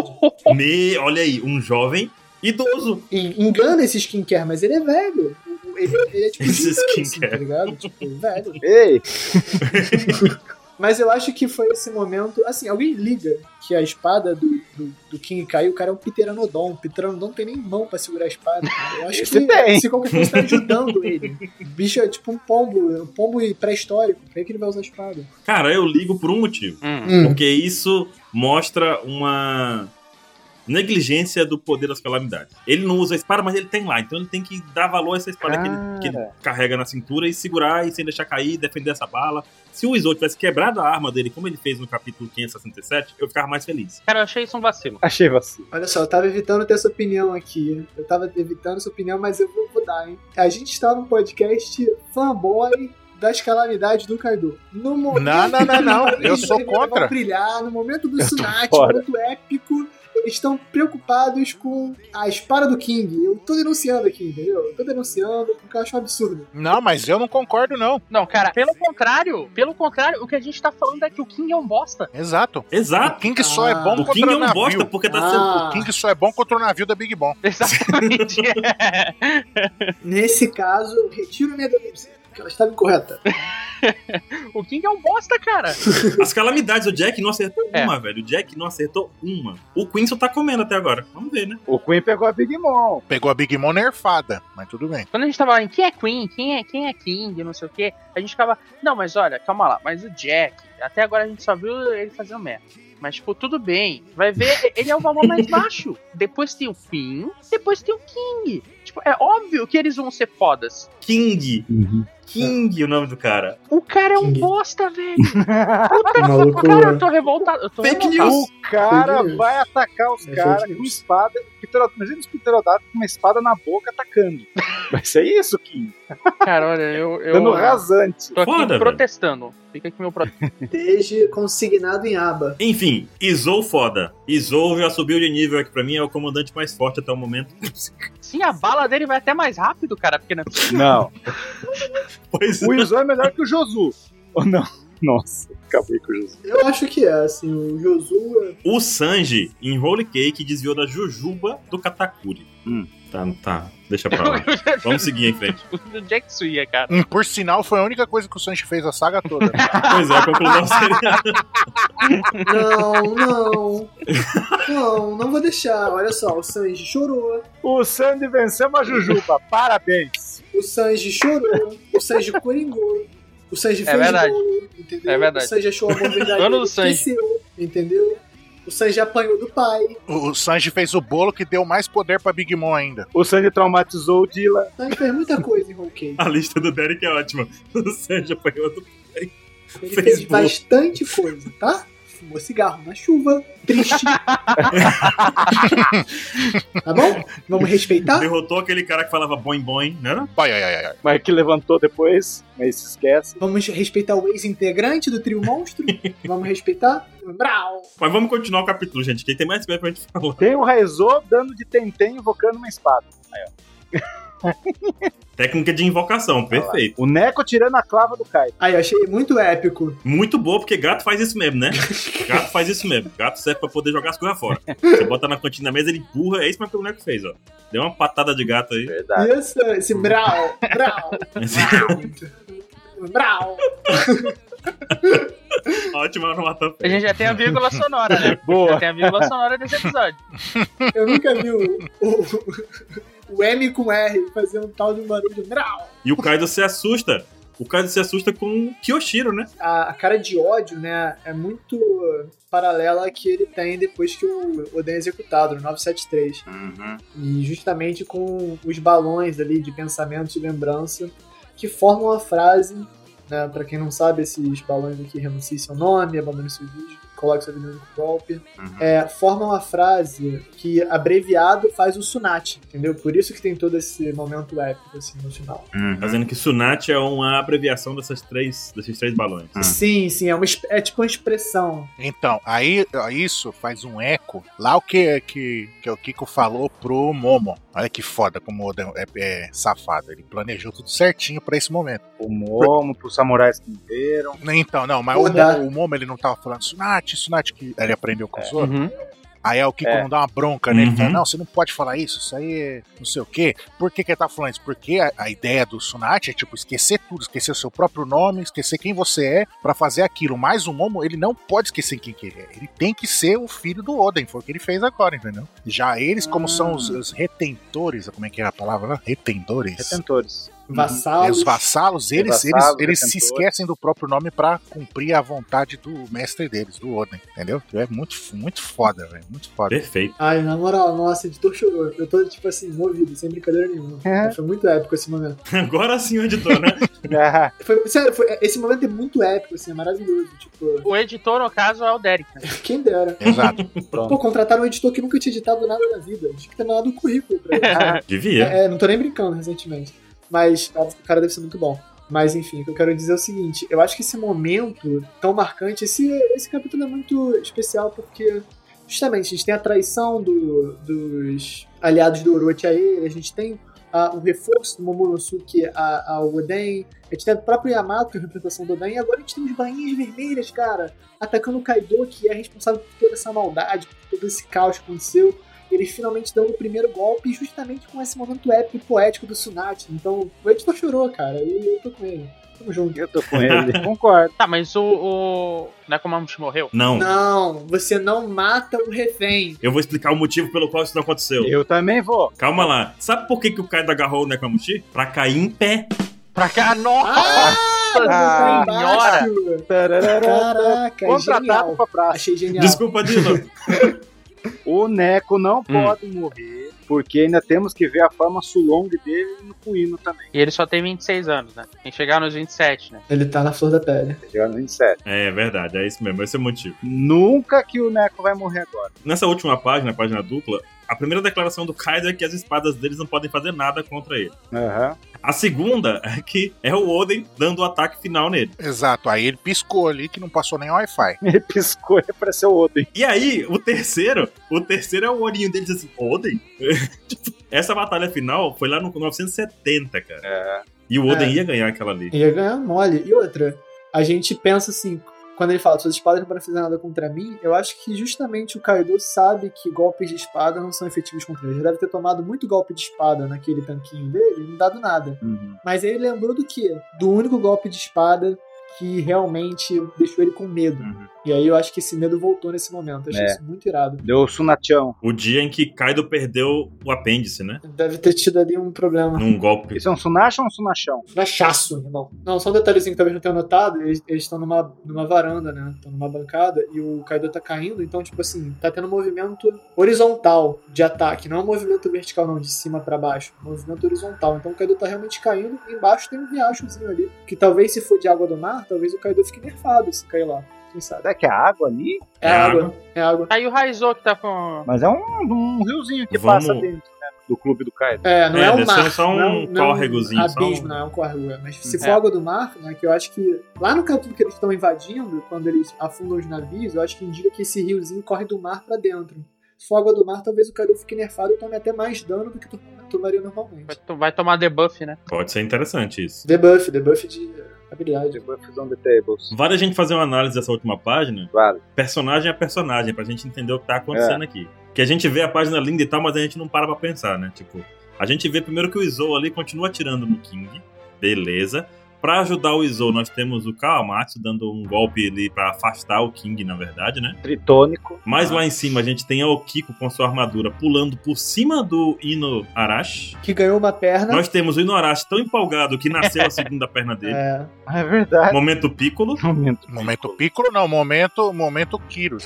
Speaker 1: Me, olha aí, um jovem idoso.
Speaker 4: E engana esse skincare, mas ele é velho. Ele, ele é tipo
Speaker 1: Esse
Speaker 4: Jim Carrey,
Speaker 1: skincare.
Speaker 4: tá ligado? Tipo, velho.
Speaker 6: Ei,
Speaker 4: Mas eu acho que foi esse momento. Assim, alguém liga que a espada do, do, do King caiu, o cara é um pteranodon. O pteranodon não tem nem mão pra segurar a espada. Eu acho
Speaker 6: Esse
Speaker 4: que
Speaker 6: tem.
Speaker 4: se qualquer coisa tá ajudando ele. O bicho é tipo um pombo, um pombo pré-histórico. Pra que ele vai usar a espada?
Speaker 1: Cara, eu ligo por um motivo.
Speaker 5: Hum.
Speaker 1: Porque isso mostra uma negligência do poder das calamidades. Ele não usa a espada, mas ele tem lá. Então ele tem que dar valor a essa espada que ele, que ele carrega na cintura e segurar e sem deixar cair, defender essa bala. Se o Izou tivesse quebrado a arma dele, como ele fez no capítulo 567, eu ficava mais feliz.
Speaker 5: Cara, eu achei isso um vacilo.
Speaker 6: achei vacilo.
Speaker 4: Olha só, eu tava evitando ter essa opinião aqui. Eu tava evitando essa opinião, mas eu vou, vou dar, hein? A gente tá num podcast fanboy das calamidades do Kaido. No momento
Speaker 2: Não, não, não, não.
Speaker 4: que
Speaker 2: Eu
Speaker 4: eles
Speaker 2: sou
Speaker 4: vão
Speaker 2: contra.
Speaker 4: brilhar, no momento do Sunat,
Speaker 6: fora.
Speaker 4: muito épico, eles estão preocupados com a espada do King. Eu tô denunciando aqui, entendeu? Eu tô denunciando porque eu acho um absurdo.
Speaker 2: Não, mas eu não concordo, não.
Speaker 5: Não, cara, pelo contrário, pelo contrário, o que a gente tá falando é que o King é um bosta.
Speaker 2: Exato.
Speaker 1: Exato.
Speaker 2: O King só é
Speaker 4: Ah.
Speaker 2: bom
Speaker 1: O
Speaker 2: contra
Speaker 1: King é um
Speaker 2: navio.
Speaker 1: bosta porque tá sendo.
Speaker 4: Ah,
Speaker 2: O King só é bom contra o navio da Big Bom.
Speaker 5: Exatamente. É.
Speaker 4: Nesse caso, eu retiro minha denúncia. porque Ela estava incorreta.
Speaker 5: O King é um bosta, cara.
Speaker 1: As calamidades, o Jack não acertou
Speaker 5: É.
Speaker 1: uma, velho. O Jack não acertou uma. O Queen só tá comendo até agora. Vamos ver, né?
Speaker 6: O Queen pegou a Big Mom.
Speaker 2: Pegou a Big Mom nerfada, mas tudo bem.
Speaker 5: Quando a gente tava lá em quem é Queen, quem é, quem é King, não sei o quê, a gente ficava, não, mas olha, calma lá, mas o Jack, até agora a gente só viu ele fazendo merda. Mas, tipo, tudo bem. Vai ver, ele é o valor mais baixo. Depois tem o Queen, depois tem o King. Tipo, é óbvio que eles vão ser fodas.
Speaker 1: King. King, o nome do cara.
Speaker 5: O cara é um
Speaker 4: King.
Speaker 5: bosta, velho.
Speaker 4: Maluco.
Speaker 5: Cara, eu tô revoltado. Eu tô
Speaker 1: Fake
Speaker 5: revoltado.
Speaker 1: news.
Speaker 6: O cara
Speaker 4: Entendi.
Speaker 6: vai atacar os
Speaker 4: É
Speaker 6: caras
Speaker 4: fake
Speaker 6: com
Speaker 4: news.
Speaker 6: espada. pterod- Imagina os pterodatos com uma espada na boca atacando. Vai ser isso, Kim.
Speaker 5: Cara, olha, eu. eu
Speaker 6: Dando rasante.
Speaker 5: Tô aqui
Speaker 1: Foda, velho.
Speaker 5: protestando. Fica aqui meu protesto.
Speaker 4: Desde consignado em aba.
Speaker 1: Enfim, Izou foda. Izou já subiu de nível aqui pra mim, é o comandante mais forte até o momento.
Speaker 5: Sim, a bala dele vai até mais rápido, cara, porque não é possível.
Speaker 6: Não.
Speaker 1: Pois é.
Speaker 6: O Izou é melhor que o Josu. Ou Oh, não? Nossa, acabei com o Josu.
Speaker 4: Eu acho que é, assim, o Josu é
Speaker 1: O Sanji, em Holy Cake, desviou da Jujuba do Katakuri.
Speaker 6: Hum.
Speaker 1: Tá, tá. Deixa pra lá. Vamos seguir em frente.
Speaker 5: é O Jack Suia, cara.
Speaker 2: Hum, por sinal, foi a única coisa que o Sanji fez a saga toda.
Speaker 1: Pois é, a conclusão seria...
Speaker 4: Não, não. Não, não vou deixar. Olha só, o Sanji chorou.
Speaker 6: O Sandy venceu uma Jujuba. Parabéns.
Speaker 4: O Sanji chorou. O Sanji coringou. O Sanji
Speaker 5: É
Speaker 4: fez
Speaker 5: verdade.
Speaker 4: gol, entendeu?
Speaker 5: É verdade.
Speaker 4: O Sanji achou a verdade.
Speaker 5: Dono do Sanji.
Speaker 4: entendeu? O Sanji apanhou do pai.
Speaker 2: o o Sanji fez o bolo que deu mais poder pra Big Mom ainda.
Speaker 6: O Sandy traumatizou o Dila.
Speaker 4: O Sanji Então, fez muita coisa em Whole Cake.
Speaker 1: A lista do Derek é ótima. O Sanji apanhou do...
Speaker 4: Ele
Speaker 1: Fez
Speaker 4: fez,
Speaker 1: boa.
Speaker 4: bastante coisa, tá? Fumou cigarro na chuva. Triste. tá bom? Vamos respeitar?
Speaker 1: Derrotou aquele cara que falava boing boing, né?
Speaker 2: Ai, ai, ai, ai, ai.
Speaker 6: Mas que levantou depois. Mas se esquece.
Speaker 4: Vamos respeitar o ex-integrante do trio monstro? Vamos respeitar? Brau!
Speaker 1: Mas vamos continuar o capítulo, gente, que tem mais coisa pra gente falar.
Speaker 6: Tem o Raizou dando de tentem invocando uma espada.
Speaker 1: Técnica de invocação, perfeito.
Speaker 6: O Neco tirando a clava do Kaido.
Speaker 4: Aí, eu achei muito épico.
Speaker 1: Muito boa, porque gato faz isso mesmo, né? Gato faz isso mesmo. Gato serve pra poder jogar as coisas fora. Você bota na cantina da mesa, ele empurra. É isso mesmo que o boneco fez, ó. Deu uma patada de gato aí.
Speaker 6: Verdade.
Speaker 4: E esse, esse brau, brau, brau, brau.
Speaker 1: Ótima onomatopeia.
Speaker 5: A gente já tem a vírgula sonora, né? Já
Speaker 6: Boa.
Speaker 5: tem a vírgula sonora desse episódio.
Speaker 4: Eu nunca vi o, o- o M com R fazer um tal de um barulho de brau.
Speaker 1: E o Kaido se assusta. O Kaido se assusta com o Kyoshiro, né?
Speaker 4: A, a cara de ódio, né, é muito paralela à que ele tem depois que o Oden é executado, no 973. E justamente com os balões ali de pensamento e lembrança que formam a frase, né? Pra quem não sabe, esses balões aqui renuncie seu nome, abandone seu vídeo. coloca sobre o único golpe, é, forma uma frase que abreviado faz o Sunat, entendeu? Por isso que tem todo esse momento épico assim no final.
Speaker 1: Fazendo que Sunat é uma abreviação dessas três, desses três balões.
Speaker 4: Sim, sim, é, uma, exp- é tipo uma expressão.
Speaker 2: Então, aí ó, isso faz um eco lá o que, que, que o Kiko falou pro Momo. Olha que foda como o Oda é, é safado. Ele planejou tudo certinho pra esse momento.
Speaker 6: O Momo, pros samurais que morreram.
Speaker 2: Então, não, mas o
Speaker 4: Oda.
Speaker 2: Momo, o Momo, ele não tava falando Sunat, Sunat que ele aprendeu com o Zoro.
Speaker 5: Uhum.
Speaker 2: Aí é o Kiko
Speaker 6: É.
Speaker 2: não dá uma bronca nele.
Speaker 1: Uhum.
Speaker 2: Ele fala, não, você não pode falar isso, isso aí é não sei o quê. Por que, que ele tá falando isso? Porque a, a ideia do Sunat é, tipo, esquecer tudo, esquecer o seu próprio nome, esquecer quem você é pra fazer aquilo. Mas o Momo, ele não pode esquecer quem que ele é. Ele tem que ser o filho do Oden, foi o que ele fez agora, entendeu? Já eles, como
Speaker 6: Ah.
Speaker 2: são os, os retentores, como é que é a palavra? lá? Retendores.
Speaker 6: Retentores.
Speaker 2: É,
Speaker 4: Vassalos.
Speaker 2: os vassalos, eles,
Speaker 6: Vassalos,
Speaker 2: eles, eles se
Speaker 6: detentores.
Speaker 2: esquecem do próprio nome pra cumprir a vontade do mestre deles, do Oden, entendeu? É muito, muito foda, velho. Muito foda.
Speaker 1: Perfeito.
Speaker 4: Ai, na moral, nossa, editor chorou. Eu tô, tipo assim, movido, sem brincadeira nenhuma.
Speaker 6: É.
Speaker 4: Foi muito épico esse momento.
Speaker 1: Agora sim, o editor, né?
Speaker 4: Foi, sério, foi- esse momento é muito épico, assim, é maravilhoso. Tipo,
Speaker 5: O editor, no caso, é o Derek. né?
Speaker 4: quem dera.
Speaker 2: Exato.
Speaker 4: Pô, contrataram um editor que nunca tinha editado nada na vida. Tinha que ter mandado um currículo pra ele.
Speaker 6: Ah,
Speaker 1: Devia.
Speaker 4: É, não tô nem brincando recentemente. Mas óbvio que o cara deve ser muito bom. Mas enfim, o que eu quero dizer é o seguinte: eu acho que esse momento tão marcante, esse, esse capítulo é muito especial porque. Justamente, a gente tem a traição do- dos aliados do Orochi a ele, a gente tem ah, o reforço do Momonosuke a- ao Oden, a gente tem o próprio Yamato, que é a representação do Oden, e agora a gente tem os bainhas vermelhas, cara, atacando o Kaido, que é responsável por toda essa maldade, por todo esse caos que aconteceu eles finalmente dão o primeiro golpe justamente com esse momento épico e poético do Sunat. Então, o editor chorou, cara, e eu tô com ele. Tamo junto.
Speaker 6: Eu tô com ele.
Speaker 3: Concordo.
Speaker 5: Tá, mas o. o... Nekomamushi morreu?
Speaker 1: Não.
Speaker 4: Não, você não mata o refém.
Speaker 1: Eu vou explicar o motivo pelo qual isso não aconteceu.
Speaker 6: Eu também vou.
Speaker 1: Calma lá. Sabe por que, que o Kaido agarrou o Nekamushi? Pra cair em pé.
Speaker 5: Pra cá, nossa!
Speaker 4: Ah,
Speaker 5: Ah,
Speaker 4: tá embaixo. Caraca,
Speaker 6: Contratado
Speaker 4: é genial.
Speaker 6: pra praça.
Speaker 4: Achei genial.
Speaker 1: Desculpa, Dino.
Speaker 6: O Neco não
Speaker 1: Hum.
Speaker 6: pode morrer, porque ainda temos que ver a fama Sulong dele no Cuino também.
Speaker 5: E ele só tem 26 anos, né? Tem que chegar nos 27, né?
Speaker 4: Ele tá na flor da pele.
Speaker 6: Chegando no 27.
Speaker 1: é verdade, é isso mesmo. Esse é o motivo.
Speaker 6: Nunca que o Neco vai morrer agora.
Speaker 1: Nessa última página, a página dupla, a primeira declaração do Kaido é que as espadas deles não podem fazer nada contra ele.
Speaker 6: Aham.
Speaker 1: A segunda é que é o Oden dando o ataque final nele.
Speaker 2: Exato. Aí ele piscou ali que não passou nem Wi-Fi.
Speaker 6: Ele piscou e apareceu outro. hein?
Speaker 1: E aí, o terceiro, o terceiro é o olhinho deles assim, Oden? Tipo, Essa batalha final foi lá no 970, cara.
Speaker 6: É.
Speaker 1: E o Oden
Speaker 4: É.
Speaker 1: ia ganhar aquela ali.
Speaker 4: Ia ganhar mole. E outra, a gente pensa assim, quando ele fala, suas espadas não podem fazer nada contra mim, eu acho que justamente o Kaido sabe que golpes de espada não são efetivos contra ele. Ele deve ter tomado muito golpe de espada naquele tanquinho dele e não dado nada.
Speaker 1: Uhum.
Speaker 4: Mas ele lembrou do quê? Do único golpe de espada que realmente deixou ele com medo.
Speaker 1: Uhum.
Speaker 4: E aí eu acho que esse medo voltou nesse momento. Eu achei
Speaker 6: É.
Speaker 4: isso muito irado.
Speaker 6: Deu o Sunatião.
Speaker 1: O dia em que Kaido perdeu o apêndice, né?
Speaker 4: Deve ter tido ali um problema.
Speaker 1: Num golpe.
Speaker 6: Isso é um Sunacha ou um Sunachão?
Speaker 4: Frachaço, é irmão. Não, só um detalhezinho que talvez não tenha notado. Eles eles estão numa, numa varanda, né? Estão numa bancada e o Kaido tá caindo. Então, tipo assim, tá tendo um movimento horizontal de ataque. Não é um movimento vertical, não, de cima pra baixo. Um movimento horizontal. Então o Kaido tá realmente caindo. E embaixo tem um riachozinho ali. Que talvez se for de água do mar, talvez o Kaido fique nerfado se cair lá. Quem sabe?
Speaker 6: Será que é água ali?
Speaker 4: É,
Speaker 1: É
Speaker 4: água. É água.
Speaker 5: Aí o Raizou que tá com.
Speaker 6: Mas é um, um riozinho que
Speaker 1: Vamos.
Speaker 6: passa dentro né, do clube do Kaido.
Speaker 4: É, não é,
Speaker 1: É,
Speaker 4: um
Speaker 1: deve ser
Speaker 4: mar.
Speaker 1: só um
Speaker 4: não é não é
Speaker 1: córregozinho, só
Speaker 4: Abismo,
Speaker 1: um-
Speaker 4: não, é um córrego. é. Mas se
Speaker 5: Uhum.
Speaker 4: for água do mar, né, que eu acho que lá no canto que eles estão invadindo, quando eles afundam os navios, eu acho que indica que esse riozinho corre do mar pra dentro. Se for água do mar, talvez o Kaido fique nerfado e tome até mais dano do que to- tomaria
Speaker 5: Vai,
Speaker 4: normalmente.
Speaker 5: to- vai tomar debuff, né?
Speaker 1: Pode ser interessante isso.
Speaker 4: Debuff, debuff de habilidade.
Speaker 6: Depois Tipo, fiz on the tables.
Speaker 1: Vale a gente fazer uma análise dessa última página,
Speaker 6: Vale.
Speaker 1: personagem a personagem, pra gente entender o que tá acontecendo aqui. Que a gente vê a página linda e tal, mas a gente não para pra pensar, né? Tipo, a gente vê primeiro que o Izou ali continua atirando no King, beleza. Pra ajudar o Izou, nós temos o Kawamatsu dando um golpe ali pra afastar o King, na verdade, né?
Speaker 6: Tritônico.
Speaker 1: Mas lá em cima a gente tem a Okiko com sua armadura pulando por cima do Ino Arashi.
Speaker 4: Que ganhou uma perna.
Speaker 1: Nós temos o Ino Arashi tão empolgado que nasceu a segunda perna dele.
Speaker 4: É.
Speaker 6: É verdade.
Speaker 1: Momento Piccolo.
Speaker 6: Momento.
Speaker 2: Momento Piccolo, não. Momento, momento Kiro.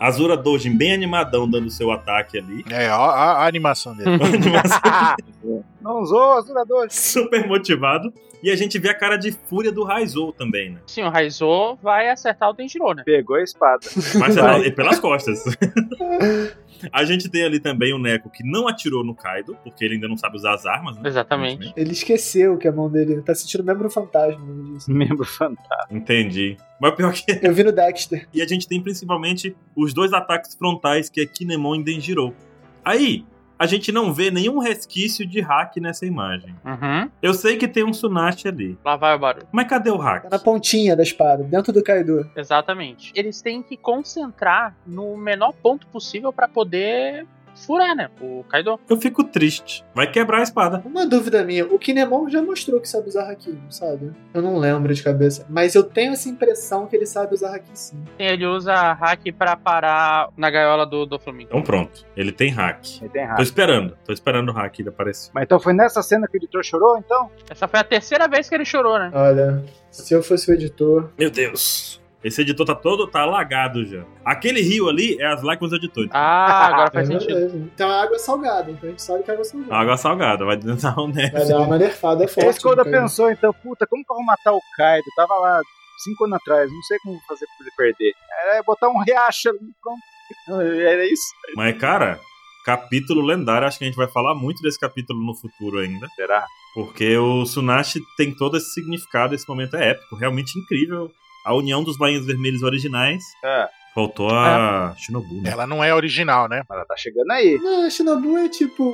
Speaker 1: Azura Dojin bem animadão dando seu ataque ali. Um
Speaker 2: É, ó, a, a animação dele.
Speaker 6: Ah!
Speaker 1: Animação.
Speaker 3: Não zoa os duradores.
Speaker 1: super motivado. E a gente vê a cara de fúria do Raizou também, né?
Speaker 5: Sim, o Raizou vai acertar o Denjiro, né?
Speaker 3: Pegou a espada.
Speaker 1: Mas
Speaker 3: Vai.
Speaker 1: é pelas costas. A gente tem ali também o Neko que não atirou no Kaido, porque ele ainda não sabe usar as armas, né?
Speaker 5: Exatamente.
Speaker 4: Ele esqueceu que a mão dele tá sentindo membro fantasma. ele disse.
Speaker 3: Membro fantasma.
Speaker 1: Entendi. Mas pior é que.
Speaker 4: Eu vi no Dexter.
Speaker 1: E a gente tem principalmente os dois ataques frontais, que é Kinemon e Denjiro. Aí, a gente não vê nenhum resquício de hack nessa imagem.
Speaker 5: Uhum.
Speaker 1: Eu sei que tem um Tsunade ali.
Speaker 5: Lá vai o barulho.
Speaker 1: Mas cadê o hack?
Speaker 4: Tá na pontinha da espada, dentro do Kaido.
Speaker 5: Exatamente. Eles têm que concentrar no menor ponto possível pra poder furar, né? O Kaido.
Speaker 1: Eu fico triste. Vai quebrar a espada.
Speaker 4: Uma dúvida minha, o Kinemon já mostrou que sabe usar Haki, não sabe? Eu não lembro de cabeça, mas eu tenho essa impressão que ele sabe usar Haki sim.
Speaker 5: Ele usa hack pra parar na gaiola do, do Flamingo.
Speaker 1: Então pronto. Ele tem hack.
Speaker 3: Ele tem
Speaker 1: Tô
Speaker 3: raiva.
Speaker 1: esperando. Tô esperando o hack aparecer.
Speaker 3: Mas então foi nessa cena que o editor chorou, então?
Speaker 5: Essa foi a terceira vez que ele chorou, né?
Speaker 4: Olha, se eu fosse o editor...
Speaker 1: Meu Deus. Esse editor tá todo, tá alagado já. Aquele rio ali é as lágrimas do editor.
Speaker 5: Ah, agora faz
Speaker 4: é
Speaker 5: sentido.
Speaker 4: verdade. Então a água é salgada, então a gente sabe que a água é salgada.
Speaker 1: Água salgada, vai dar um neve.
Speaker 4: Vai dar uma nerfada
Speaker 3: É
Speaker 4: forte.
Speaker 3: isso que o Oda
Speaker 4: no Kaido.
Speaker 3: pensou, então, puta, como que eu vou matar o Kaido? Tava lá cinco anos atrás, não sei como fazer pra ele perder. Era botar um riacho ali, pronto. Era isso?
Speaker 1: Mas, cara, capítulo lendário. Acho que a gente vai falar muito desse capítulo no futuro ainda.
Speaker 3: Será?
Speaker 1: Porque o Tsunashi tem todo esse significado. Esse momento é épico, realmente incrível. A união dos bainhos vermelhos originais.
Speaker 3: É.
Speaker 1: Faltou a Shinobu, né?
Speaker 2: Ela não é original, né?
Speaker 3: Mas ela tá chegando aí.
Speaker 4: Não, a Shinobu é tipo.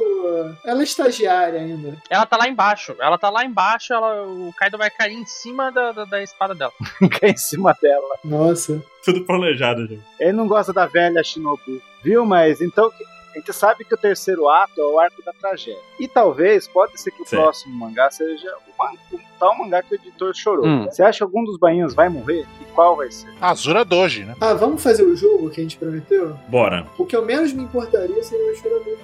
Speaker 4: Ela é estagiária ainda.
Speaker 5: Ela tá lá embaixo. Ela tá lá embaixo. Ela, o Kaido vai cair em cima da, da, da espada dela.
Speaker 3: Fica em cima dela.
Speaker 4: Nossa.
Speaker 1: Tudo planejado, gente.
Speaker 3: Ele não gosta da velha Shinobu, viu? Mas então a gente sabe que o terceiro ato é o arco da tragédia. E talvez, pode ser que o
Speaker 1: Certo.
Speaker 3: próximo mangá seja o man- um tal mangá que o editor chorou.
Speaker 5: Hum.
Speaker 3: Você acha que algum dos bainhos vai morrer? E qual vai ser?
Speaker 2: Azura Doji, né?
Speaker 4: Ah, vamos fazer o jogo que a gente prometeu?
Speaker 1: Bora.
Speaker 4: O que eu menos me importaria seria o Shinobu.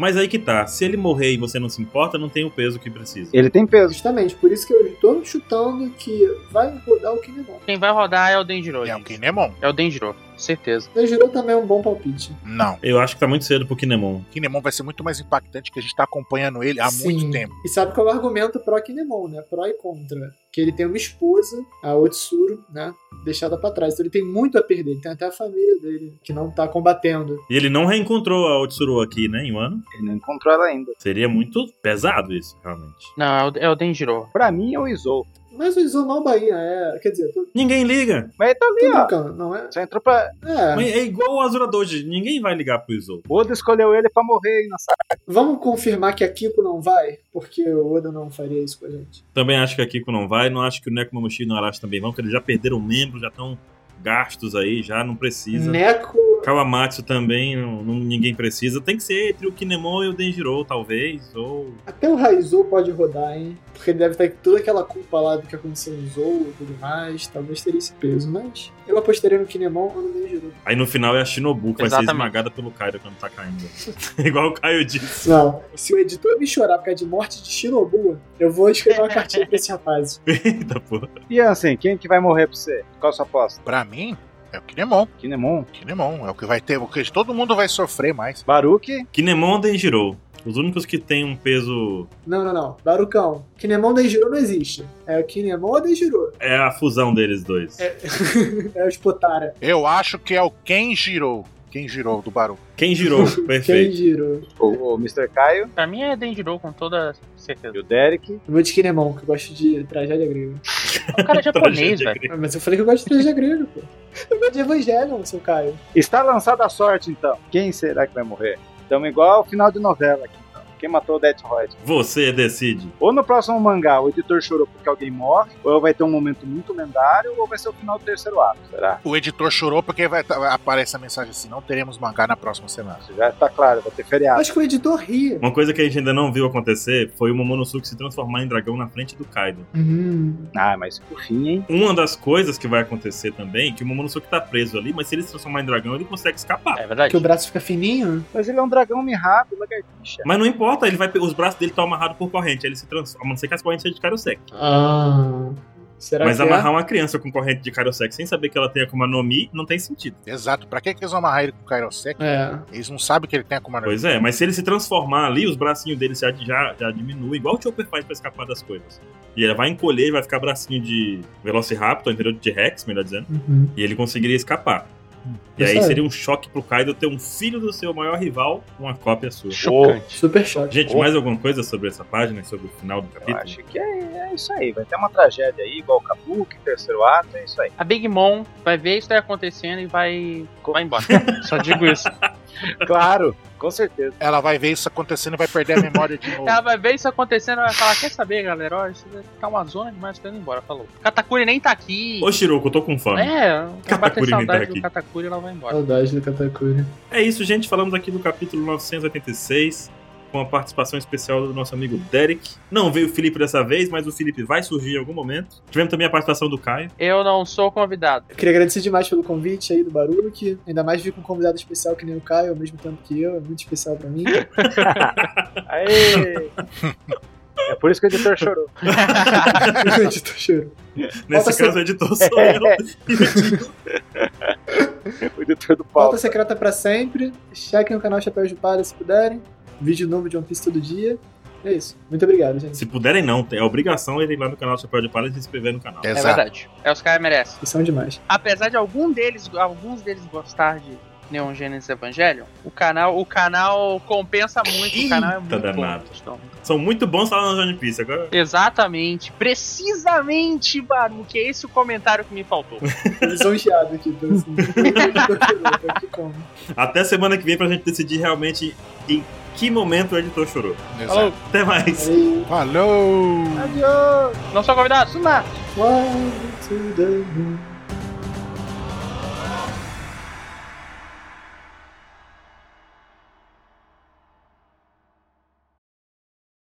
Speaker 1: Mas aí que tá. Se ele morrer e você não se importa, não tem o peso que precisa.
Speaker 3: Ele tem peso.
Speaker 4: Justamente, por isso que eu tô chutando que vai rodar o Kinemon.
Speaker 5: Quem vai rodar é o Denjiro.
Speaker 2: É o
Speaker 5: gente.
Speaker 2: Kinemon.
Speaker 5: É o Denjiro, certeza.
Speaker 4: Nejiro também é um bom palpite.
Speaker 2: Não.
Speaker 1: Eu acho que tá muito cedo pro Kinemon.
Speaker 2: Kinemon vai ser muito mais impactante que a gente tá acompanhando ele há
Speaker 4: Sim.
Speaker 2: muito tempo.
Speaker 4: E sabe qual é o argumento pró-Kinemon, né? Pró e contra. Que ele tem uma esposa, a Otsuru, né? Deixada pra trás. Então ele tem muito a perder. Ele tem até a família dele que não tá combatendo.
Speaker 1: E ele não reencontrou a Otsuru aqui, né, em um ano?
Speaker 3: Ele não encontrou ela ainda.
Speaker 1: Seria muito pesado isso, realmente.
Speaker 5: Não, é o, é o Denjiro.
Speaker 3: Pra mim é o Izou.
Speaker 4: Mas o Isomal Bahia é. Quer dizer, tô, tô
Speaker 1: Ninguém liga.
Speaker 3: Mas ele tá ali, ó.
Speaker 4: brincando, não é?
Speaker 3: Você entrou pra.
Speaker 4: É.
Speaker 1: Mas É igual o Azura Doji. Ninguém vai ligar pro Izou.
Speaker 3: O Oda escolheu ele pra morrer aí na saga.
Speaker 4: Vamos confirmar que a Kiko não vai? Porque o Oda não faria isso com a gente.
Speaker 1: Também acho que a Kiko não vai. Não acho que o Nekomamushi e o Arashi também vão, porque eles já perderam membro, já estão gastos aí, já não precisa.
Speaker 4: Neko.
Speaker 1: Kawamatsu também, não- não- ninguém precisa. Tem que ser entre o Kinemon e o Denjiro, talvez. Ou.
Speaker 4: Até o Raizou pode rodar, hein? Porque ele deve ter toda aquela culpa lá do que aconteceu no Zou e tudo mais. Talvez teria esse peso, mas eu apostaria no Kinemon ou no Denjiro.
Speaker 1: Aí no final é a Shinobu que vai ser
Speaker 5: Exatamente.
Speaker 1: esmagada pelo Kaido quando tá caindo. igual o Caio disse.
Speaker 4: Não. Se o editor me chorar por causa de morte de Shinobu, eu vou escrever uma cartinha pra esse rapaz.
Speaker 1: Eita porra.
Speaker 3: E assim, quem que vai morrer pra você? Qual a sua aposta?
Speaker 2: Pra mim, é o Kinemon.
Speaker 3: Kinemon?
Speaker 2: Kinemon é o que vai ter, o que todo mundo vai sofrer mais.
Speaker 3: Baruki?
Speaker 1: Kinemon ou Denjiro? Os únicos que têm um peso.
Speaker 4: Não, não, não. Barucão. Kinemon Denjiro não existe. É o Kinemon ou Denjiro?
Speaker 1: É a fusão deles dois.
Speaker 4: É os Potara.
Speaker 2: Eu acho que é o Kenjiro. Kenjiro do Baru.
Speaker 1: Quem girou? Perfeito.
Speaker 4: Kenjiro.
Speaker 3: O, o Mr. Caio?
Speaker 5: Pra mim é Denjiro, com toda certeza.
Speaker 3: E o Derek?
Speaker 4: Eu vou de Kinemon, que eu gosto de tragédia grega.
Speaker 5: O cara é japonês,
Speaker 1: Tragédia
Speaker 5: velho.
Speaker 4: Ah, Mas eu falei que eu gosto de tragédia grega, pô. Eu gosto de Evangelion, seu Caio.
Speaker 3: Está lançada a sorte, então. Quem será que vai morrer? Então, igual ao final de novela aqui, então. Quem matou o Death Royd?
Speaker 1: Você decide.
Speaker 3: Ou no próximo mangá o editor chorou porque alguém morre, ou vai ter um momento muito lendário, ou vai ser o final do terceiro ato, será?
Speaker 2: O editor chorou porque vai, aparece a mensagem assim: não teremos mangá na próxima semana.
Speaker 3: Isso já tá claro, vai ter feriado.
Speaker 4: Acho que o editor ria.
Speaker 1: Uma coisa que a gente ainda não viu acontecer foi o Momonosuke se transformar em dragão na frente do Kaido. Uhum.
Speaker 4: Hum.
Speaker 3: Ah, mas por fim, hein?
Speaker 1: Uma das coisas que vai acontecer também é que o Momonosuke tá preso ali, mas se ele se transformar em dragão, ele consegue escapar.
Speaker 5: É verdade.
Speaker 4: Que o braço fica fininho?
Speaker 3: Mas ele é um dragão mirrado, lagartixa.
Speaker 1: Mas não importa, ele vai pe- os braços dele estão amarrados por corrente, aí ele se transforma, a não ser que as correntes sejam de Karosek.
Speaker 4: Ah. Será
Speaker 1: Mas
Speaker 4: que
Speaker 1: amarrar uma criança com corrente de Kairosek sem saber que ela tem Akuma no Mi não tem sentido.
Speaker 2: Exato. Pra que, que eles vão amarrar ele com o Kairosek?
Speaker 4: é? É.
Speaker 2: Eles não sabem que ele tem a Kumano.
Speaker 1: Pois é, mas se ele se transformar ali, os bracinhos dele já, já, já diminuem, igual o Chopper faz pra escapar das coisas. E ele vai encolher, vai ficar bracinho de Velociraptor, entendeu? De T-Rex, melhor dizendo.
Speaker 4: Uhum.
Speaker 1: E ele conseguiria escapar. E
Speaker 4: Isso
Speaker 1: aí
Speaker 4: aí.
Speaker 1: seria um choque pro Kaido ter um filho do seu maior rival, uma cópia
Speaker 4: é
Speaker 1: sua.
Speaker 6: Chocante.
Speaker 4: Super choque.
Speaker 1: Gente,
Speaker 6: Oh.
Speaker 1: mais alguma coisa sobre essa página, sobre o final do
Speaker 6: Eu
Speaker 1: capítulo?
Speaker 6: acho que é, é isso aí. Vai ter uma tragédia aí, igual o Kabuki, terceiro ato, é isso aí.
Speaker 5: A Big Mom vai ver isso daí acontecendo e vai. vai embora. Só digo isso.
Speaker 6: Claro, com certeza.
Speaker 2: Ela vai ver isso acontecendo e vai perder a memória de novo.
Speaker 5: Ela vai ver isso acontecendo e vai falar: quer saber, galera? Ó, isso tá uma zona demais, tô indo embora. Falou. Katakuri nem tá aqui.
Speaker 1: Ô, Shiroko, eu tô com fome.
Speaker 5: É, vai bater
Speaker 1: Katakuri nem tá
Speaker 5: saudade
Speaker 1: aqui.
Speaker 5: do Katakuri e ela vai embora.
Speaker 4: Saudade do Katakuri.
Speaker 1: É isso, gente. Falamos aqui do capítulo 986, com a participação especial do nosso amigo Derek. Não veio o Felipe dessa vez, mas o Felipe vai surgir em algum momento. Tivemos também a participação do Caio.
Speaker 5: Eu não sou convidado.
Speaker 4: Eu queria agradecer demais pelo convite aí do Baruque. Ainda mais vir com um convidado especial que nem o Caio, ao mesmo tempo que eu. É muito especial pra mim.
Speaker 6: Aê! É por isso que o editor chorou.
Speaker 4: Editor choro.
Speaker 1: Nesse
Speaker 4: Falta
Speaker 1: caso, o editor sou eu.
Speaker 6: O editor do
Speaker 4: Pauta
Speaker 6: Paulo.
Speaker 4: secreta pra sempre. Chequem o canal Chapéu de Palha se puderem. Vídeo novo de One Piece todo dia. É isso. Muito obrigado, gente.
Speaker 1: Se puderem, não. É obrigação ele ir lá no canal Chapéu de Palha e se inscrever no canal.
Speaker 5: É verdade. É, os caras merecem.
Speaker 4: Vocês são demais.
Speaker 5: Apesar de algum deles, alguns deles gostar de Neon Genesis Evangelion, o canal, o canal compensa muito. O canal é
Speaker 1: Eita
Speaker 5: muito bom.
Speaker 1: danado.
Speaker 5: Então,
Speaker 1: São muito bons falando de One Piece. Agora,
Speaker 5: Exatamente, precisamente, Baruque. É esse o comentário que me faltou.
Speaker 4: Lisonjeado aqui pelo assim, editor choro, tô aqui como.
Speaker 1: até semana que vem pra gente decidir realmente em que momento o editor chorou.
Speaker 2: Exato.
Speaker 1: Até mais.
Speaker 4: Aí.
Speaker 2: Falou!
Speaker 5: Não sou convidado, Sumato.
Speaker 4: Fly me to the moon.